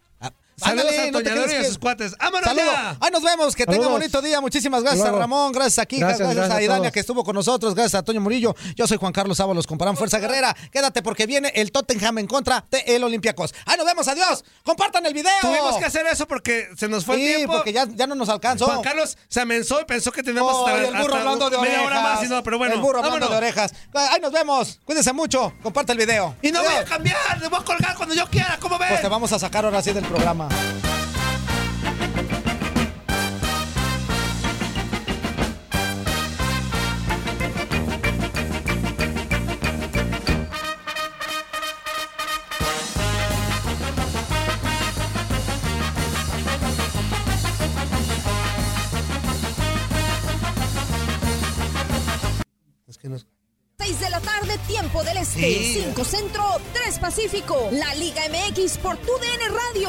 [SPEAKER 2] Saludos
[SPEAKER 9] Ándale,
[SPEAKER 2] a
[SPEAKER 9] no te
[SPEAKER 2] Toñador y
[SPEAKER 9] creas
[SPEAKER 2] a
[SPEAKER 9] que-
[SPEAKER 2] sus cuates. ¡Vámonos
[SPEAKER 9] Saludo.
[SPEAKER 2] ya!
[SPEAKER 9] Ahí nos vemos. Que tenga
[SPEAKER 2] Saludos.
[SPEAKER 9] bonito día. Muchísimas gracias
[SPEAKER 2] Luego.
[SPEAKER 9] a Ramón. Gracias a Kika.
[SPEAKER 2] Gracias,
[SPEAKER 9] Gracias,
[SPEAKER 2] gracias
[SPEAKER 9] a
[SPEAKER 2] a
[SPEAKER 9] Idania
[SPEAKER 2] todos.
[SPEAKER 9] que estuvo con nosotros. Gracias a Toño Murillo. Yo soy Juan Carlos Ábalos. Comparamos Fuerza Guerrera. Quédate porque viene el Tottenham en contra de el Olympiacos. Ahí nos vemos. Adiós. Compartan el video.
[SPEAKER 2] Tuvimos que hacer eso porque se nos fue
[SPEAKER 9] Sí,
[SPEAKER 2] el tiempo.
[SPEAKER 9] porque ya, ya no nos alcanzó.
[SPEAKER 2] Juan Carlos se amenzó y pensó que teníamos
[SPEAKER 9] Oh,
[SPEAKER 2] hasta,
[SPEAKER 9] y el burro
[SPEAKER 2] hasta
[SPEAKER 9] hablando de
[SPEAKER 2] media
[SPEAKER 9] orejas.
[SPEAKER 2] hora más y no, pero bueno.
[SPEAKER 9] El burro hablando
[SPEAKER 2] vámonos.
[SPEAKER 9] de orejas. Ahí nos vemos. Cuídense mucho. Comparte el video.
[SPEAKER 2] Y no
[SPEAKER 9] Adiós.
[SPEAKER 2] voy a cambiar, le voy a colgar cuando yo quiera, ¿cómo ves?
[SPEAKER 9] Pues te vamos a sacar ahora sí del programa.
[SPEAKER 2] Es que nos-
[SPEAKER 20] 6 de la tarde, tiempo del este.
[SPEAKER 2] Sí.
[SPEAKER 20] 5 centro, 3 pacífico. La Liga MX por tu DN Radio.